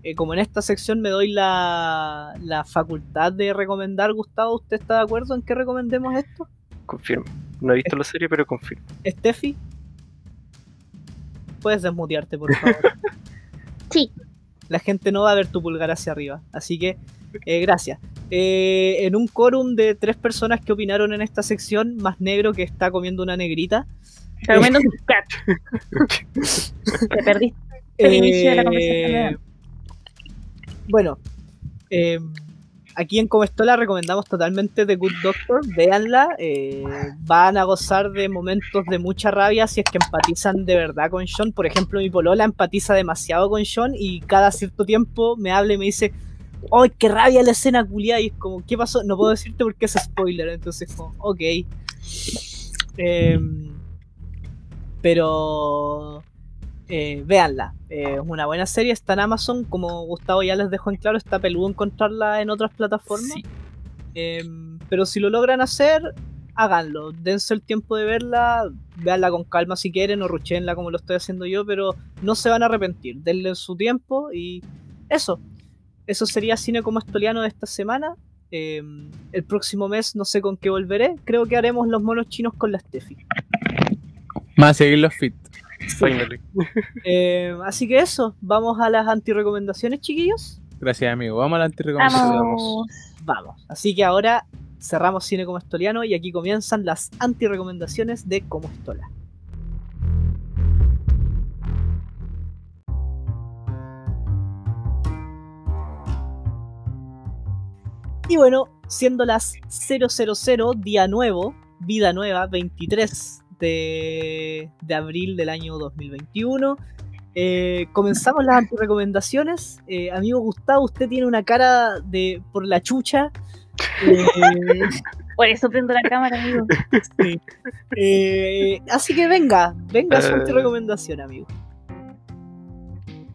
Speaker 4: eh, como en esta sección me doy la, la facultad de recomendar, Gustavo, ¿usted está de acuerdo en que recomendemos esto?
Speaker 2: confirmo. No he visto la serie, pero confirmo.
Speaker 4: Steffi, puedes desmutearte, por favor.
Speaker 1: Sí.
Speaker 4: La gente no va a ver tu pulgar hacia arriba, así que eh, gracias. Eh, en un quórum de tres personas que opinaron en esta sección, más negro que está comiendo una negrita.
Speaker 1: Te recomiendo tu cat. Te perdiste. El inicio de la
Speaker 4: Eh,
Speaker 1: conversación de Dan.
Speaker 4: Bueno, eh, aquí en Comestola recomendamos totalmente The Good Doctor. Véanla, eh, van a gozar de momentos de mucha rabia si es que empatizan de verdad con Sean. Por ejemplo, mi polola empatiza demasiado con Sean y cada cierto tiempo me habla y me dice. ¡Ay, qué rabia la escena, culiada! Y es como, ¿qué pasó? No puedo decirte porque es spoiler, entonces como, ok. Em, pero eh, véanla. Eh, Es una buena serie, está en Amazon. Como Gustavo ya les dejó en claro, está peludo encontrarla en otras plataformas.
Speaker 2: Sí.
Speaker 4: Em, pero si lo logran hacer, háganlo. Dense el tiempo de verla, véanla con calma si quieren, o ruchenla como lo estoy haciendo yo, pero no se van a arrepentir. Denle su tiempo y eso. Eso sería cine como estoliano de esta semana. Em, el próximo mes no sé con qué volveré. Creo que haremos los monos chinos con las Tefi.
Speaker 3: Más a seguir los fit.
Speaker 2: Finally.
Speaker 4: Eh, así que eso, vamos a las antirecomendaciones, chiquillos.
Speaker 3: Gracias, amigo. Vamos a la antirrecomendación.
Speaker 1: Vamos.
Speaker 4: Vamos. Así que ahora cerramos Cine como Estoliano y aquí comienzan las antirecomendaciones de Como Estola. Y Y bueno, siendo las 000, día nuevo, vida nueva, 23 de, de abril del año 2021. Eh, comenzamos las antirecomendaciones. Eh, amigo Gustavo, usted tiene una cara de por la chucha. Eh,
Speaker 1: Por eso prendo la cámara, amigo.
Speaker 4: sí. Eh, así que venga, venga su
Speaker 2: Eh.
Speaker 4: antirecomendación, amigo.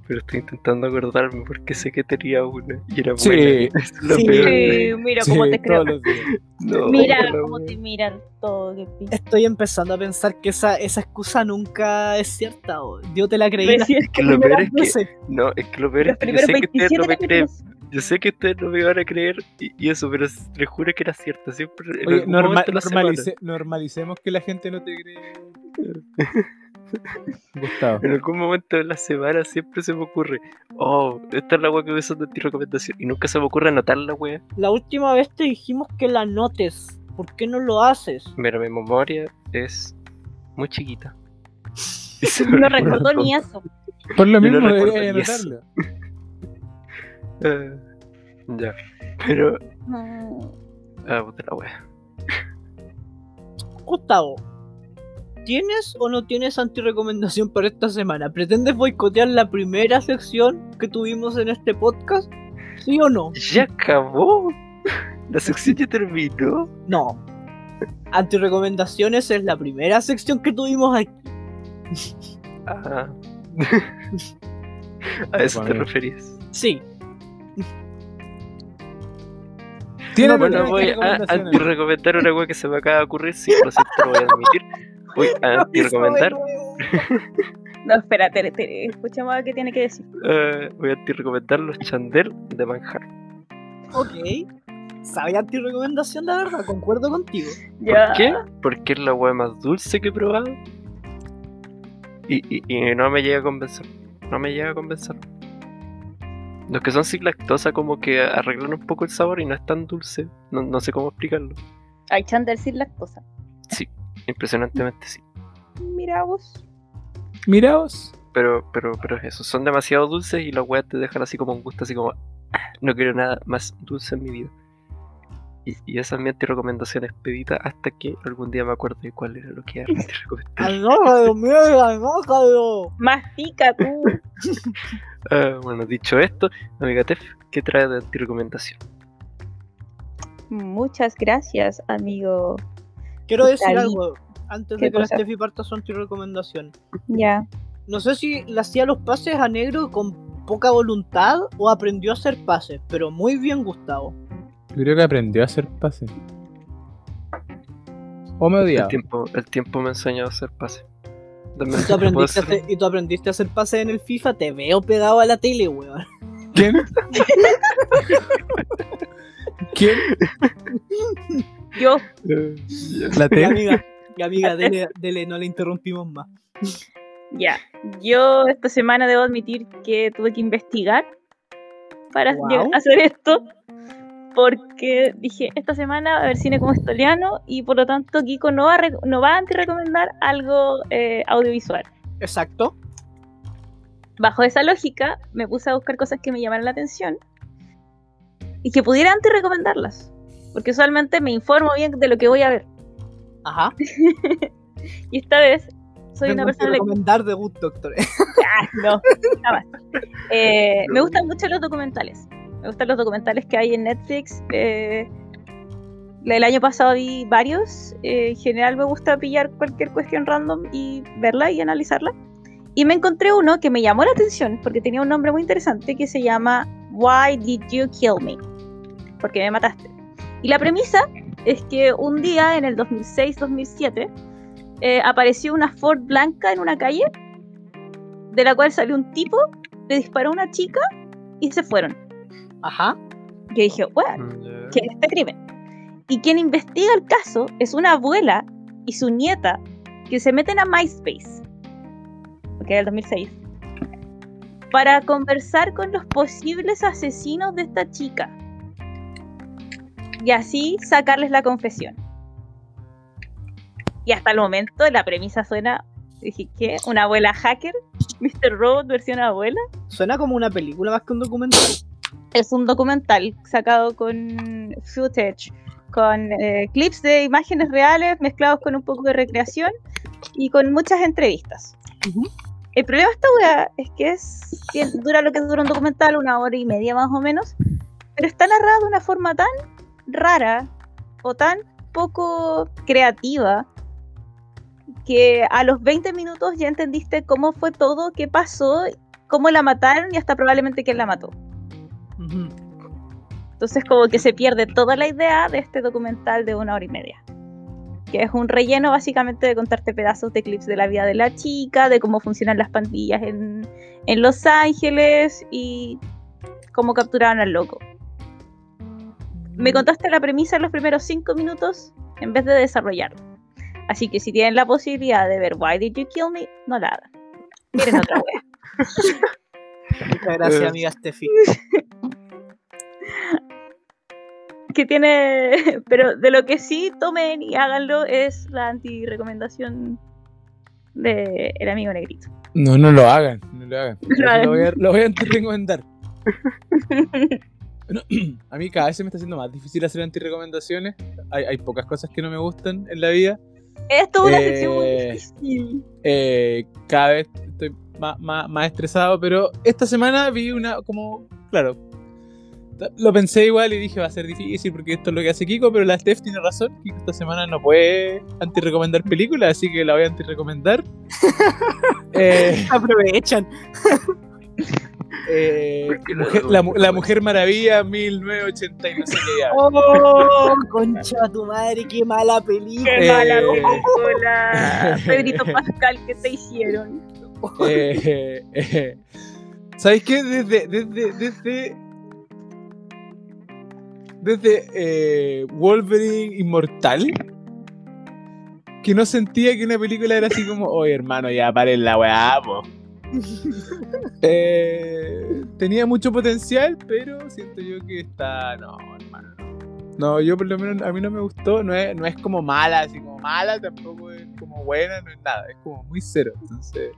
Speaker 2: Pero estoy intentando acordarme porque sé que tenía una y era
Speaker 3: Sí.
Speaker 2: buena. Es lo
Speaker 4: Sí.
Speaker 2: peor.
Speaker 1: Sí, Eh, mira cómo
Speaker 3: Sí,
Speaker 1: te creo.
Speaker 3: todos los días.
Speaker 2: No,
Speaker 1: Mira
Speaker 2: la
Speaker 1: cómo
Speaker 2: wea.
Speaker 1: te miran todo. qué pi-
Speaker 4: Estoy empezando a pensar que esa, esa excusa nunca es cierta. o- Yo te la creí.
Speaker 1: Pero
Speaker 4: las
Speaker 1: si es
Speaker 2: que lo peor es que-
Speaker 4: primeras veces.
Speaker 2: No, es que lo peor
Speaker 1: Los
Speaker 2: es que yo
Speaker 1: primeros
Speaker 2: sé que ustedes
Speaker 1: 27
Speaker 2: no me creen.
Speaker 1: capítulos.
Speaker 2: Yo sé que ustedes no me van a creer y, y eso, pero s- les juro que era cierto. Siempre. en
Speaker 3: Oye,
Speaker 2: algún
Speaker 3: norma-
Speaker 2: momento de la
Speaker 3: normalice- normalicemos que la gente no te cree. Gustavo.
Speaker 2: En algún momento de la semana siempre se me ocurre, oh, esta es la wea que voy a hacer de ti recomendación. Y nunca se me ocurre anotar la wea.
Speaker 4: La última vez te dijimos que la notes. ¿Por qué no lo haces?
Speaker 2: Mira, mi memoria es muy chiquita.
Speaker 1: No recordó ni eso.
Speaker 3: Por lo
Speaker 2: Yo no
Speaker 3: mismo,
Speaker 2: recuerdo
Speaker 3: debería
Speaker 2: ni eso.
Speaker 3: anotarlo.
Speaker 2: Eh, ya. Pero.
Speaker 1: Mm,
Speaker 2: Ah, puta la wea.
Speaker 4: Gustavo, ¿tienes o no tienes antirecomendación para esta semana? ¿Pretendes boicotear la primera sección que tuvimos en este podcast? ¿Sí o no?
Speaker 2: ¡Ya acabó! La sección ya terminó.
Speaker 4: No. Antirecomendaciones es la primera sección que tuvimos aquí.
Speaker 2: Ah. A eso te
Speaker 3: amigo.
Speaker 2: referías.
Speaker 4: Sí,
Speaker 3: Tiene
Speaker 2: Bueno, voy a antirrecomendar una wea que se me acaba de ocurrir. Sí, lo siento, lo voy a admitir. Voy a antirrecomendar.
Speaker 1: No, espera, Tere, Tere. Escuchamos a qué tiene que decir.
Speaker 2: eh, voy a antirrecomendar los chandel de manjar.
Speaker 4: Ok. Sabía antirecomendación, la verdad, concuerdo contigo.
Speaker 1: Ya.
Speaker 2: ¿Por qué? Porque es la wea más dulce que he probado. Y, y- y no me llega a convencer. No me llega a convencer. Los que son sin lactosa como que arreglan un poco el sabor y no es tan dulce. No, no sé cómo explicarlo.
Speaker 1: Hay Chandler sin lactosa.
Speaker 2: Impresionantemente sí.
Speaker 1: Mira vos.
Speaker 3: Miraos.
Speaker 2: Pero, pero, pero es eso. Son demasiado dulces y las weas te dejan así como un gusto, así como... "Ah, No quiero nada más dulce en mi vida. Y, y esa es mi antirecomendación expedita hasta que algún día me acuerde de cuál era lo que era mi antirrecomendada.
Speaker 4: ¡Anójalo, mierda, anójalo!
Speaker 1: Mastica tú.
Speaker 2: Ah, bueno, dicho esto, amiga Tef, ¿qué trae de antirecomendación?
Speaker 1: Muchas gracias, amigo.
Speaker 4: Quiero decir
Speaker 1: Talí.
Speaker 4: algo antes
Speaker 1: ¿Qué
Speaker 4: de que la
Speaker 1: cosa?
Speaker 4: Steffi parta su antirecomendación.
Speaker 1: Ya.
Speaker 4: No sé si le hacía los pases a negro con poca voluntad o aprendió a hacer pases, pero muy bien, Gustavo.
Speaker 3: Yo creo que aprendió a hacer pase. O me
Speaker 2: El
Speaker 3: odiaba.
Speaker 2: tiempo, el tiempo me enseñó a hacer pase.
Speaker 4: Y tú, aprendiste a hacer, y tú aprendiste a hacer pases en el FIFA, te veo pegado a la tele, weón.
Speaker 3: ¿Quién? ¿Quién?
Speaker 1: Yo,
Speaker 3: ¿La
Speaker 4: Mi
Speaker 3: T?
Speaker 4: amiga, mi amiga, dele, dele, no le interrumpimos más.
Speaker 1: ya. Yo esta semana debo admitir que tuve que investigar para
Speaker 4: Wow.
Speaker 1: llegar a hacer esto. Porque dije, esta semana va a ver cine como estoliano y por lo tanto Kiko no va a, re- no va a antirrecomendar algo eh, audiovisual.
Speaker 4: Exacto.
Speaker 1: Bajo esa lógica, me puse a buscar cosas que me llamaran la atención y que pudiera antes recomendarlas. Porque usualmente me informo bien de lo que voy a ver.
Speaker 4: Ajá.
Speaker 1: Y esta vez soy una
Speaker 4: Vengo a
Speaker 1: persona de...
Speaker 4: recomendar de Good Doctor.
Speaker 1: Ah, no, nada más. Eh, me gustan mucho los documentales. Me gustan los documentales que hay en Netflix. eh, el año pasado vi varios. eh, en general me gusta pillar cualquier cuestión random y verla y analizarla. Y me encontré uno que me llamó la atención porque tenía un nombre muy interesante que se llama Why Did You Kill Me? Porque me mataste. Y la premisa es que un día en el 2006-2007 eh, apareció una Ford blanca en una calle de la cual salió un tipo, le disparó a una chica y se fueron.
Speaker 4: Ajá.
Speaker 1: Yo dije, bueno,
Speaker 2: Mm,
Speaker 1: ¿qué es este crimen? Y quien investiga el caso es una abuela y su nieta que se meten a MySpace, que era el 2006, para conversar con los posibles asesinos de esta chica y así sacarles la confesión. Y hasta el momento la premisa suena, dije, ¿qué? ¿Una abuela hacker? ¿Mr. Robot versión abuela?
Speaker 4: Suena como una película más que un documental.
Speaker 1: es un documental sacado con footage, con eh, clips de imágenes reales mezclados con un poco de recreación y con muchas entrevistas.
Speaker 4: Ujú.
Speaker 1: El problema de esta weá es que es, tien- dura lo que dura un documental, una hora y media más o menos, pero está narrado de una forma tan rara o tan poco creativa que a los 20 minutos ya entendiste cómo fue todo, qué pasó, cómo la mataron y hasta probablemente quién la mató.
Speaker 4: Ujú.
Speaker 1: Entonces como que se pierde toda la idea de este documental de una hora y media. Que es un relleno básicamente de contarte pedazos de clips de la vida de la chica, de cómo funcionan las pandillas en, en Los Ángeles y cómo capturaban al loco. Me contaste la premisa en los primeros cinco minutos en vez de desarrollarlo. Así que si tienen la posibilidad de ver Why Did You Kill Me, no la hagan. Miren otra wea.
Speaker 4: Muchas gracias,
Speaker 2: Eh.
Speaker 4: amiga Steffi.
Speaker 1: que tiene, pero de lo que sí tomen y háganlo es la anti-recomendación de el amigo negrito.
Speaker 3: No, no lo hagan. No lo hagan.
Speaker 1: hagan.
Speaker 3: Lo voy a, lo voy a antirrecomendar. No, a mí cada vez se me está haciendo más difícil hacer antirrecomendaciones. Hay, hay pocas cosas que no me gustan en la vida.
Speaker 1: Esto es una
Speaker 3: Eh,
Speaker 1: sección muy difícil.
Speaker 3: Eh, cada vez estoy más, más- más estresado, pero esta semana vi una como, claro, t- lo pensé igual y dije va a ser difícil porque esto es lo que hace Kiko, pero la Steph tiene razón, Kiko esta semana no puede antirrecomendar películas, así que la voy a antirrecomendar. Eh,
Speaker 4: Aprovechan.
Speaker 3: eh,
Speaker 2: qué no?
Speaker 3: mujer- la, mu- La Mujer Maravilla 1980 y no sé qué ya.
Speaker 4: Oh, concha de tu madre, qué mala película.
Speaker 1: Qué
Speaker 3: eh,
Speaker 1: mala película, Pedrito Pascal, que te hicieron?
Speaker 3: Eh, eh, eh. ¿Sabes qué? Desde. Desde. Desde. Desde eh, Wolverine Inmortal. Que no sentía que una película era así como, oye hermano, ya paren la weá, po". Eh, tenía mucho potencial, pero siento yo que está. No, hermano. no. No, yo por lo menos a mí no me gustó. No es, no es como mala, así como mala, tampoco es como buena, no es nada. Es como muy cero. Entonces,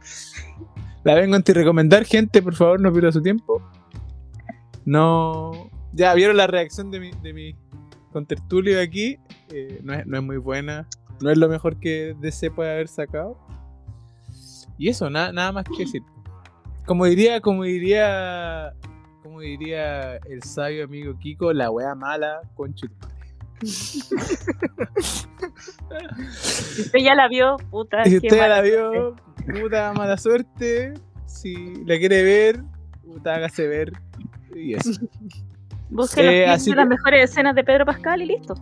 Speaker 3: la vengo a antirrecomendar, gente. Por favor, no pierda su tiempo. No. Ya vieron la reacción de mi, de mi contertulio aquí. Eh, no, es, no es muy buena. No es lo mejor que DC puede haber sacado. Y eso, nada nada más que decir. Como diría, como diría, como diría el sabio amigo Kiko, la wea mala con
Speaker 1: Si usted ya la vio, puta.
Speaker 3: Si
Speaker 1: qué
Speaker 3: usted
Speaker 1: mala
Speaker 3: la
Speaker 1: suerte.
Speaker 3: vio, puta mala suerte. Si la quiere ver, puta hágase ver. Y eso.
Speaker 1: Busque
Speaker 3: Eh,
Speaker 1: los clips
Speaker 3: así
Speaker 1: de las
Speaker 3: que-
Speaker 1: mejores escenas de Pedro Pascal y listo.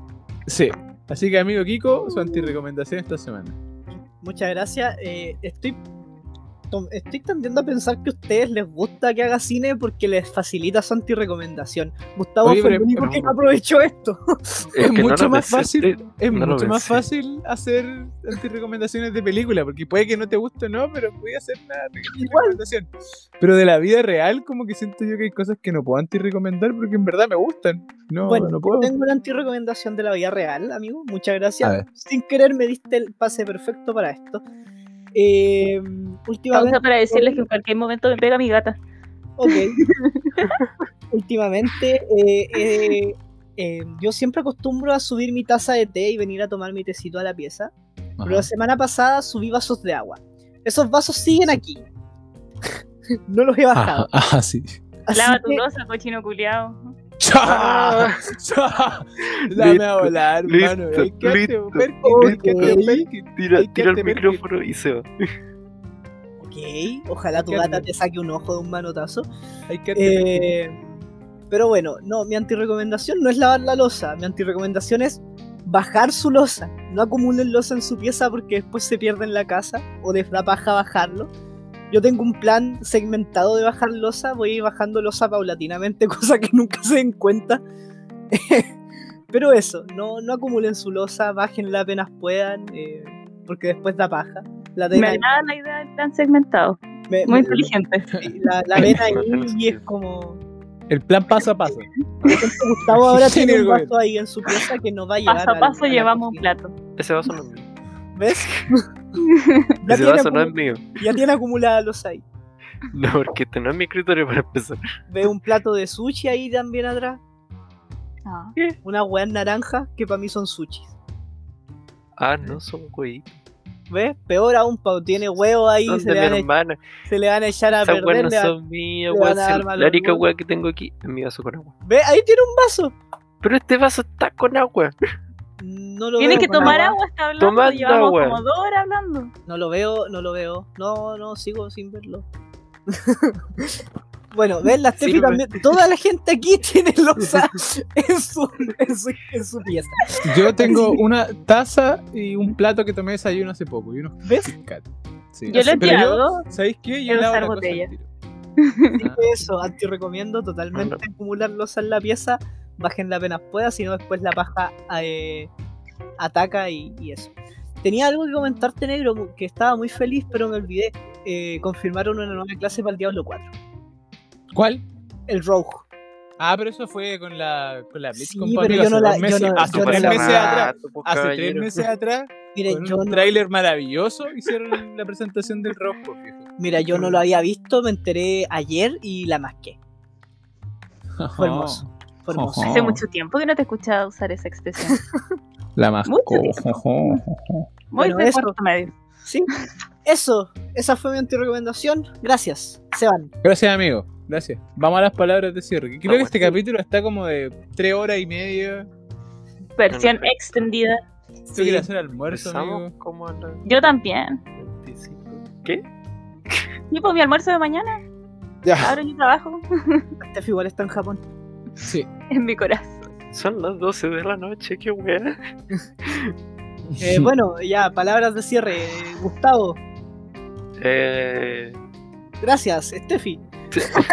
Speaker 3: Sí. Así que amigo Kiko, su antirecomendación esta semana.
Speaker 4: Muchas gracias. Eh, estoy, tom- estoy tendiendo a pensar que a ustedes les gusta que haga cine porque les facilita su antirecomendación. Gustavo
Speaker 3: Oye,
Speaker 4: fue el
Speaker 3: pero-
Speaker 4: único que
Speaker 2: pero-
Speaker 4: aprovechó esto.
Speaker 2: que
Speaker 3: Es
Speaker 2: no
Speaker 3: mucho
Speaker 2: lo
Speaker 3: más
Speaker 2: pensé,
Speaker 3: fácil,
Speaker 2: estoy-
Speaker 3: es
Speaker 2: no lo
Speaker 3: mucho más
Speaker 2: pensé.
Speaker 3: fácil hacer antirecomendaciones de película, porque puede que no te guste o no, pero voy a hacer una recomendación. Pero de la vida real, como que siento yo que hay cosas que no puedo antirecomendar porque en verdad me gustan. No,
Speaker 4: Bueno,
Speaker 3: no puedo.
Speaker 4: Tengo una antirecomendación de la vida real, amigo. Muchas
Speaker 3: A
Speaker 4: gracias.
Speaker 3: ver.
Speaker 4: Sin querer me diste el pase perfecto para esto. Eh, últimamente,
Speaker 1: Pausa para decirles que en cualquier momento me pega mi gata.
Speaker 4: ok. últimamente eh, eh, eh, yo siempre acostumbro a subir mi taza de té y venir a tomar mi tecito a la pieza. Pero la semana pasada subí vasos de agua. Esos vasos siguen aquí. No los he
Speaker 3: Ajá,
Speaker 4: bajado.
Speaker 3: ajá, Ah, sí.
Speaker 4: Así
Speaker 1: Lava tu
Speaker 4: que
Speaker 1: losa, cochino culiao.
Speaker 3: ¡Cha! ¡Cha! Dame a
Speaker 2: Ah. Listo,
Speaker 3: volar, hermano.
Speaker 2: listo,
Speaker 3: Ahí quédate,
Speaker 2: listo.
Speaker 3: Perkin, ahí
Speaker 4: Ok.
Speaker 3: quédate, Perkin.
Speaker 2: Tira,
Speaker 3: Hay que
Speaker 2: tira el
Speaker 3: tener que-
Speaker 2: micrófono y se va.
Speaker 4: Ok, ojalá tu
Speaker 3: Qué
Speaker 4: gata
Speaker 3: rico.
Speaker 4: te saque un ojo de un manotazo.
Speaker 3: Ahí quédate,
Speaker 4: Eh, pero bueno, no, mi antirecomendación no es lavar la losa. Mi antirecomendación es bajar su losa. No acumulen losa en su pieza porque después se pierde en la casa o les da paja bajarlo. Yo tengo un plan segmentado de bajar losa. Voy a ir bajando losa paulatinamente, cosa que nunca se den cuenta. pero eso, no, no acumulen su losa, bájenla apenas puedan, eh, porque después da paja. La
Speaker 1: Me
Speaker 4: arena-
Speaker 1: agrada la idea del plan segmentado.
Speaker 4: me-
Speaker 1: Muy
Speaker 4: me-
Speaker 1: inteligente.
Speaker 4: la, la arena ahí
Speaker 2: No tiene
Speaker 4: y es
Speaker 2: sentido.
Speaker 4: como...
Speaker 3: El plan paso a paso.
Speaker 4: Gustavo ahora
Speaker 3: Sí,
Speaker 4: tiene un
Speaker 3: güey.
Speaker 4: vaso ahí en su pieza que no va a llegar
Speaker 1: Paso a
Speaker 4: la-
Speaker 1: paso
Speaker 4: la
Speaker 1: llevamos un
Speaker 4: cocina.
Speaker 1: plato.
Speaker 2: Ese vaso no es mío.
Speaker 4: ¿Ves? ya,
Speaker 2: Ese
Speaker 4: tiene
Speaker 2: vaso no es
Speaker 4: acumu-
Speaker 2: mío.
Speaker 4: ya tiene acumulados los ahí.
Speaker 2: No, porque este no es mi escritorio para empezar.
Speaker 4: Veo un plato de sushi ahí también atrás.
Speaker 1: Ah,
Speaker 4: Una weá naranja que para mí son sushis.
Speaker 2: Ah, no, son güey.
Speaker 4: ¿Ves? Peor aún, Pau. Tiene huevo ahí.
Speaker 2: Son
Speaker 4: Se
Speaker 2: de mi
Speaker 4: le, van a,
Speaker 2: hermana.
Speaker 4: se le van a echar a
Speaker 2: Esas
Speaker 4: perder.
Speaker 2: weas no
Speaker 4: le van-
Speaker 2: son mías,
Speaker 4: le
Speaker 2: weón.
Speaker 4: van a
Speaker 2: Si
Speaker 4: dar mal
Speaker 2: La única
Speaker 4: olor.
Speaker 2: wea que tengo aquí es mi vaso con agua.
Speaker 4: ¿Ve? Ahí tiene un vaso.
Speaker 2: Pero este vaso está con agua.
Speaker 4: No lo
Speaker 1: Tienes
Speaker 4: veo
Speaker 1: que
Speaker 4: con
Speaker 1: tomar agua, está hablando.
Speaker 2: Tomando
Speaker 1: Llevamos
Speaker 2: agua.
Speaker 1: como dos horas hablando.
Speaker 4: No lo veo, no lo veo. No, no, sigo sin verlo. bueno, ven la Steffi
Speaker 2: Sirve.
Speaker 4: también. Toda la gente aquí tiene losa en su, en su, en su pieza.
Speaker 3: Yo tengo una taza y un plato que tomé desayuno hace poco y unos
Speaker 4: ¿Ves?
Speaker 3: Kit Kat. Sí,
Speaker 1: Yo
Speaker 3: así-
Speaker 1: lo he
Speaker 3: pero
Speaker 1: tirado.
Speaker 3: ¿Sabéis qué? Yo
Speaker 1: en
Speaker 3: le hago
Speaker 1: usar
Speaker 3: una cosa al
Speaker 1: botella.
Speaker 3: tiro.
Speaker 4: Eso, anti recomiendo totalmente acumular losa en la pieza. Bajen la apenas pueda, si no después la paja eh, ataca y, y eso. Tenía algo que comentarte, negro, que estaba muy feliz, pero me olvidé. Eh, confirmaron una nueva clase para el Diablo 4.
Speaker 3: ¿Cuál?
Speaker 4: El Rogue.
Speaker 3: Ah, pero eso fue con la, con la
Speaker 4: Sí,
Speaker 3: BlizzCon,
Speaker 4: pero
Speaker 3: amigo,
Speaker 4: yo
Speaker 3: hace
Speaker 4: no la-
Speaker 3: dos
Speaker 4: yo
Speaker 3: meses-
Speaker 4: no-
Speaker 3: hace
Speaker 4: yo no
Speaker 3: tres
Speaker 4: la-
Speaker 3: meses atrás.
Speaker 2: po,
Speaker 3: Hace tres
Speaker 2: caballero.
Speaker 3: meses atrás,
Speaker 4: Miren,
Speaker 3: con
Speaker 4: yo
Speaker 3: un
Speaker 4: no-
Speaker 3: tráiler maravilloso, hicieron la presentación del rojo, fijo.
Speaker 4: Mira, yo no lo había visto, me enteré ayer y la masqué. Fue
Speaker 3: Oh.
Speaker 4: hermoso. Fue hermoso.
Speaker 3: Ajá.
Speaker 1: Hace mucho tiempo que no te he escuchado usar esa expresión.
Speaker 3: La más
Speaker 1: Mucho Muy
Speaker 4: Bueno,
Speaker 1: de
Speaker 4: eso.
Speaker 1: cuarto medio.
Speaker 4: Sí. Eso, esa fue mi antirecomendación. Gracias, Seban.
Speaker 3: Gracias, amigo. Gracias. Vamos a las palabras de cierre. que Creo que
Speaker 2: Vamos.
Speaker 3: este capítulo está como de tres horas y media.
Speaker 1: Versión
Speaker 2: Perfecto.
Speaker 1: extendida.
Speaker 3: Yo
Speaker 4: Sí.
Speaker 3: quería hacer almuerzo,
Speaker 2: Empezamos
Speaker 3: amigo.
Speaker 2: como a las
Speaker 1: Yo también.
Speaker 2: 25.
Speaker 1: Y pues mi almuerzo de mañana.
Speaker 3: Ya.
Speaker 1: Ahora yo trabajo
Speaker 4: Este igual está en Japón.
Speaker 3: Sí.
Speaker 1: en mi corazón.
Speaker 2: Son las 12 de la noche, qué wea.
Speaker 4: Eh, bueno, ya, palabras de cierre. Gustavo,
Speaker 2: Eh,
Speaker 4: gracias. Steffi,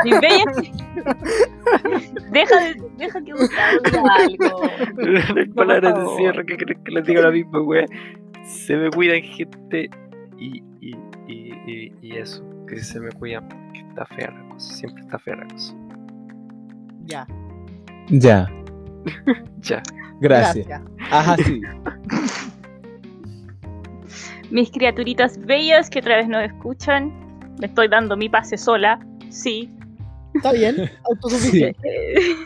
Speaker 1: Y ve- deja, de, deja que Gustavo diga algo.
Speaker 2: las palabras de
Speaker 1: favor.
Speaker 2: cierre que crees que les digo ahora mismo, wea. Se me cuidan, gente. Y, y, y, y, y eso, que se me cuidan. Que está fea la cosa, siempre está fea la cosa.
Speaker 4: ya.
Speaker 3: Ya.
Speaker 2: Ya.
Speaker 3: Gracias. Ajá, sí.
Speaker 1: Mis criaturitas bellas que otra vez no escuchan. Me estoy dando mi pase sola. Sí.
Speaker 4: Está bien, autosuficiente.
Speaker 1: Eh,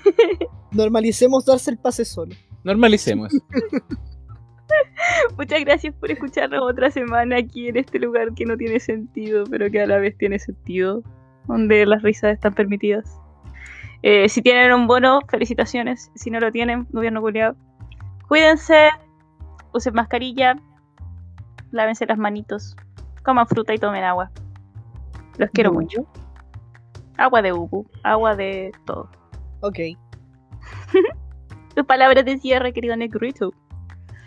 Speaker 4: Normalicemos darse el pase solo.
Speaker 3: Normalicemos.
Speaker 1: Muchas gracias por escucharnos otra semana aquí en este lugar que no tiene sentido, pero que a la vez tiene sentido, donde las risas están permitidas. Eh, si tienen un bono, felicitaciones. Si no lo tienen, gobierno culiado. Cuídense, usen mascarilla, lávense las manitos, coman fruta y tomen agua. Los quiero mucho. Agua de ubu, agua de todo.
Speaker 4: Ok.
Speaker 1: Tus palabras de cierre, querido Negrito.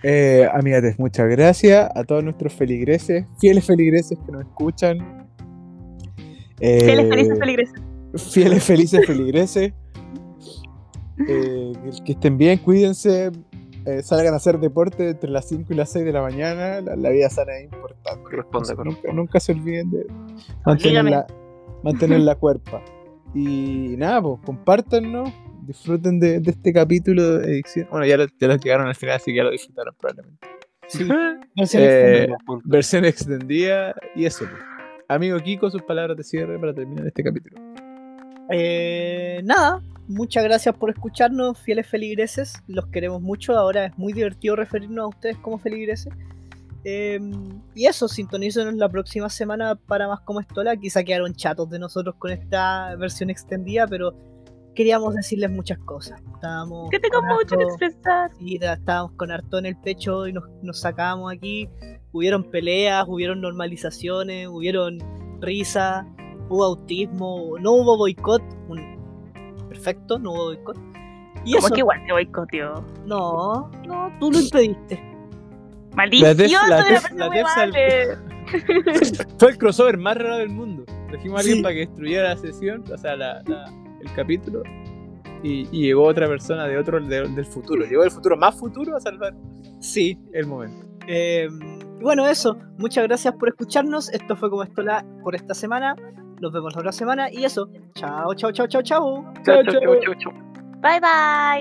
Speaker 3: Eh, amigates, muchas gracias a todos nuestros feligreses, fieles feligreses que nos escuchan. Eh,
Speaker 1: Feliz, feliz, feliz.
Speaker 3: Fieles felices feligreses. Eh, que estén bien, cuídense. eh, salgan a hacer deporte entre las 5 y las 6 de la mañana. La, la vida sana es importante.
Speaker 2: Corresponde,
Speaker 3: nunca,
Speaker 2: corresponde.
Speaker 3: nunca se olviden de mantener la, mantener la cuerpa. Y nada, pues compártanlo. Disfruten de, de este capítulo de edición. Bueno, ya lo, ya lo llegaron al final, así que ya lo disfrutaron probablemente. Eh,
Speaker 2: Punto.
Speaker 3: Versión extendida y eso. pues. Amigo Kiko, sus palabras de cierre para terminar este capítulo.
Speaker 4: Eh, nada, muchas gracias por escucharnos, fieles feligreses. Los queremos mucho. Ahora es muy divertido referirnos a ustedes como feligreses. Eh, y eso, sintonícenos la próxima semana para más como estola. Quizá quedaron chatos de nosotros con esta versión extendida, pero queríamos decirles muchas cosas. Estábamos
Speaker 1: Que tengo
Speaker 4: con
Speaker 1: mucho que
Speaker 4: harto-
Speaker 1: expresar.
Speaker 4: y ta- estábamos con harto en el pecho y nos, nos sacábamos aquí. Hubieron peleas, hubieron normalizaciones, hubieron risa, hubo autismo, no hubo boicot. un- Perfecto, no hubo boicot. Y
Speaker 1: Como
Speaker 4: eso,
Speaker 1: que igual te boicoteo.
Speaker 4: no, no, tú lo impediste.
Speaker 1: Maldición,
Speaker 3: Def- la
Speaker 1: soy una
Speaker 3: Def-
Speaker 1: persona
Speaker 3: la
Speaker 1: muy
Speaker 3: Def sal-
Speaker 1: mala.
Speaker 3: Fue el crossover más raro del mundo. Trajimos a alguien
Speaker 4: Sí.
Speaker 3: para que destruyera la sesión, o sea, la- la- el capítulo. Y, y llegó otra persona de otro de- del futuro. Llegó del futuro más futuro a salvar
Speaker 4: Sí.
Speaker 3: el momento.
Speaker 4: eh, y bueno, eso. Muchas gracias por escucharnos. Esto fue como esto la, por esta semana. Nos vemos la otra semana. Y eso. Chao, chao, chao, chao, chao.
Speaker 2: Chau, chau, chau, chau, chau.
Speaker 1: Bye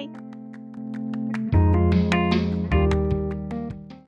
Speaker 1: bye.